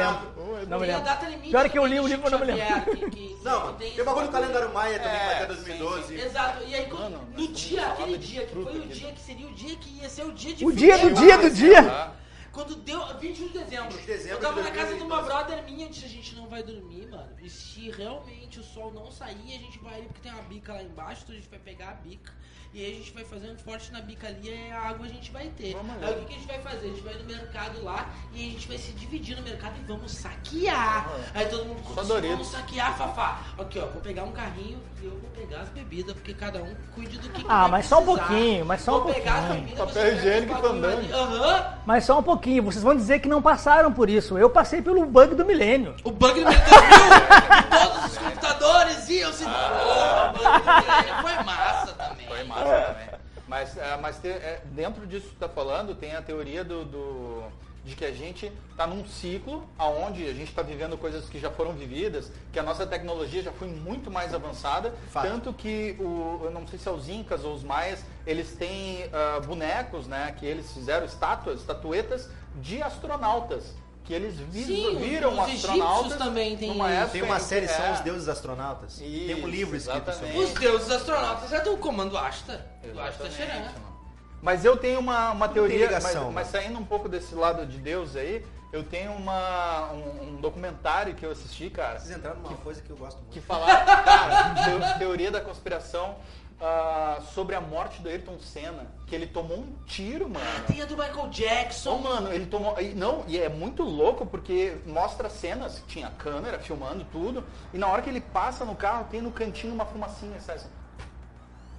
B: lembro. Não me
A: Tem a
B: lembro.
A: data limite.
B: Pior que eu li
A: também
B: o
A: do
B: livro, eu não me
A: Chico
B: lembro.
A: Xavier, que- que-
E: Não,
A: que
E: tem o bagulho do calendário Maia também,
F: É,
E: que vai até
F: sim,
E: 2012.
A: Exato, e aí quando,
F: Mano,
A: no
F: nós
A: dia,
F: vamos
A: aquele
F: falar de
A: dia, que
F: fruta
A: foi o
F: aqui,
A: dia que seria o dia que ia ser o dia né? de
B: O dia do dia do dia.
F: Ah.
A: Quando deu 21 de dezembro.
E: 21 de dezembro
A: Eu tava
E: de
A: na casa de uma
E: 2012.
A: brother minha, eu disse, a gente não vai dormir, mano. E se realmente o sol não sair, a gente vai ali, porque tem uma bica lá embaixo, então a gente vai pegar a bica. E aí a gente vai fazer um forte na bica ali, e a água a gente vai ter. Aí o que, que a gente vai fazer? A gente vai no mercado lá, e a gente vai se dividir no mercado e vamos saquear. Aí todo mundo, "Como assim
F: Doritos."
A: vamos saquear, Fafá. Aqui, ó, vou pegar um carrinho e eu vou pegar as bebidas, porque cada um cuide do que que
B: Ah,
A: vai
B: mas só um
A: precisar.
B: pouquinho, mas só um
A: Vou pegar as
B: pouquinho.
A: bebidas,
F: Papel
A: você pega os
F: higiênico e
A: bagulho
F: fandangos.
A: ali. Aham.
B: Mas só um pouquinho, vocês vão dizer que não passaram por isso. Eu passei pelo bug do milênio.
A: O bug do Nintendo Wii, todos os computadores iam se ah. O bug do milênio foi massa também.
D: Foi
E: É.
D: massa também. Mas, ah, mas te- é, dentro disso que tu tá falando, tem a teoria do, do- de que a gente tá num ciclo aonde a gente tá vivendo coisas que já foram vividas, que a nossa tecnologia já foi muito mais avançada,
E: Fato.
D: tanto que o, eu não sei se é os incas ou os maias, eles têm ah, bonecos, né, que eles fizeram estátuas, estatuetas de astronautas. Que eles vi-
A: Sim,
D: viram
A: os egípcios
D: astronautas
A: também têm
D: numa
A: isso.
D: época
E: Tem uma
D: em que-
E: série, são
D: é.
E: os deuses astronautas. Tem um
D: Isso,
E: livro escrito sobre
D: exatamente.
A: Os deuses astronautas é do comando Asta. Do Asta é
D: Exatamente,
A: Xeran.
D: mano. Mas eu tenho uma, uma
E: Tudo tem
D: teoria,
E: ligação,
D: mas, mas saindo um pouco desse lado de Deus aí, eu tenho uma, um, um documentário que eu assisti, cara,
E: Vocês entraram numa coisa que eu gosto
D: que
E: muito.
D: fala, cara, teo- teoria da conspiração ah, sobre a morte do Ayrton Senna, que ele tomou um tiro, mano.
A: Ah, tem a do Michael
D: Não,
A: Jackson.
D: mano, um ele tomou. e Não, e é muito louco porque mostra cenas, tinha câmera filmando tudo, e na hora que ele passa no carro, tem no cantinho uma fumacinha, sabe? assim?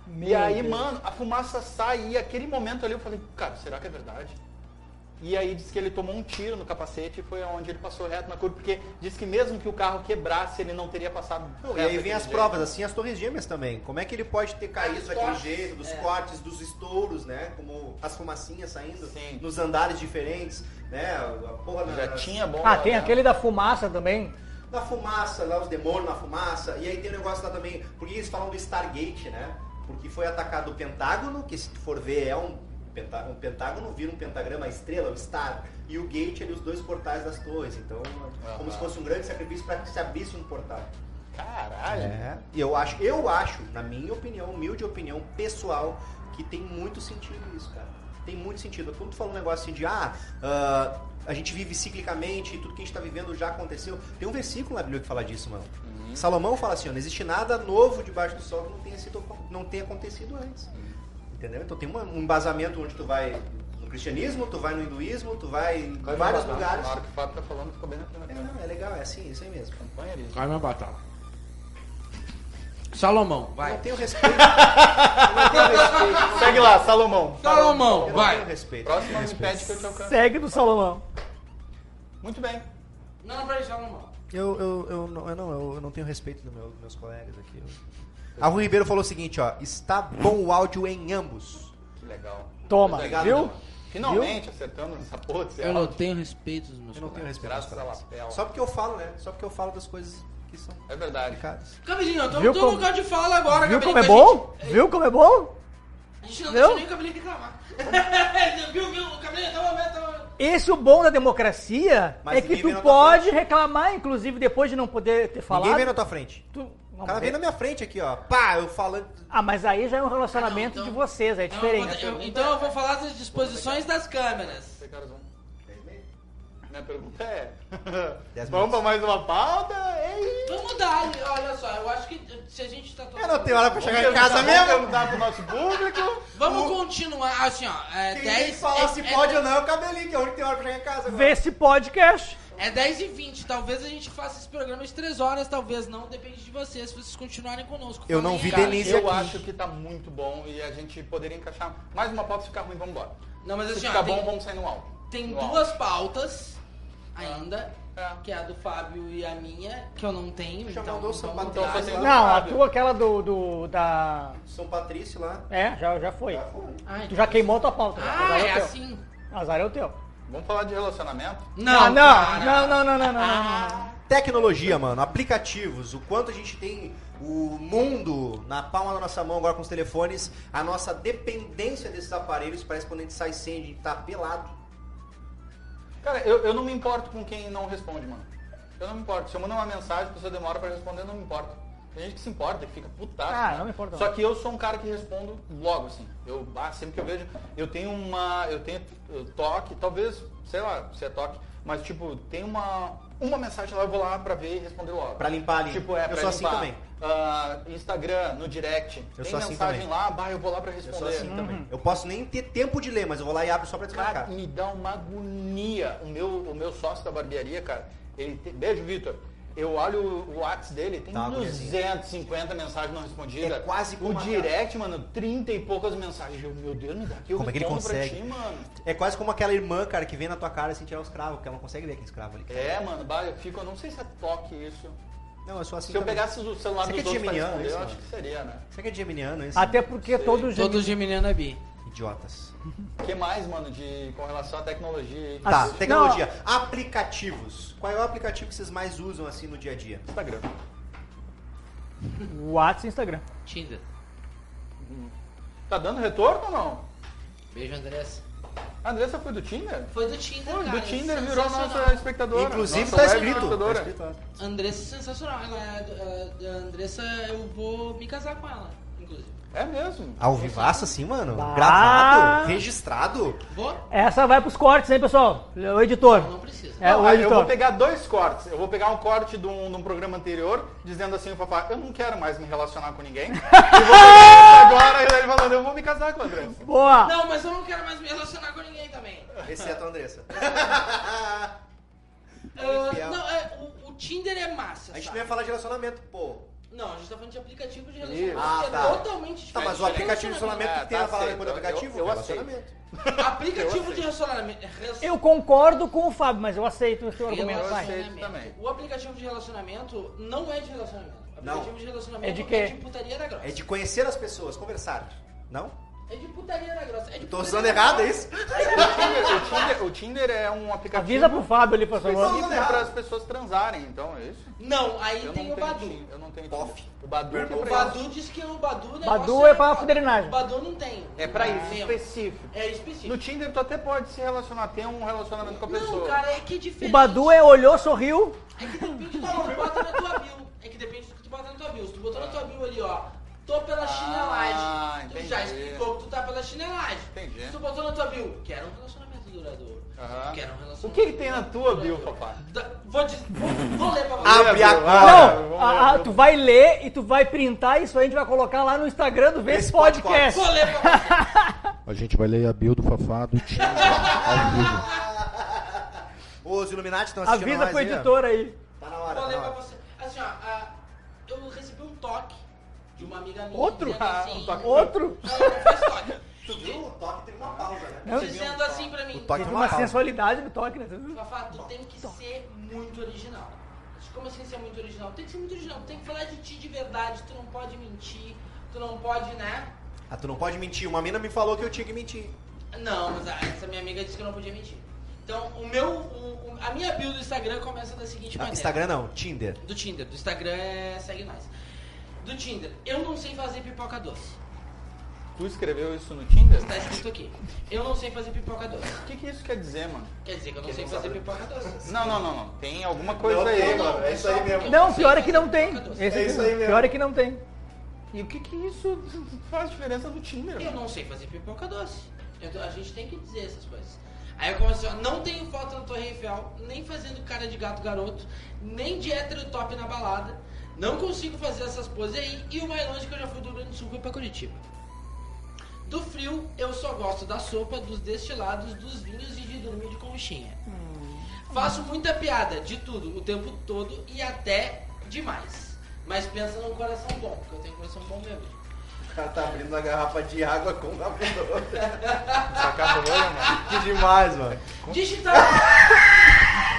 D: E
B: Meu
D: aí,
B: Deus.
D: mano, a fumaça sai e aquele momento ali eu falei, cara, será que é verdade? E aí disse que ele tomou um tiro no capacete e foi onde ele passou reto na curva, porque disse que mesmo que o carro quebrasse, ele não teria passado.
E: E aí vem as provas, assim, as torres gêmeas também. Como é que ele pode ter caído
A: dos
E: daquele
A: cortes,
E: jeito, dos cortes, dos estouros, né? Como as fumacinhas saindo
D: Sim.
E: nos andares diferentes, né? A porra na,
D: Já
E: na-
D: tinha né? bom.
B: Ah, tem aquele da fumaça também.
E: na fumaça, lá os demônios na fumaça. E aí tem um negócio lá também, porque eles falam do Stargate, né? Porque foi atacado o Pentágono, que se tu for ver é um, pentá- um Pentágono, vira um pentagrama, a estrela, o Star. E o Gate, ali, os dois portais das torres. Então, como
D: Aham.
E: se fosse um grande sacrifício para que se abrisse um portal.
D: Caralho.
E: É, e eu acho, eu acho, na minha opinião, humilde opinião pessoal, que tem muito sentido isso, cara. Tem muito sentido. Quando tu fala um negócio assim de, ah, ah, a gente vive ciclicamente e tudo que a gente tá vivendo já aconteceu. Tem um versículo na Bíblia que fala disso, mano.
A: Uhum.
E: Salomão fala assim, ó, não existe nada novo debaixo do sol que não tenha, sido, não tenha acontecido antes.
A: Uhum.
E: Entendeu? Então tem uma- um embasamento onde tu vai no cristianismo, tu vai no hinduísmo, tu vai em
D: Vai
E: vários
A: né?
D: falar,
E: lugares.
D: Na hora que o Fábio tá falando, ficou bem na
E: É,
D: primeira
E: não, é legal, é assim, é isso aí mesmo.
D: campanha ali.
A: Vai minha batalha. Salomão,
E: Não
A: vai.
E: tenho respeito.
F: Segue lá, Salomão.
A: Salomão,
E: Eu não tenho
A: vai.
E: respeito.
D: Próxima me pede que eu te alcance.
B: Segue do Salomão.
D: Muito bem.
A: Não, não, peraí, Salomão.
E: Eu, eu, eu, não, eu, não, eu, eu não tenho respeito do meu- dos meus colegas aqui. Eu... A Rui Ribeiro falou o seguinte, ó. Está bom o áudio em ambos.
D: Que legal.
B: Toma,
D: Obrigado,
B: viu?
D: Dona. Finalmente acertando essa porra de
A: Eu não tenho respeito dos meus
E: Eu não tenho
A: colegas.
E: respeito dos
D: Graças a
E: colegas.
D: lapel.
E: Só porque eu falo, né? Só porque eu falo das coisas que são
D: É verdade.
E: complicadas.
A: Camilinho, eu tô
B: Viu
A: no teu
B: como-
A: lugar de fala agora, Camilinho,
B: Viu como é
A: que a gente-
B: bom? Viu como é bom?
A: A gente não
B: Viu?
A: deixa nem o Camilinho reclamar. Viu, viu? Camilinho, tá uma meta, uma...
B: Esse o bom da democracia
E: Mas
B: é que
E: ninguém vem
B: tu
E: na tua
B: pode reclamar, inclusive depois de não poder ter falado.
E: Ninguém vem na tua frente.
B: tu- não,
E: O cara
B: vem-
E: vem na minha frente aqui, ó. Pá, eu falando...
B: Ah, mas aí já é um
A: Ah,
B: relacionamento
A: não,
B: de
A: então-
B: vocês, é
A: Não,
B: diferente.
A: eu- então eu vou falar das disposições das câmeras.
D: Vocês, caras, vão. Minha pergunta é:
E: Dez
D: vamos
E: minutos.
D: pra mais uma pauta? Ei!
A: Vamos mudar, olha só, eu acho que se a gente tá todo
E: Eu É, não tenho hora pra
D: Vamos
E: chegar em
D: perguntar-
E: casa
D: vamos
E: mesmo.
D: perguntar pro nosso público.
A: Vamos continuar, assim, ó. É
E: Quem
A: 10,
E: tem que falar
A: é,
E: se
A: é-
E: pode ou não é o cabelinho, que é o único que tem hora pra chegar em casa agora.
B: Vê esse podcast.
A: É 10 e 20, talvez a gente faça esse programa de 3 horas, talvez não, depende de vocês, se vocês continuarem conosco.
E: Eu não
A: Falem
E: vi
A: aí.
E: Denise. Esse
D: eu
E: aqui.
D: acho que tá muito bom e a gente poderia encaixar mais uma pauta se ficar ruim, vamos embora.
A: Não, mas
D: Se
A: assim, ó,
D: ficar
A: tem-
D: bom, vamos sair no áudio.
A: Tem
D: Uau.
A: duas pautas ainda,
D: É.
A: que é a do Fábio e a minha, que eu não tenho.
E: Já
A: então,
E: mandou o
A: então então,
E: São
A: não
E: Paulo.
A: traz.
E: Então,
B: Não, a
D: Fábio.
B: tua, aquela do, do- da...
E: São Patrício lá.
B: É, já, já foi.
A: Ah,
B: Tu
E: um
A: então-
B: já queimou a tua pauta. já.
A: Ah,
B: Azar
A: é
B: o teu.
A: assim.
B: Azar é o teu.
D: Vamos falar de relacionamento?
B: Ah,
A: Não,
B: não,
A: cara.
B: não, não, não, não, não, não, não.
E: Tecnologia, mano, aplicativos, o quanto a gente tem o mundo na palma da nossa mão agora com os telefones, a nossa dependência desses aparelhos, parece que quando a gente sai sem, a gente tá pelado.
D: Cara, eu, eu não me importo com quem não responde, mano. Eu não me importo. Se eu mando uma mensagem, a pessoa demora pra responder, eu não me importo. Tem gente que se importa, que fica putaço.
B: Ah,
D: né?
B: não me importo,
D: Só
B: não.
D: que eu sou um cara que respondo logo, assim. Eu, ah, sempre que eu vejo, eu tenho uma. Eu tenho eu toque, talvez, sei lá, se é toque, mas tipo, tem uma. Uma mensagem lá, eu vou lá pra ver e responder logo.
E: Pra limpar ali.
D: Tipo, é,
E: Eu
D: pra
E: sou assim
D: limpar.
E: também.
D: Ah, Instagram, no direct.
E: Eu
D: tem
E: sou assim
D: mensagem
E: também.
D: lá, bah, eu vou lá pra
E: Eu
D: responder. Uhum.
E: sou assim também. Eu posso nem ter tempo de ler, mas eu vou lá e abro só pra
D: Cara,
E: desmarcar.
D: me dá uma agonia. O meu, o meu sócio da barbearia, cara, ele tem... Beijo, Vitor. Eu olho o WhatsApp dele, tem
E: Dá uma agoniazinha.
D: 250 mensagens não respondidas.
E: É quase como
D: O
E: uma-
D: direct, mano, 30 e poucas mensagens. Eu, meu Deus, me dá aqui, eu
E: Como é que ele
D: respondo pra
E: consegue?
D: ti, mano.
E: É quase como aquela irmã, cara, que vem na tua cara assim tirar os cravos, que ela não consegue ver aquele escravo ali.
D: É, mano, bah, eu fico, eu não sei se é toque isso.
E: Não, eu sou assim
D: se eu
E: também.
D: pegasse o celular
E: Você
D: dos
E: que é
D: outros pra
E: geminiano,
D: responder, eu
E: isso,
D: acho
E: mano?
D: que seria, né?
E: Será que é geminiano esse?
B: Até porque todos os
A: Ah, Todo geminiano é bi.
E: Idiotas.
D: O que mais, mano, de, com relação à tecnologia aí?
E: Tá,
B: Assim,
E: tecnologia. Aplicativos. Qual é o aplicativo que vocês mais usam assim no dia a dia?
D: Instagram.
B: WhatsApp e é Instagram.
A: Tinder.
D: Tá dando retorno ou não?
A: Beijo, Andressa.
D: A Andressa foi do Tinder?
A: Foi do Tinder,
D: Foi,
A: cara.
D: do Tinder virou nossa espectadora.
E: Inclusive
D: nossa
E: tá,
D: web
E: escrito, tá
D: espectadora.
E: escrito, ó.
A: Andressa é sensacional. Ela é- a- a Andressa, eu vou me casar com ela, inclusive.
D: É mesmo.
E: Ao vivaço assim, mano?
B: Ah.
E: Gravado? Registrado?
A: Vou?
B: Essa vai pros cortes, hein, pessoal? O editor.
A: Não precisa.
B: É,
D: Não,
B: o
D: aí eu vou
B: editor.
D: pegar dois cortes. Eu vou pegar um corte de um, de um programa anterior, dizendo assim, o Fafá, eu não quero mais me relacionar com ninguém. e vou pegar esse agora, e ele falando, eu vou me casar com a Andressa.
B: Boa!
A: Não, mas eu não quero mais me relacionar com ninguém também.
E: Exceto é a Andressa.
A: Ah,
E: fiel.
A: não, é, o, o Tinder é massa.
E: A gente não
A: sabe?
E: ia falar de relacionamento, pô.
A: Não, a gente tá falando de aplicativo de relacionamento.
E: Ah,
A: que
E: tá.
A: É totalmente diferente.
E: Tá, mas o aplicativo de
A: Relacionamento.
E: relacionamento Ah,
D: É,
E: que tem
D: tá
E: na palavra depois do
D: aceito.
E: aplicativo?
D: Eu- eu aceito.
E: relacionamento.
A: Aplicativo de relacionamento.
B: Eu concordo com o Fábio, mas eu aceito o seu argumento, vai.
D: aceito.
A: Relacionamento.
D: também.
A: O aplicativo de relacionamento não é de relacionamento. O
E: Não.
A: aplicativo de relacionamento
B: É de quê?
A: putaria da grossa.
E: É de conhecer as pessoas, conversar. Não?
A: É de putaria da grossa. É de
E: Tô
A: putaria
E: usando
A: da
E: errado, é
A: grossa.
E: isso?
D: O Tinder, o Tinder- o Tinder é um aplicativo
B: Avisa pro Fábio ali, por favor.
D: específico para as pessoas transarem, então é isso?
A: Não, aí
D: Eu
A: tem
D: não
A: o
D: tenho
A: Badu.
D: Tinder, Eu não tenho
E: Bof.
D: Tinder. O Badu que é
E: O
A: O
D: pra isso.
A: Badu diz que o Badu... o negócio
B: Badu é pra fuderinagem.
A: O Badu não tem.
D: É pra isso,
A: Exemplo.
D: específico.
A: É
D: No
A: específico.
D: Tinder tu até pode se relacionar, ter um relacionamento com a pessoa.
A: Não, cara, é que é
B: O
A: diferente.
B: Badu é olhou, sorriu.
A: É que depende do que tu bota na tua bio. É que depende do que tu bota na tua bio. Se tu botou na tua bio ali, ó, tô pela
D: Ah,
A: chinelagem. Tu já
D: entendi.
A: explicou que tu tá pela chinelagem.
D: Entendi.
A: Se tu botou na tua bio, quero um relacionamento duradouro.
D: Aham.
A: Quero um relacionamento
D: O que, que tem na tua bio, papai? Ah,
A: Da- Vou, diz- vou, vou ler pra você.
E: Abre agora.
B: Não, a-
D: então.
B: a- tu vai ler e tu vai printar isso aí, a gente vai colocar lá no Instagram do Vez
E: Esse
B: Podcast.
A: Vou ler pra você.
G: A gente vai ler a bio do Fafá do time ao vivo.
E: Os Illuminati estão tá assistindo
B: Avisa
E: nós
B: pro
E: aí, ó.
B: editor aí.
E: Tá na hora.
A: Vou
E: tá
A: ler
E: na
A: pra
E: hora.
A: você. Assim, ó, a- eu recebi um toque de uma amiga minha.
D: Outro?
A: dizendo
D: Ah,
A: Assim,
D: um toque.
B: Outro.
A: Não, não faz toque.
E: Tu viu? O toque teve uma pausa, né?
B: Não, teve
A: Dizendo assim pra mim.
E: O toque é
B: uma,
E: teve uma pausa.
B: sensualidade do toque, né?
A: Fafá, tu tem que ser muito original. Mas Como assim ser muito original? Tem que ser muito original, tem que falar de ti de verdade, tu não pode mentir, tu não pode, né?
E: Ah, tu não pode mentir. Uma mina me falou que eu tinha que mentir.
A: Não, mas a- essa minha amiga disse que eu não podia mentir. Então, o meu, o- o- a minha bio do Instagram começa da seguinte
E: Ah,
A: maneira.
E: Instagram não, Tinder.
A: Do Tinder, do Instagram é segue nós. Do Tinder, eu não sei fazer pipoca doce.
D: Tu escreveu isso no Tinder?
A: Tá escrito aqui. Eu não sei fazer pipoca doce.
D: O que, que isso quer dizer, mano?
A: Quer dizer que eu não sei fazer pipoca doce.
D: Não, não, não, não. Tem alguma coisa
E: Não,
D: aí.
E: não, não. É isso aí mesmo.
B: Não, pior é que não tem.
A: Esse...
B: Esse
E: É isso aí mesmo.
B: Pior é que não tem.
D: E o que que isso faz diferença no Tinder?
A: Eu
D: mano?
A: não sei fazer pipoca doce. Eu tô- a gente tem que dizer essas coisas. Aí eu comecei, ó, não tenho foto na Torre Eiffel, nem fazendo cara de gato garoto, nem de hétero top na balada. Não consigo fazer essas poses aí. E o mais longe que eu já fui do Rio Grande do Sul foi pra Curitiba. Do frio, eu só gosto da sopa, dos destilados, dos vinhos e de dormir de conchinha. Faço muita piada de tudo, o tempo todo e até demais. Mas pensa num coração bom, porque eu tenho coração bom mesmo.
E: cara tá abrindo a garrafa de água com uma outra.
D: Sacar rolou, mano.
E: Que demais, mano.
A: Digitar!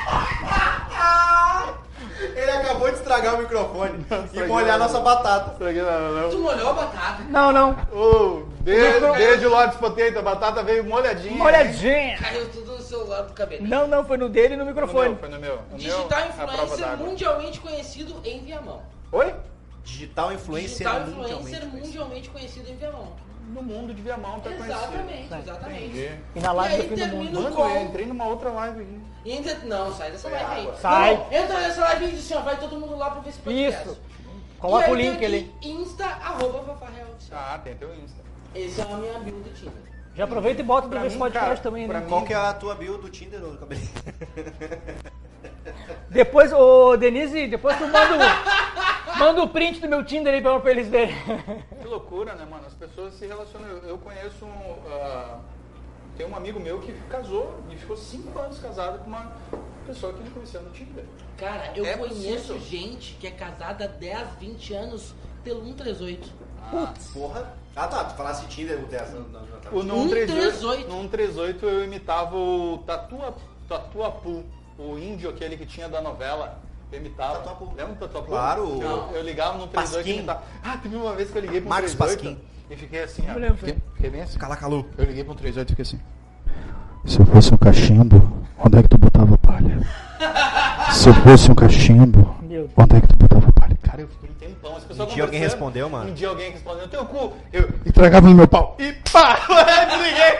E: Ele acabou de estragar o microfone e
D: estraguei
E: molhar
D: nada.
E: nossa batata.
D: Isso aqui não, não.
A: Tu molhou a batata.
B: Não, não.
D: Oh, de,
B: Não, não.
D: desde o Lopes Potato, a batata veio molhadinha. hein?
B: Molhadinha.
A: Caiu tudo no celular do cabelo.
B: Não, não, foi no dele e no
D: No meu,
B: microfone.
D: foi no meu. No meu,
A: Digital
D: a prova
A: influencer
D: d'água.
A: mundialmente conhecido em Viamão.
D: Oi?
E: Digital influencer
A: Digital
E: mundialmente
A: influencer
E: conhecido.
A: mundialmente conhecido em Viamão.
D: No mundo de Viamão tá conhecido.
A: Exatamente, exatamente.
D: Entendi.
B: E na
A: E
B: live do
A: aí
B: fim do mundo.
A: termina o
D: Mano, eu
A: call.
D: entrei numa outra live aqui.
A: E entra- Não, sai dessa live aí.
B: Sai.
A: Não, entra nessa live e diz assim, ó, vai todo mundo lá pra ver esse podcast.
B: Isso. Coloca
A: E
B: o
A: aí tem
B: link ali.
A: aqui, Insta, arroba Fafá Real Oficial.
D: Ah, tem teu Insta.
A: Essa é a minha build do Tinder.
B: Já aproveita e bota do
D: Pra
B: Vez
D: mim,
B: Podcast
D: cara,
B: também.
D: pra
B: né?
E: Qual que é a tua build do Tinder ou do cabelo?
B: Depois, ô Denise, depois tu manda o, manda o print do meu Tinder aí pra, pra eles verem.
D: Que loucura, né, mano? As pessoas se relacionam. Eu, eu conheço um. ah, tem um amigo meu que casou e ficou cinco anos casado com uma pessoa que ele conheceu no Tinder.
A: Cara, eu
D: É
A: conheço
D: possível.
A: gente que é casada há 10, 20 anos pelo 138.
E: Porra. Ah tá, tu falasse Tinder o Tessa. não, não, tá.
D: O no
A: 138.
D: 138, no 138 eu imitava o Tatua, Tatuapu, o índio aquele que tinha da novela. Eu imitava.
E: Tatuapu.
D: Lembra do Tatuapu?
E: Claro.
D: Eu, eu ligava no 138 e
E: Pasquim.
D: imitava. Ah, teve uma vez que eu liguei pro
E: Marcos
D: 138 e fiquei assim, ó.
B: Eu lembro.
D: Fiquei, fiquei bem assim.
E: Calacalu.
D: Eu liguei pro 138 e fiquei assim.
G: Se eu fosse um cachimbo, onde é que tu botava a palha? Se eu fosse um cachimbo,
B: Meu Deus.
G: onde é que tu botava a palha? Cara,
D: Cara, eu fiquei um tempão. As pessoas
E: Um dia alguém
D: conversando.
E: respondeu, mano.
D: Um dia alguém respondeu, teu cu. Eu
G: entregava no meu pau.
D: e pá, eu desliguei.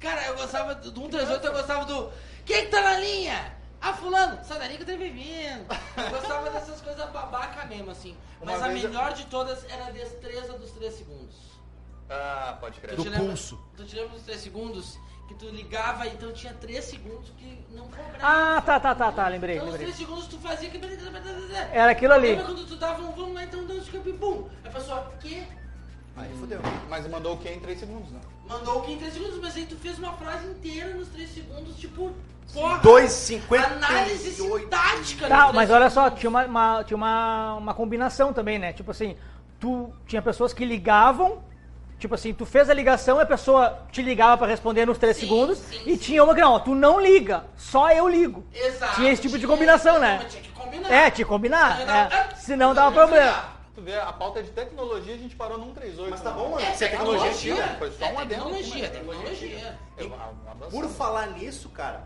A: Cara, eu gostava do do 138, eu gostava do. Quem que tá na linha? Ah, fulano, sai da linha que eu tô bebendo. Eu gostava dessas coisas babaca mesmo, assim.
D: Uma
A: Mas a
D: vez eu-
A: melhor de todas era a destreza dos 3 segundos.
D: Ah, pode crer.
E: Do
A: te lembra-
E: pulso.
A: Tu te lembra dos 3 segundos? Que tu ligava, então tinha 3 segundos que não cobrava.
B: Ah, tá, tá, tá, tá, lembrei,
A: Então nos
B: lembrei.
A: 3 segundos tu fazia que.
B: Era aquilo ali.
A: Lembra quando tu dava um vamos lá então dando de campo e bum? A pessoa, quê?
E: Aí fodeu.
D: Mas mandou o quê em 3 segundos, né?
A: Mandou o que em 3 segundos, mas aí tu fez uma frase inteira nos 3 segundos, tipo, porra!
E: 2,58.
A: Análise sintática,
B: Tá,
A: nos
B: mas
A: três
B: olha só,
A: segundos.
B: tinha, uma, uma- tinha uma, uma combinação também, né? Tipo assim, tu tinha pessoas que ligavam, tipo assim, tu fez a ligação e a pessoa te ligava pra responder nos 3
A: Sim,
B: segundos,
A: sim,
B: e
A: sim.
B: tinha uma que não, tu não liga, só eu ligo.
A: Exato.
B: Tinha esse tipo de combinação, né?
A: Tinha tipo que combinar.
B: É, tinha que combinar, é. senão dava problema.
D: Tu vê, a pauta é de tecnologia a gente parou num 38.
E: Mas tá
D: né?
E: bom, mano.
A: É
E: Se a tecnologia
A: tecnologia.
E: tira.
D: Foi só
A: É
D: um adendo.
A: tecnologia,
D: aqui, mas
A: tecnologia.
D: tira. Eu- ah, a- a- avançou.
E: Por falar nisso, cara,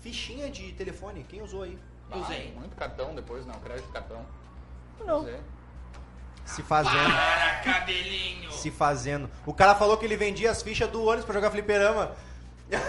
E: fichinha de telefone, quem usou aí?
D: Ah,
A: Eu usei.
D: Muito cartão depois, não. Crédito cartão.
B: Não.
D: Usei.
E: Se fazendo.
A: Para, cabelinho.
E: Se fazendo. O cara falou que ele vendia as fichas do ônibus pra jogar fliperama.
A: Mas,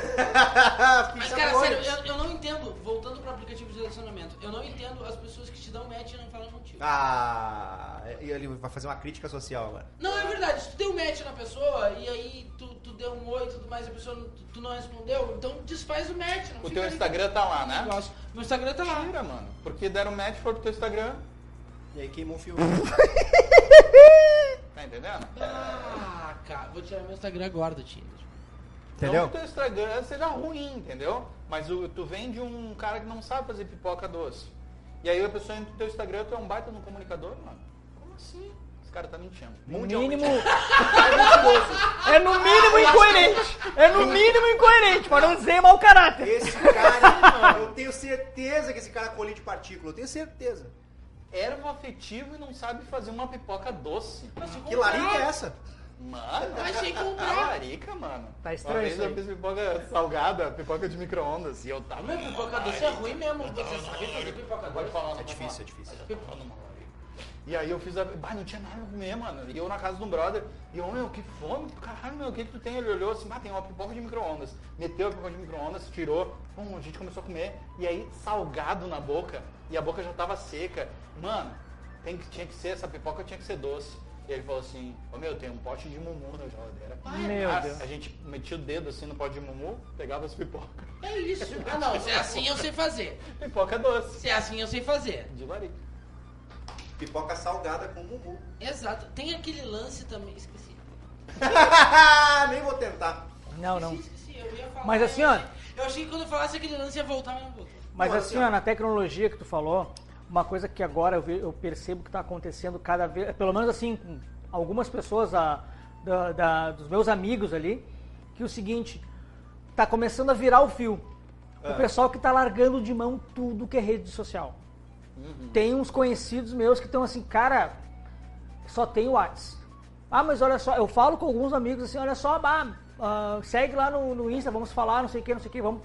E: Ficha
A: cara,
E: do
A: sério,
E: ônibus.
A: eu, eu não entendo, voltando pro aplicativo de relacionamento, eu não entendo as pessoas que te dão match e não falam contigo.
E: Ah, e ele vai fazer uma crítica social agora.
A: Não, é verdade, se tu deu match na pessoa e aí tu, tu deu um oi e tudo mais, a pessoa não- tu, tu não respondeu, então desfaz o match. Não
D: O
A: fica
D: teu
A: ali
D: Instagram tá lá,
A: com esse
D: né?
A: negócio. Meu Instagram tá lá.
D: Tira, mano. Porque deram match, foi pro teu Instagram.
E: E aí queimou o filme.
D: Tá entendendo?
A: Ah, cara, vou tirar meu Instagram agora do Tinder.
D: Não
E: Entendeu?
D: que o teu Instagram seja ruim, entendeu? Mas o- tu vende um cara que não sabe fazer pipoca doce. E aí a pessoa entra no teu Instagram, tu é um baita no comunicador, mano. Como assim? Esse cara tá mentindo.
B: No mínimo. é no mínimo incoerente. É no mínimo incoerente, pra não dizer mau caráter.
E: Esse cara, eu tenho certeza que esse cara colhe de partícula, eu tenho certeza.
D: Erva afetivo e não sabe fazer uma pipoca doce.
A: Mas se
E: Que
A: comprar,
E: larica é essa?
D: Mano,
A: Eu achei que comprava.
D: tá larica, mano.
B: Tá estranho
D: Uma vez
B: isso aí.
D: eu fiz pipoca salgada, pipoca de micro-ondas, e eu tava...
A: Meu pipoca doce é ruim mesmo, você sabe fazer pipoca
D: Pode
A: doce.
D: falar,
E: É
D: pode
E: difícil,
D: falar.
E: é difícil.
D: E aí eu fiz a. Bah, não tinha nada pra comer, mano. E eu na casa de um brother. E eu, meu, que fome. Caralho, meu, o que, que tu tem? Ele olhou assim, bah, tem uma pipoca de micro-ondas. Meteu a pipoca de micro-ondas, tirou. Bom, a gente começou a comer. E aí, salgado na boca. E a boca já tava seca. Mano, tem que, tinha que ser, essa pipoca tinha que ser doce. E ele falou assim, ô meu, tem um pote de mumu na geladeira.
B: Meu
D: Ah,
B: Deus.
D: A gente metia o dedo assim no pote de mumu, pegava as pipocas.
A: É isso. Ah, não, se é assim eu sei fazer.
D: Pipoca doce.
A: Se é assim eu sei fazer.
D: De larica.
E: Pipoca salgada com mumu.
A: Exato. Tem aquele lance também, esqueci.
E: Nem vou tentar.
B: Não,
D: Então.
B: não.
A: Esqueci, esqueci, eu ia falar.
B: Mas assim,
A: eu
B: ó.
A: achei- Eu achei que quando eu falasse aquele lance ia voltar, mas não voltou.
B: Mas
E: Não,
B: assim,
E: assim, ó.
B: ó, na tecnologia tá que tu falou, uma coisa que agora eu, ve- eu percebo que está acontecendo cada vez, pelo menos assim, com algumas pessoas a- da- da- dos meus amigos ali, que é o seguinte, tá começando a virar o fio. O pessoal que tá largando de mão tudo que é rede social. Tem uns conhecidos meus que estão assim, cara, só tem Whats. Ah, mas olha só, eu falo com alguns amigos assim, olha só, bah, ah, segue lá no, no Insta, vamos falar, não sei o que, não sei o que, vamos.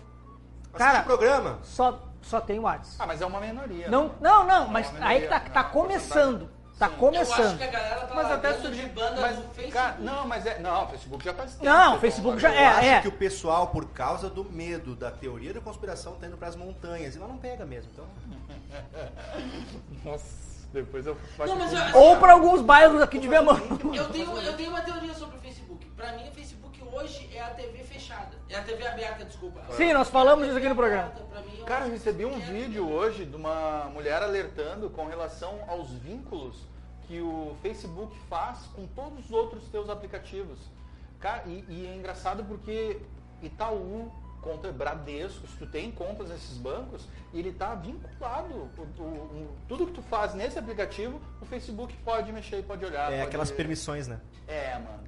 E: Cara,
B: Cara,
E: programa.
B: só, só tem Whats.
D: Ah, mas é uma minoria.
B: Não,
D: né?
B: não, não, mas
D: Não,
B: aí que tá,
D: não,
B: tá
D: não,
B: começando. Tá
A: Eu acho que
B: começando.
A: a galera tá
D: Mas até
A: largando
D: surgiu.
A: de banda
D: mas,
A: no Facebook.
D: cara, não, mas é. Não, o Facebook já faz tempo.
B: Não,
D: que
B: o Facebook
D: eu-
B: já
E: Eu
B: é.
E: acho que o pessoal, por causa do medo da teoria da conspiração, tá indo pras montanhas. E lá não pega mesmo. Então,
B: é.
D: Nossa, depois eu faço.
A: Não, mas eu,
B: Ou pra alguns bairros aqui de Viamão.
A: eu, tenho, eu tenho uma teoria sobre o Facebook. Pra mim, o Facebook hoje é a TV fechada. É a TV aberta, desculpa.
B: Sim, nós falamos isso aqui no programa.
A: Pra mim, eu
D: Cara, eu
A: acho
D: recebi um
A: que é-
D: vídeo hoje de uma mulher alertando com relação aos vínculos que o Facebook faz com todos os outros teus aplicativos. Cara, e, e é engraçado porque Itaú, conta Bradesco, se tu tem contas nesses bancos, ele tá vinculado. O- o- o- tudo que tu faz nesse aplicativo, o Facebook pode mexer e pode olhar.
E: é
D: pode-
E: aquelas permissões, né?
D: É, mano.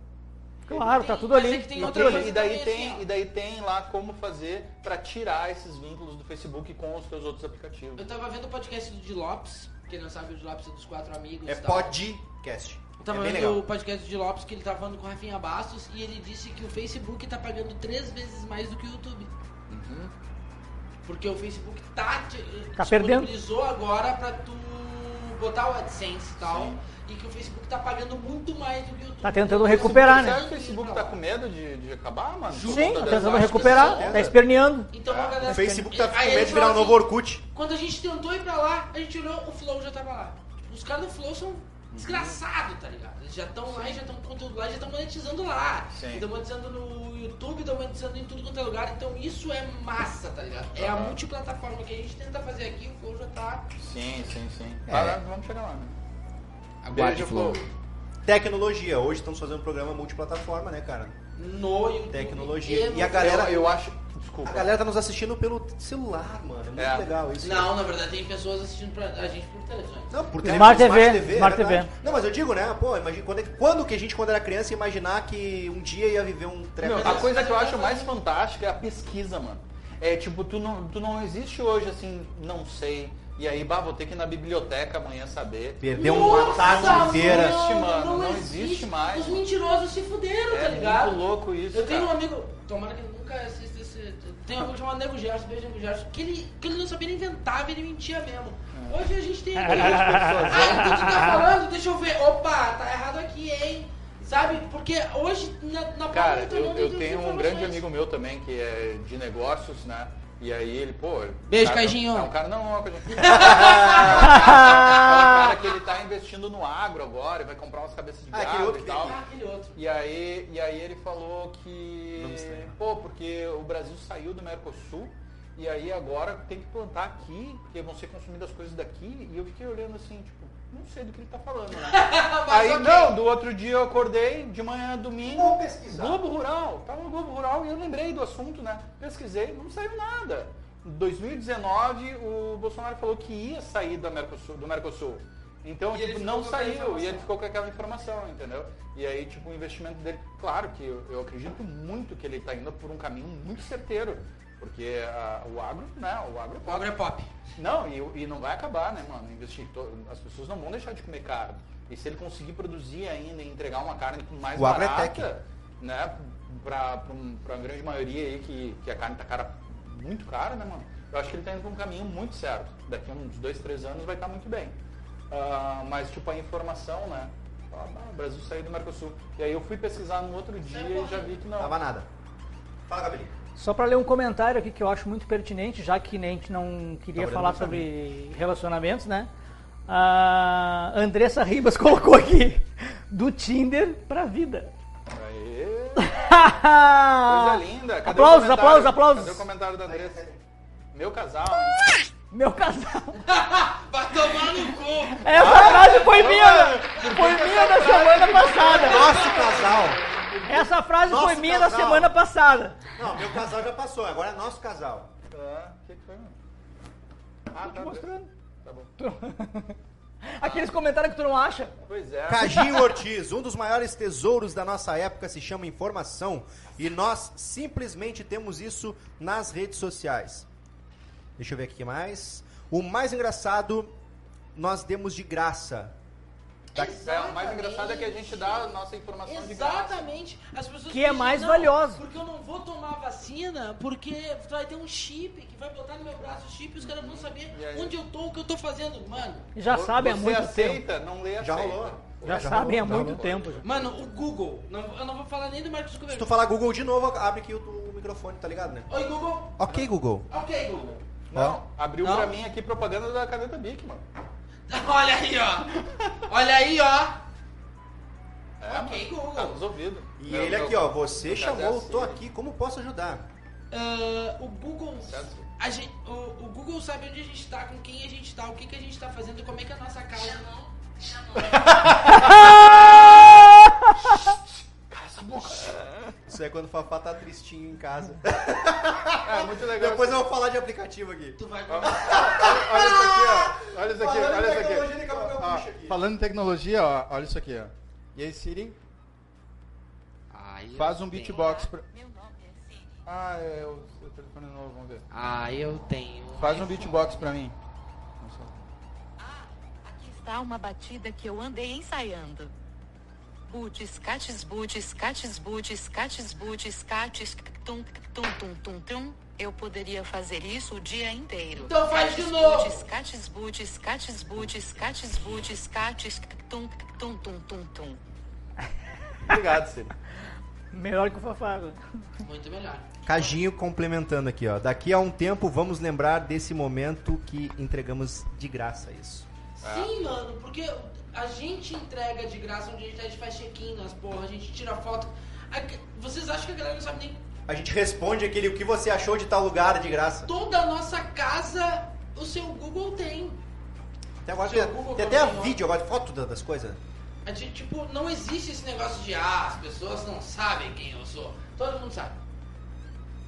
B: Claro, tá tudo
A: Mas
B: ali.
A: é que tem
B: tá
A: outra
B: tudo
A: coisa
D: E
B: ali.
D: daí,
A: também,
D: tem,
A: assim, ó.
D: e daí tem lá como fazer para tirar esses vínculos do Facebook com os teus outros aplicativos.
A: Eu tava vendo o podcast do Di Lopes, quem não sabe, o Di Lopes é dos quatro amigos.
E: É
A: e tal.
E: podcast.
A: Eu
E: É
A: tava
E: bem
A: vendo
E: legal.
A: o podcast do Di Lopes que ele tava falando com o Rafinha Bastos e ele disse que o Facebook tá pagando três vezes mais do que o YouTube.
E: Uhum.
A: Porque o Facebook tá, te-
B: Tá perdendo.
A: disponibilizou agora pra tu botar o AdSense e tal.
D: Sim.
A: E que o Facebook tá pagando muito mais do que o YouTube.
B: Tá tentando recuperar,
D: Será que
B: né?
D: o Facebook tá com medo de, de acabar, mano?
B: Sim,
D: Por
B: tá
D: conta
B: tentando
D: das
B: recuperar,
D: aspas,
B: tá esperneando.
A: Então, a galera,
E: O Facebook tá com
A: Aí
E: medo
A: ele
E: de virar o
A: falou
E: novo
A: assim,
E: Orkut.
A: Quando a gente tentou ir pra lá, a gente olhou, o Flow já tava lá. Tipo, Os caras do Flow são desgraçados, tá ligado? Eles já estão lá, e já estão conteúdo lá, e já estão monetizando lá.
D: Sim.
A: Estão monetizando no YouTube, estão monetizando em tudo quanto é lugar. Então isso é massa, tá ligado? É a
D: Aham.
A: multiplataforma que a gente tenta fazer aqui, o Flow já tá.
D: Sim, sim, sim.
E: É.
D: Vai lá, vamos chegar lá. né? Beijo, Flo.
E: Tecnologia. Hoje estamos fazendo um programa multiplataforma, né, cara?
A: No YouTube. é
E: Tecnologia.
A: no
E: E a galera,
D: Eu, eu acho...
E: a
D: Desculpa.
E: galera tá nos assistindo pelo celular, mano. É muito
D: É.
E: legal isso.
A: Não, na verdade tem pessoas assistindo pra a gente por televisão.
E: Não, por
B: Smart
E: telefone,
B: TV, Smart
E: é verdade.
B: TV.
E: Não, mas eu digo, né? Pô, imagina, quando, é que- quando que a gente, quando era criança, ia imaginar que um dia ia viver um treco
D: Meu,
A: Mas
D: a
A: isso
D: coisa que eu
A: tá
D: acho
A: bom.
D: mais fantástica é a pesquisa, mano. É tipo, tu não, tu não existe hoje assim, não sei. E aí, bah, vou ter que ir na biblioteca amanhã saber.
E: Perdeu uma
A: Nossa,
E: tarde
A: mano,
E: inteira.
D: não. mano, existe
A: Os
D: mais.
A: mentirosos se fuderam, tá
D: É
A: ligado?
D: muito louco isso.
A: Eu tenho um
D: cara.
A: amigo, tomara que ele nunca assista esse. Tem um amigo chamado Nego Gerson, beijo Nego Gerson, que ele, que ele não sabia nem inventar, ele mentia mesmo. Hoje a gente tem. ah, então tu tá falando, deixa eu ver. Opa, tá errado aqui, hein? Sabe? Porque hoje na, na
D: Cara,
A: palma do
D: eu,
A: mundo
D: eu
A: tem
D: tenho um
A: informações.
D: grande amigo meu também que é de negócios, né? E aí ele, pô. ele-
A: Beijo,
D: cara,
A: Caijinho.
D: Não, cara, não, não, Caijinho. É um cara que ele tá investindo no agro agora e vai comprar umas cabeças de
E: Ah, aquele
D: gado
E: outro
D: e
E: que
D: tal.
A: Ah, aquele outro.
D: E aí, e aí ele falou que.
E: Não me estranha.
D: Pô, porque o Brasil saiu do Mercosul e aí agora tem que plantar aqui, porque vão ser consumidas as coisas daqui. E eu fiquei olhando assim, tipo, não sei do que ele tá falando, né? aí
A: ok.
D: não, do outro dia eu acordei, de manhã, domingo.
E: Vou pesquisar.
D: Globo Rural, tava no Globo Rural e eu lembrei do assunto, né? Pesquisei, não saiu nada. Em 2019, o Bolsonaro falou que ia sair da Mercosul- do Mercosul. Então,
A: E ele
D: tipo,
A: ficou
D: não
A: com aquela
D: saiu. E
A: informação.
D: ele ficou com aquela informação, entendeu? E aí, tipo, o investimento dele. Claro que eu, eu acredito muito que ele tá indo por um caminho muito certeiro. Porque a- o agro, né? O agro
A: O agro é pop.
D: não, e, e não vai acabar, né, mano? Investir to- As pessoas não vão deixar de comer carne. E se ele conseguir produzir ainda e entregar uma carne mais
E: O agro é tech.
D: barata, né? Pra, pra, um- pra grande maioria aí que, que a carne tá cara, muito cara, né, mano? Eu acho que ele tá indo pra um caminho muito certo. Daqui a uns dois, três anos vai estar muito bem. Ah, mas tipo a informação, né? Ah, não, o Brasil saiu do Mercosul. E aí eu fui pesquisar no outro dia e já vi que não.
E: Tava nada. Fala, Gabriel.
B: Só pra ler um comentário aqui que eu acho muito pertinente, já que nem a gente não queria
E: Tá olhando
B: falar
E: pra
B: sobre relacionamentos, né? A Andressa Ribas colocou aqui do Tinder pra vida.
D: Aê, coisa
E: Ah,
B: Coisa
D: linda. Cadê o
B: Aplausos,
D: comentário?
B: aplausos, aplausos.
D: Cadê o comentário da Andressa? Meu casal.
B: Meu casal.
A: Vai tomar no cu!
B: Essa frase foi minha. Foi minha da semana passada.
E: Nosso casal.
B: Essa frase
E: Nosso
B: foi minha da
E: casal.
B: semana passada.
E: Não, meu casal já passou, agora é nosso casal.
D: Ah, o que que foi, mano? Ah, tá.
B: mostrando.
D: Tá bom.
B: Aqueles comentários que tu não acha.
D: Pois é.
E: Cajinho Ortiz, um dos maiores tesouros da nossa época se chama informação e nós simplesmente temos isso nas redes sociais. Deixa eu ver aqui mais. O mais engraçado nós demos de graça.
D: Da- é, o mais engraçado é que a gente dá a nossa informação de graça.
A: Exatamente. As pessoas
B: Que é
A: pensam,
B: mais
A: "Não,
B: valioso."
A: Porque eu não vou tomar a vacina, porque vai ter um chip que vai botar no meu braço o chip e os caras vão saber
D: E aí?
A: onde eu tô, o que eu tô fazendo. Mano,
B: Já
D: Você
B: sabem há muito tempo.
D: aceita, não lê
E: Já
D: aceita.
E: rolou.
B: Já,
E: rolou,
B: sabem há
E: já tá
B: muito
E: rolou.
B: tempo. já.
A: mano, o Google. Não- eu não vou falar nem do Marcos
E: Se
A: Zuckerberg.
E: tu falar Google de novo, abre aqui o, o microfone, tá ligado, né?
A: Oi, Google.
E: Ok, Google.
A: Ok, Google.
D: Não, abriu
A: Não?
D: pra mim aqui propaganda da caneta Bic, mano.
A: Olha aí, ó. Olha aí, ó. ok,
D: Tá
A: Google.
D: nos ouvidos.
E: E
D: Meu-
E: ele
D: meu-
E: aqui, ó, você
D: meu caso é
E: chamou, tô
D: assim.
E: aqui, como posso ajudar?
A: Ah, o Google.
D: Tá Certo.
A: a gen- o, o Google sabe onde a gente tá, com quem a gente tá, o que, que a gente tá fazendo, como é que é a nossa causa.
H: Chamou, chamou.
E: Isso é quando o Fafá tá tristinho em casa.
D: É, muito legal.
E: Depois eu vou falar de aplicativo aqui.
A: Tu vai
D: Olha isso aqui, ó. Olha isso aqui,
E: Falando em
D: olha
E: tecnologia,
D: isso aqui.
E: daqui a pouco eu
D: Ó,
E: puxo aqui.
I: Falando em tecnologia, ó, olha isso aqui, ó. E aí, Siri,
A: Ai, eu
I: faz um
A: tenho.
I: beatbox pra...
H: Meu nome é Siri.
I: Ah, é o o telefone novo, vamos ver.
A: Ah, eu tenho.
I: Faz um beatbox pra mim.
H: Ah, aqui está uma batida que eu andei ensaiando. Budes, cates, budes, cates, budes, cates, budes, cates, tum, tum, tum, tum, tum. Eu poderia fazer isso o dia inteiro.
A: Então faz de
H: Cates,
A: novo.
H: Budes, cates, budes, cates, budes, cates, budes, cates, tum, tum, tum, tum, tum.
D: Obrigado, Ciro.
B: Melhor que o Fafá. né?
A: Muito melhor.
E: Cajinho complementando aqui, ó. Daqui a um tempo vamos lembrar desse momento que entregamos de graça isso.
A: Sim, mano, porque a gente entrega de graça onde a gente, tá, a gente faz check-in nas porra, a gente tira foto. A- vocês acham que a galera não sabe nem
E: A gente responde aquele o que você achou de tal lugar de graça.
A: toda a nossa casa o seu Google tem.
E: Até agora
A: Seu
E: tem,
A: Google
E: tem até
A: também, ó.
E: vídeo agora, foto da- das coisas.
A: A gente, tipo, não existe esse negócio de ah, as pessoas não sabem quem eu sou. Todo mundo sabe.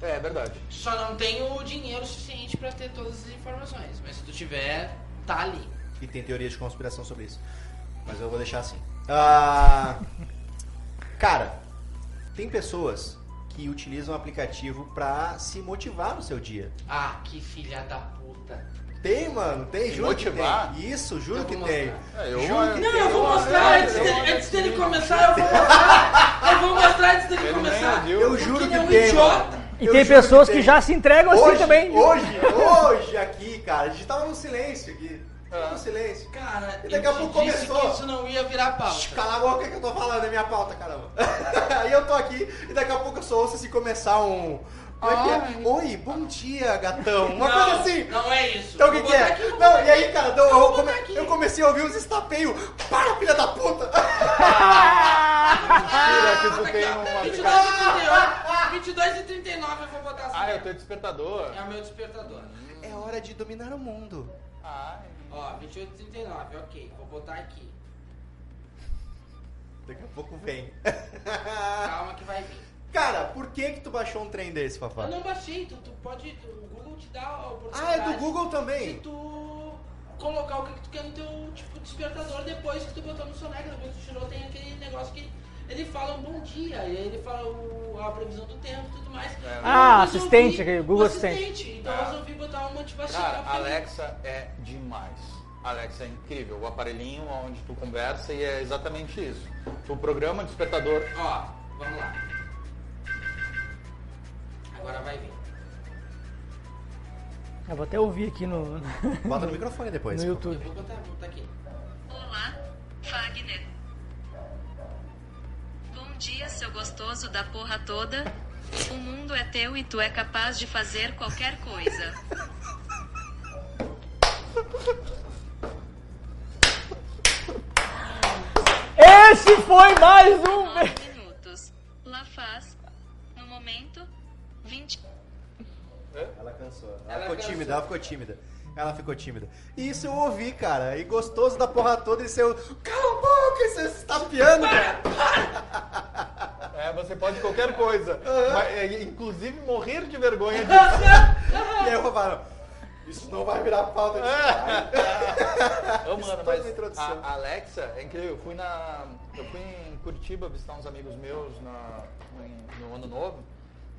D: É, é verdade.
A: Só não tem o dinheiro suficiente pra ter todas as informações. Mas se tu tiver, tá ali.
E: E tem teoria de conspiração sobre isso. Mas eu vou deixar assim. Ah, cara, tem pessoas que utilizam o aplicativo pra se motivar no seu dia.
A: Ah, que filha da puta.
E: Tem, mano, tem,
D: Se
E: juro que
D: motivar?
E: tem. Isso, juro
A: Eu
E: que
A: vou
E: tem.
D: É, eu-
E: juro que
A: Não,
E: tem.
A: eu vou mostrar antes, dele, antes dele começar, eu vou mostrar. Eu vou mostrar antes dele
D: Ele nem
A: começar.
D: ouviu.
E: Eu juro
A: Porque
E: que
A: ele é um
E: tem.
A: idiota.
E: mano.
B: E
E: Eu
B: tem
E: juro
B: pessoas que,
E: tem.
B: já se entregam assim
E: hoje,
B: também.
E: Hoje, hoje aqui, cara, a gente tava no silêncio aqui. Tava
A: Ah.
E: no silêncio.
A: Cara,
E: E daqui
A: eu
E: a pouco
A: te disse
E: começou.
A: que isso não ia virar pauta.
E: Cala a boca que eu tô falando, é minha pauta, caramba. Aí eu tô aqui e daqui a pouco eu só ouço assim começar um. Como é que é? Oi, bom dia, gatão. Uma
A: não,
E: coisa assim.
A: Não é isso.
E: Então o que,
A: Vou
E: que
A: botar
E: é?
A: aqui, vou
E: não,
A: botar
E: e aí,
A: aqui.
E: cara, não, eu,
A: Vou botar
E: come-
A: aqui.
E: eu comecei a ouvir uns estapeios. Para, filha da puta!
D: Ciro, aqui
A: Bota
D: tu
A: aqui,
D: tem
A: ó.
D: um
A: 22
D: aplicativo.
A: e
E: Ah,
A: 39. 22 e 39 eu vou botar assim.
D: Ah, eu tenho despertador.
A: É o meu despertador.
E: É hora de dominar o mundo.
D: Ai.
A: Ó, 28 e 39, ok. Vou botar aqui.
E: Daqui a pouco vem. Ah.
A: Calma que vai vir.
E: Cara, por que que tu baixou um trem desse,
A: Eu
E: Fafá?
A: não baixei, tu, tu pode. tu- o Google te dá a
E: Ah,
A: oportunidade.
E: é do Google
A: Se
E: também.
A: tu colocar o que que tu quer no teu tipo, despertador depois que tu botou no soneca, depois que tu tirou, tem aquele negócio que ele fala um bom dia, e aí ele fala o- a previsão do tempo e tudo mais. Então, Eu
B: Ah,
A: resolvi-
B: assistente, aquele Google
A: Então eu
D: Ah.
A: resolvi botar uma motivação
D: Cara,
A: pra mim.
D: Alexa é demais. Alexa é incrível. O aparelhinho onde tu conversa e é exatamente isso. Tu programa o despertador.
A: Ó, vamos lá. Agora vai vir.
B: Eu vou até ouvir aqui no,
E: Bota no microfone depois. pô.
B: no
A: Eu
B: YouTube.
A: vou botar, vou botar aqui.
H: Olá, Fagner. Bom dia, seu gostoso da porra toda. O mundo é teu e tu é capaz de fazer qualquer coisa.
B: Esse foi mais um.
H: Nove minutos. Lá faz, no momento, 20.
E: Ela cansou. Ela, ficou tímida, ela ficou tímida. Ela ficou tímida. E isso eu ouvi, cara. E gostoso da porra toda e seu. Cala a boca, você está piando, cara.
D: É, você pode qualquer coisa. Mas, é, inclusive morrer de vergonha de
E: E aí eu falo. Isso não vai virar pauta de
D: Ô,
E: Isso
D: mano,
E: toda uma
D: mas
E: introdução.
D: a Alexa é incrível. Eu fui, na, eu fui em Curitiba visitar uns amigos meus na, em- no Ano Novo.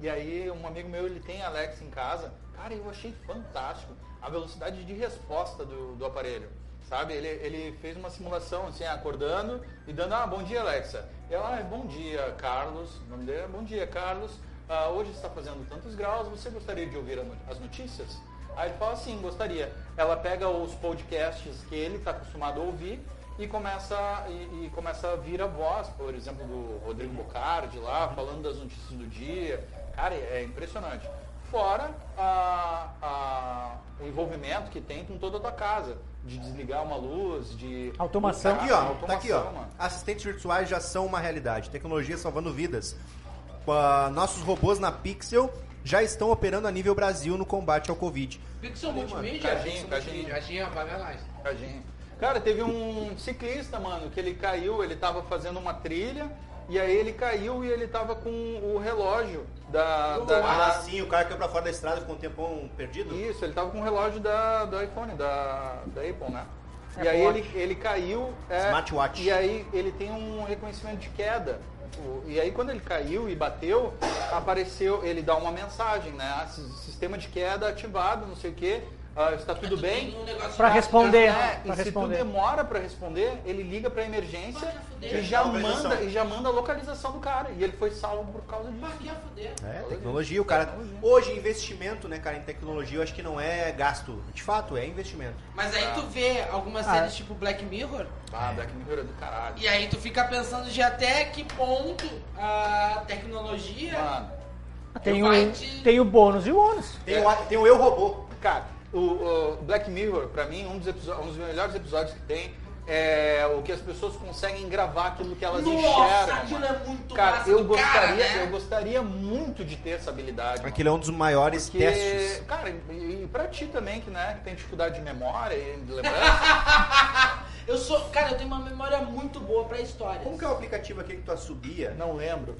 D: E aí, um amigo meu, ele tem a Alexa em casa. Cara, eu achei fantástico a velocidade de resposta do, do aparelho. Sabe? Ele, ele fez uma simulação, assim, acordando e dando, ah, bom dia, Alexa. E ela, ah, bom dia, Carlos. O nome dele é, bom dia, Carlos. Ah, hoje está fazendo tantos graus, você gostaria de ouvir a no- as notícias? Aí ele fala assim, gostaria. Ela pega os podcasts que ele está acostumado a ouvir e começa, e, e começa a vir a voz, por exemplo, do Rodrigo Bocardi lá, falando das notícias do dia. Cara, é impressionante. Fora a- a- o envolvimento que tem com toda a tua casa. De desligar uma luz, de...
B: Automação.
E: Tá aqui, ó.
D: Automação,
E: Tá aqui, ó.
D: mano.
E: Assistentes virtuais já são uma realidade. Tecnologia salvando vidas. Ah, nossos robôs na Pixel já estão operando a nível Brasil no combate ao Covid.
A: Pixel é um multimídia?
D: Cajinho, cajinho.
A: Cajinho, apaga a live.
D: Tadinho. Cara, teve um ciclista, mano, que ele caiu, ele tava fazendo uma trilha, e aí ele caiu e ele tava com o relógio da. da-
E: Ah,
D: da-
E: sim, o cara caiu pra fora da estrada ficou um tempão perdido?
D: isso, ele tava com o relógio da, do iPhone, da, da Apple, né? E aí
B: Watch.
D: ele, ele caiu. é,
E: Smartwatch.
D: E aí ele tem um reconhecimento de queda. O- E aí quando ele caiu e bateu, apareceu, ele dá uma mensagem, né? Ah, sis- sistema de queda ativado, não sei o quê. ah, está tudo bem?
A: Tem um negócio
B: Pra
A: lá.
B: responder.
D: É,
B: pra
D: e se tu
B: responder.
D: demora pra responder, ele liga pra emergência
A: Vai fuder.
D: e já,
E: Dá localização.
D: manda, e já manda a localização do cara. E ele foi salvo por causa
A: Pra
D: disso.
A: que a fuder?
E: É, tecnologia, o cara. Hoje, investimento, né, cara, em tecnologia, eu acho que não é gasto. De fato, é investimento.
A: Mas aí tu vê algumas
B: Ah.
A: séries tipo Black Mirror,
D: Ah, Black Mirror é do caralho.
A: e aí tu fica pensando de até que ponto a tecnologia.
D: Mano,
B: Tem
A: Vai
B: o,
A: de-
B: tem o bônus e o ônus.
D: É.
E: Tem o, tem o Eu Robô.
D: cara, o, o Black Mirror, pra mim, um dos, episo- um dos melhores episódios que tem é o que as pessoas conseguem gravar aquilo que elas
A: Nossa,
D: enxergam.
A: aquilo
D: mano.
A: é muito
D: Cara,
A: massa
D: eu
A: do cara,
D: gostaria,
A: né?
D: eu gostaria muito de ter essa habilidade. mano.
E: Aquilo é um dos maiores
D: Porque,
E: testes.
D: cara, e, e pra ti também, que, né, que tem dificuldade de memória e de lembrança.
A: Eu sou. Cara, eu tenho uma memória muito boa pra história.
E: Como que é o aplicativo aqui que tu subia?
D: não lembro.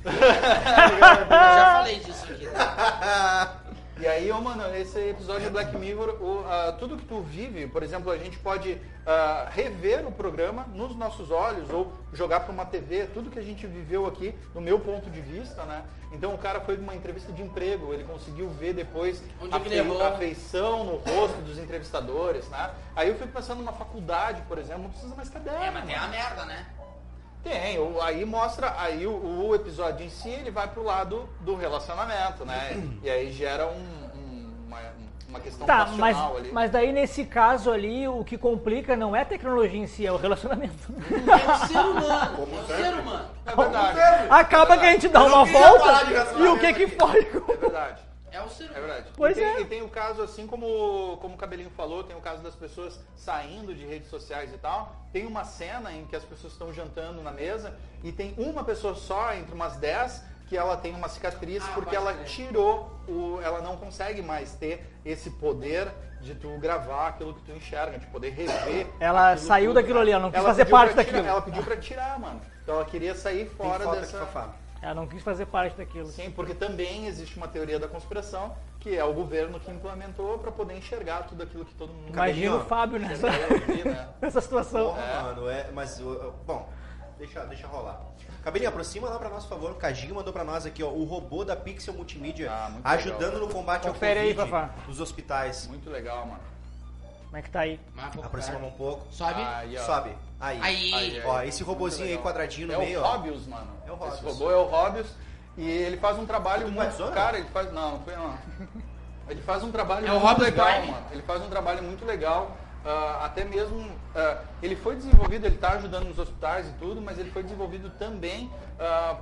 A: Eu já falei disso aqui. né?
D: E aí, ô, mano, esse episódio de Black Mirror, o, ah, tudo que tu vive, por exemplo, a gente pode ah, rever o programa nos nossos olhos ou jogar pra uma TV, tudo que a gente viveu aqui, no meu ponto de vista, né? Então o cara foi numa entrevista de emprego, ele conseguiu ver depois
A: Onde
D: a,
A: Um que
D: fei-
A: levou?
D: a feição no rosto dos entrevistadores, né? Aí eu fico pensando numa faculdade, por exemplo, não precisa mais caderno.
A: É, mas tem
D: mano.
A: uma merda, né?
D: Tem, o- aí mostra, aí o, o episódio em si ele vai pro lado do relacionamento, né? E aí gera um- um- uma, uma questão
B: Tá, mas,
D: passional ali.
B: mas daí nesse caso ali, o que complica não é a tecnologia em si, é o relacionamento.
A: É um ser humano. É um ser humano.
D: É verdade,
B: Acaba que a gente dá uma
E: queria falar de
B: volta e
E: relacionamento
B: o que que
E: aqui.
B: foi?
D: é verdade.
A: É um ser
D: É
A: humano.
D: verdade.
B: Pois
D: e tem,
B: é.
D: E tem o caso, assim como, como o Cabelinho falou, tem o caso das pessoas saindo de redes sociais e tal. Tem uma cena em que as pessoas estão jantando na mesa e tem uma pessoa só, entre umas 10, que ela tem uma cicatriz
A: Ah, pode
D: porque ela
A: crer.
D: tirou, o, ela não consegue mais ter esse poder de tu gravar aquilo que tu enxerga, de poder rever.
B: Ela
D: aquilo
B: saiu
D: tudo,
B: daquilo
D: cara.
B: ali, ela não quis
D: Ela
B: fazer
D: pediu
B: parte
D: pra tirar-
B: daquilo.
D: Ela pediu pra tirar, mano. Então ela queria sair fora
E: falta de
D: dessa...
E: fafá.
B: Ela É, não quis fazer parte daquilo.
D: Sim, porque também existe uma teoria da conspiração que é o governo que implementou para poder enxergar tudo aquilo que todo mundo
B: Imagina o
E: Cabelinho,
B: Fábio nessa,
D: ali, né?
B: nessa situação.
E: Porra, mano, é, mas, ó, ó, bom, deixa, deixa rolar. Cabelinho, aproxima lá pra nós, por favor. O Cajinho mandou pra nós aqui, ó, o robô da Pixel Multimídia
D: Ah, muito
E: ajudando no combate
B: Confere
E: ao
B: aí,
E: Covid
B: Fafá.
E: nos hospitais.
D: Muito legal, mano.
B: Como é que tá aí?
A: Mas, pô,
E: Aproxima
A: cara.
E: um pouco.
A: Sobe.
D: Aí, ó.
E: Sobe. Aí.
A: Aí.
D: Aí,
E: Ó,
D: aí.
E: esse
D: Muito
E: robozinho aí
D: legal.
E: quadradinho no
D: é
E: meio,
D: o
E: ó.
D: Hobbius, mano.
E: É o tá Hobbius.
D: Esse robô é o Hobbius e ele faz um trabalho
E: Tu
D: muito
E: batizou, não?
D: cara, ele faz não, não foi não. Ele faz um trabalho
A: É o
D: muito
A: Hobbius
D: legal,
A: Prime?
D: mano. Ele faz um trabalho muito legal. ah, até mesmo ah, ele foi desenvolvido, ele está ajudando nos hospitais e tudo, mas ele foi desenvolvido também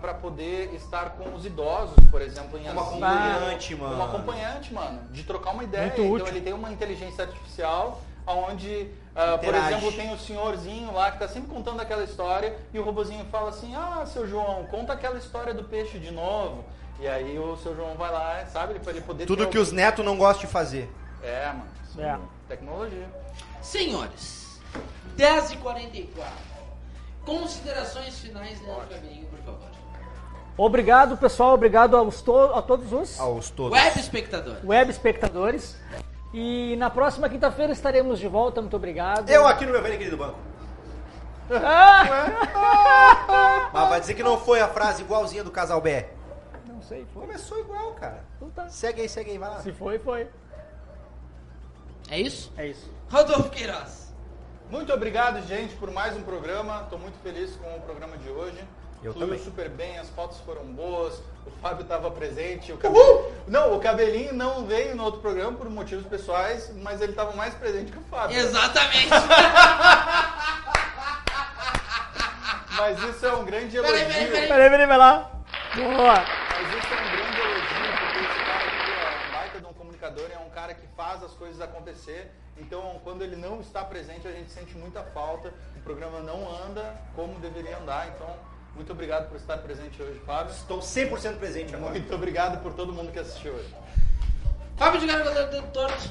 D: para poder estar com os idosos, por exemplo, em
E: Uma
D: asilo.
E: acompanhante, mano.
D: Uma acompanhante, mano, de trocar uma ideia.
B: Muito
D: então
B: útil.
D: ele tem uma inteligência artificial onde, ah, por
E: Interage.
D: exemplo, tem tem o senhorzinho lá que tá sempre contando aquela história e o robozinho fala assim: "Ah, seu João, conta aquela história do peixe de novo". E aí o seu João vai lá, sabe, para ele poder
E: Tudo
D: ter
E: que os netos não gostam de fazer.
D: É, mano. isso
B: É.
D: Tecnologia.
A: Senhores, 10h44. Considerações finais, Leandro Cabelinho, por favor.
B: Obrigado, pessoal. Obrigado aos to- a todos os
E: Aos Ah, todos.
A: Web espectador.
B: web espectadores. E na próxima quinta-feira estaremos de volta. Muito obrigado. Ah!
E: Eu aqui no meu velho querido banco. Mas vai dizer que não foi a frase igualzinha do casal B.
B: Não sei, foi.
E: Começou igual, cara.
B: Então tá.
E: Segue aí, segue aí, vai lá.
B: Se foi, foi.
A: É isso?
B: É isso.
A: Rodolfo Queiroz.
D: Muito obrigado, gente, por mais um programa. Estou muito feliz com o programa de hoje.
E: Eu
D: Fluiu
E: também.
D: super bem, as fotos foram boas, o Fábio estava presente. O cabelo... Não, o Cabelinho não veio no outro programa por motivos pessoais, mas ele estava mais presente que o Fábio.
A: Exatamente.
D: Mas isso é um grande elogio.
A: Peraí, peraí, peraí.
B: Peraí, peraí, vai lá. Boa.
D: Mas isso é um grande elogio, porque esse cara aqui é um baita de um comunicador, é um cara que faz as coisas acontecer. Então, quando ele não está presente, a gente sente muita falta. O programa não anda como deveria andar. Então, muito obrigado por estar presente hoje, Fábio.
E: Estou 100% presente agora.
D: Muito obrigado por todo mundo que assistiu hoje.
A: Fábio de Garganta do Torres.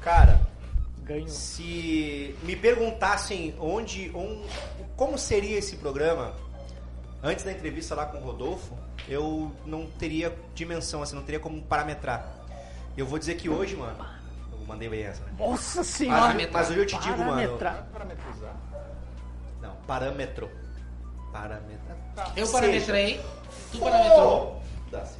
E: Cara,
B: Ganhou.
E: se me perguntassem onde, um, como seria esse programa antes da entrevista lá com o Rodolfo, eu não teria dimensão, assim, não teria como parametrar. Eu vou dizer que hoje, mano, eu mandei bem essa, né?
B: Nossa senhora.
E: Mas, mas hoje Ah, eu te digo, mano,
D: Tá
B: Parametrar.
D: Parametrizar.
E: não, parâmetro. Parâmetro.
A: Eu
E: Seja.
A: parametrei. Tu parametrou.
E: Pô! Dá sim.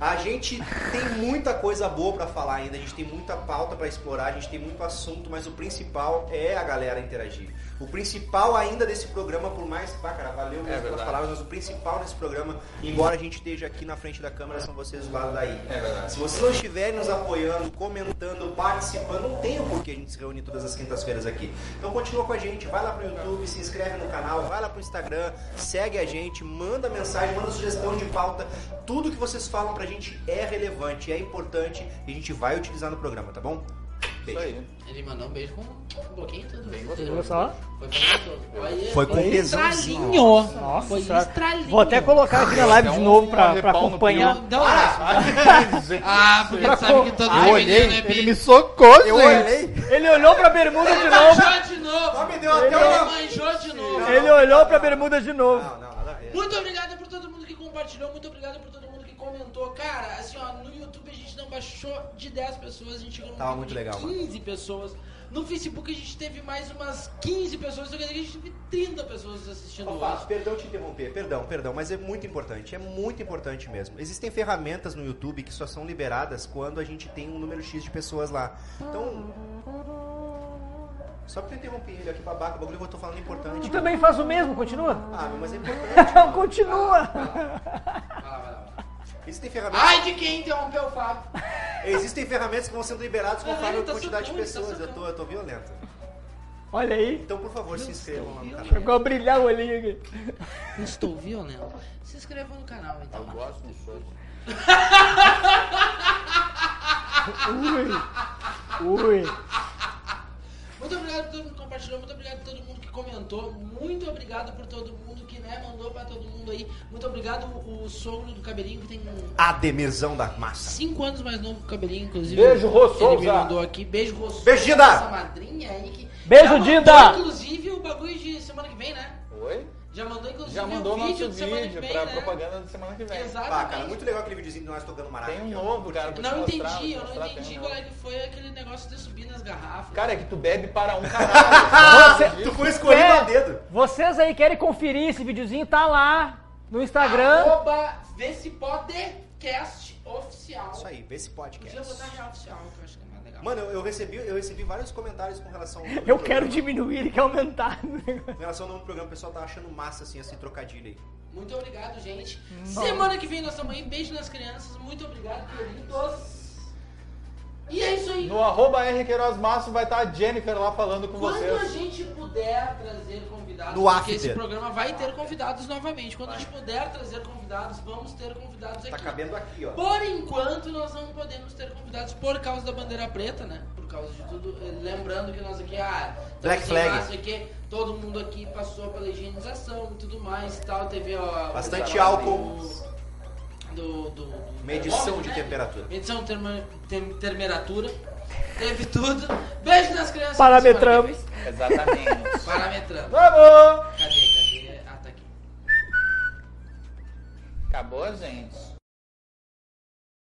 E: A gente tem muita coisa boa pra falar ainda, a gente tem muita pauta pra explorar, a gente tem muito assunto, mas o principal é a galera interagir. O principal ainda desse programa, por mais. Pá, cara, valeu mesmo pelas
D: verdade.
E: palavras, mas o principal desse programa, embora a gente esteja aqui na frente da câmera, são vocês do lado daí.
D: É verdade.
E: Se vocês não estiverem nos apoiando, comentando, participando, não tem o porquê a gente se reunir todas as quintas-feiras aqui. Então continua com a gente, vai lá pro YouTube, se inscreve no canal, vai lá pro Instagram, segue a gente, manda mensagem, manda sugestão de pauta. Tudo que vocês falam pra gente é relevante, é importante e a gente vai utilizar no programa, tá bom?
D: Isso
E: Beijo.
D: aí.
A: Ele mandou um beijo com um bloquinho e tudo. Bem
B: Olha só.
A: Foi com Olha,
E: Foi com tesãozinho.
A: estralinho.
B: Nossa,
A: Foi
B: senhora.
A: estralinho.
B: Vou até colocar aqui na live de
D: um
B: novo pra, pra
D: repau no
B: acompanhar.
A: Não, não, Então, Ah, porque tu sabe que todo mundo né, Bi?
D: socou,
J: Eu olhei.
B: Ele olhou pra bermuda de novo.
A: Manjou de novo.
E: me deu até
A: Ele é
E: uma.
A: manjou de novo.
B: Ele olhou pra bermuda de novo.
E: Não, não, nada a ver.
A: Muito obrigado por todo mundo que compartilhou, muito obrigado por todo mundo que comentou. Cara, assim, ó, no YouTube a gente não baixou de 10 pessoas, a gente chegou no
E: Tava
A: número
E: muito
A: de
E: legal, mano.
A: 15 pessoas. No Facebook a gente teve mais umas 15 pessoas, então quer dizer que a gente teve 30 pessoas assistindo
E: Opa,
A: hoje.
E: perdão te interromper, perdão, perdão, mas é muito importante, é muito importante mesmo. Existem ferramentas no YouTube que só são liberadas quando a gente tem um número X de pessoas lá. Então. Só porque eu interrompi ele aqui, babaca, o bagulho que eu tô falando é importante.
B: Tu também faz o mesmo, continua?
E: Ah, mas é importante. mano.
B: Continua.
A: Vai lá, vai lá.
E: Existem ferramentas,
A: Ai de quem interrompeu o Fábio.
E: existem ferramentas que vão sendo liberadas conforme
A: Caralho,
E: a
A: tá
E: quantidade
A: socando, tá
E: de pessoas. Eu
A: socando.
E: tô, eu tô violento.
B: Olha aí.
E: Então, por favor, se inscrevam lá no canal.
B: Chegou a brilhar o olhinho aqui.
A: Estou violento. Se inscreva no canal, então.
D: Eu gosto de soco.
B: Ui.
A: Muito obrigado por todo mundo que compartilhou, muito obrigado por todo mundo que comentou, muito obrigado por todo mundo que né, mandou pra todo mundo aí. Muito obrigado o sogro do cabelinho que tem
E: Ademirzão da massa.
A: 5 anos mais novo que o cabelinho, inclusive.
D: Beijo, Rô
A: Ele me
D: Souza.
A: mandou aqui. Beijo, Rossouza.
E: Beijo, Dinda.
A: Essa madrinha aí que.
B: Beijo,
A: Já mandou,
B: Dinda.
A: Inclusive o bagulho de semana que vem, né?
D: Oi?
A: Já mandou, inclusive,
D: Já mandou
A: o vídeo
D: nosso
A: de semana que
D: vídeo
A: vem.
D: pra
A: né?
D: propaganda da semana que vem.
A: Exatamente.
E: Ah, cara, muito legal aquele videozinho de nós tocando maraca.
D: Tem um
E: aqui, ó.
D: novo, cara. vou te
A: Não
D: mostrar, vou te
A: entendi, eu não
D: mostrar, tem um
A: entendi
D: novo.
A: qual é que foi aquele negócio de subir nas garrafas.
D: Cara, é que tu bebe para um caralho.
B: Você-
E: Tu foi escolhido
B: É.
E: a dedo.
B: Vocês aí querem conferir esse videozinho? Tá lá no Instagram.
A: Arroba vê se podcast oficial.
E: Isso aí, vê esse
A: Podia
E: podcast.
A: botar real oficial, que eu acho que é mais legal.
E: Tá. Mano, eu, eu recebi, eu recebi vários comentários com relação ao nome do
B: Eu
E: programa.
B: quero diminuir e que aumentar.
E: Com relação ao nome do programa, o pessoal tá achando massa assim, esse trocadilho aí.
A: Muito obrigado, gente. Semana que vem nós estamos aí. Beijo nas crianças. Muito obrigado, queridos. E é isso aí.
D: assim. No arroba R Queiroz Masso vai estar a Jennifer lá falando com
A: Quando a
D: vocês.
A: gente puder trazer convidados,
E: No
A: porque
E: after.
A: esse programa vai ter convidados novamente. Quando a gente puder trazer convidados, vamos ter convidados
E: Tá
A: aqui.
E: cabendo aqui, ó.
A: Por enquanto, nós não podemos ter convidados por causa da bandeira preta, né? Por causa de tudo. Eh, Lembrando que nós aqui, ah, estamos
E: Black
A: sem
E: flag.
A: máscara aqui, todo mundo aqui passou pela higienização e tudo mais e tal. Teve, ó,
E: Bastante
A: o-
E: álcool.
A: Do, do, do-
E: Medição de
A: né?
E: temperatura.
A: Medição de termo- tem- temperatura. Teve tudo. Beijo nas crianças.
B: Parametramos.
D: Exatamente.
A: Parametramos.
D: Vamos!
A: Cadê? Cadê? Ah, tá aqui.
D: Acabou, gente.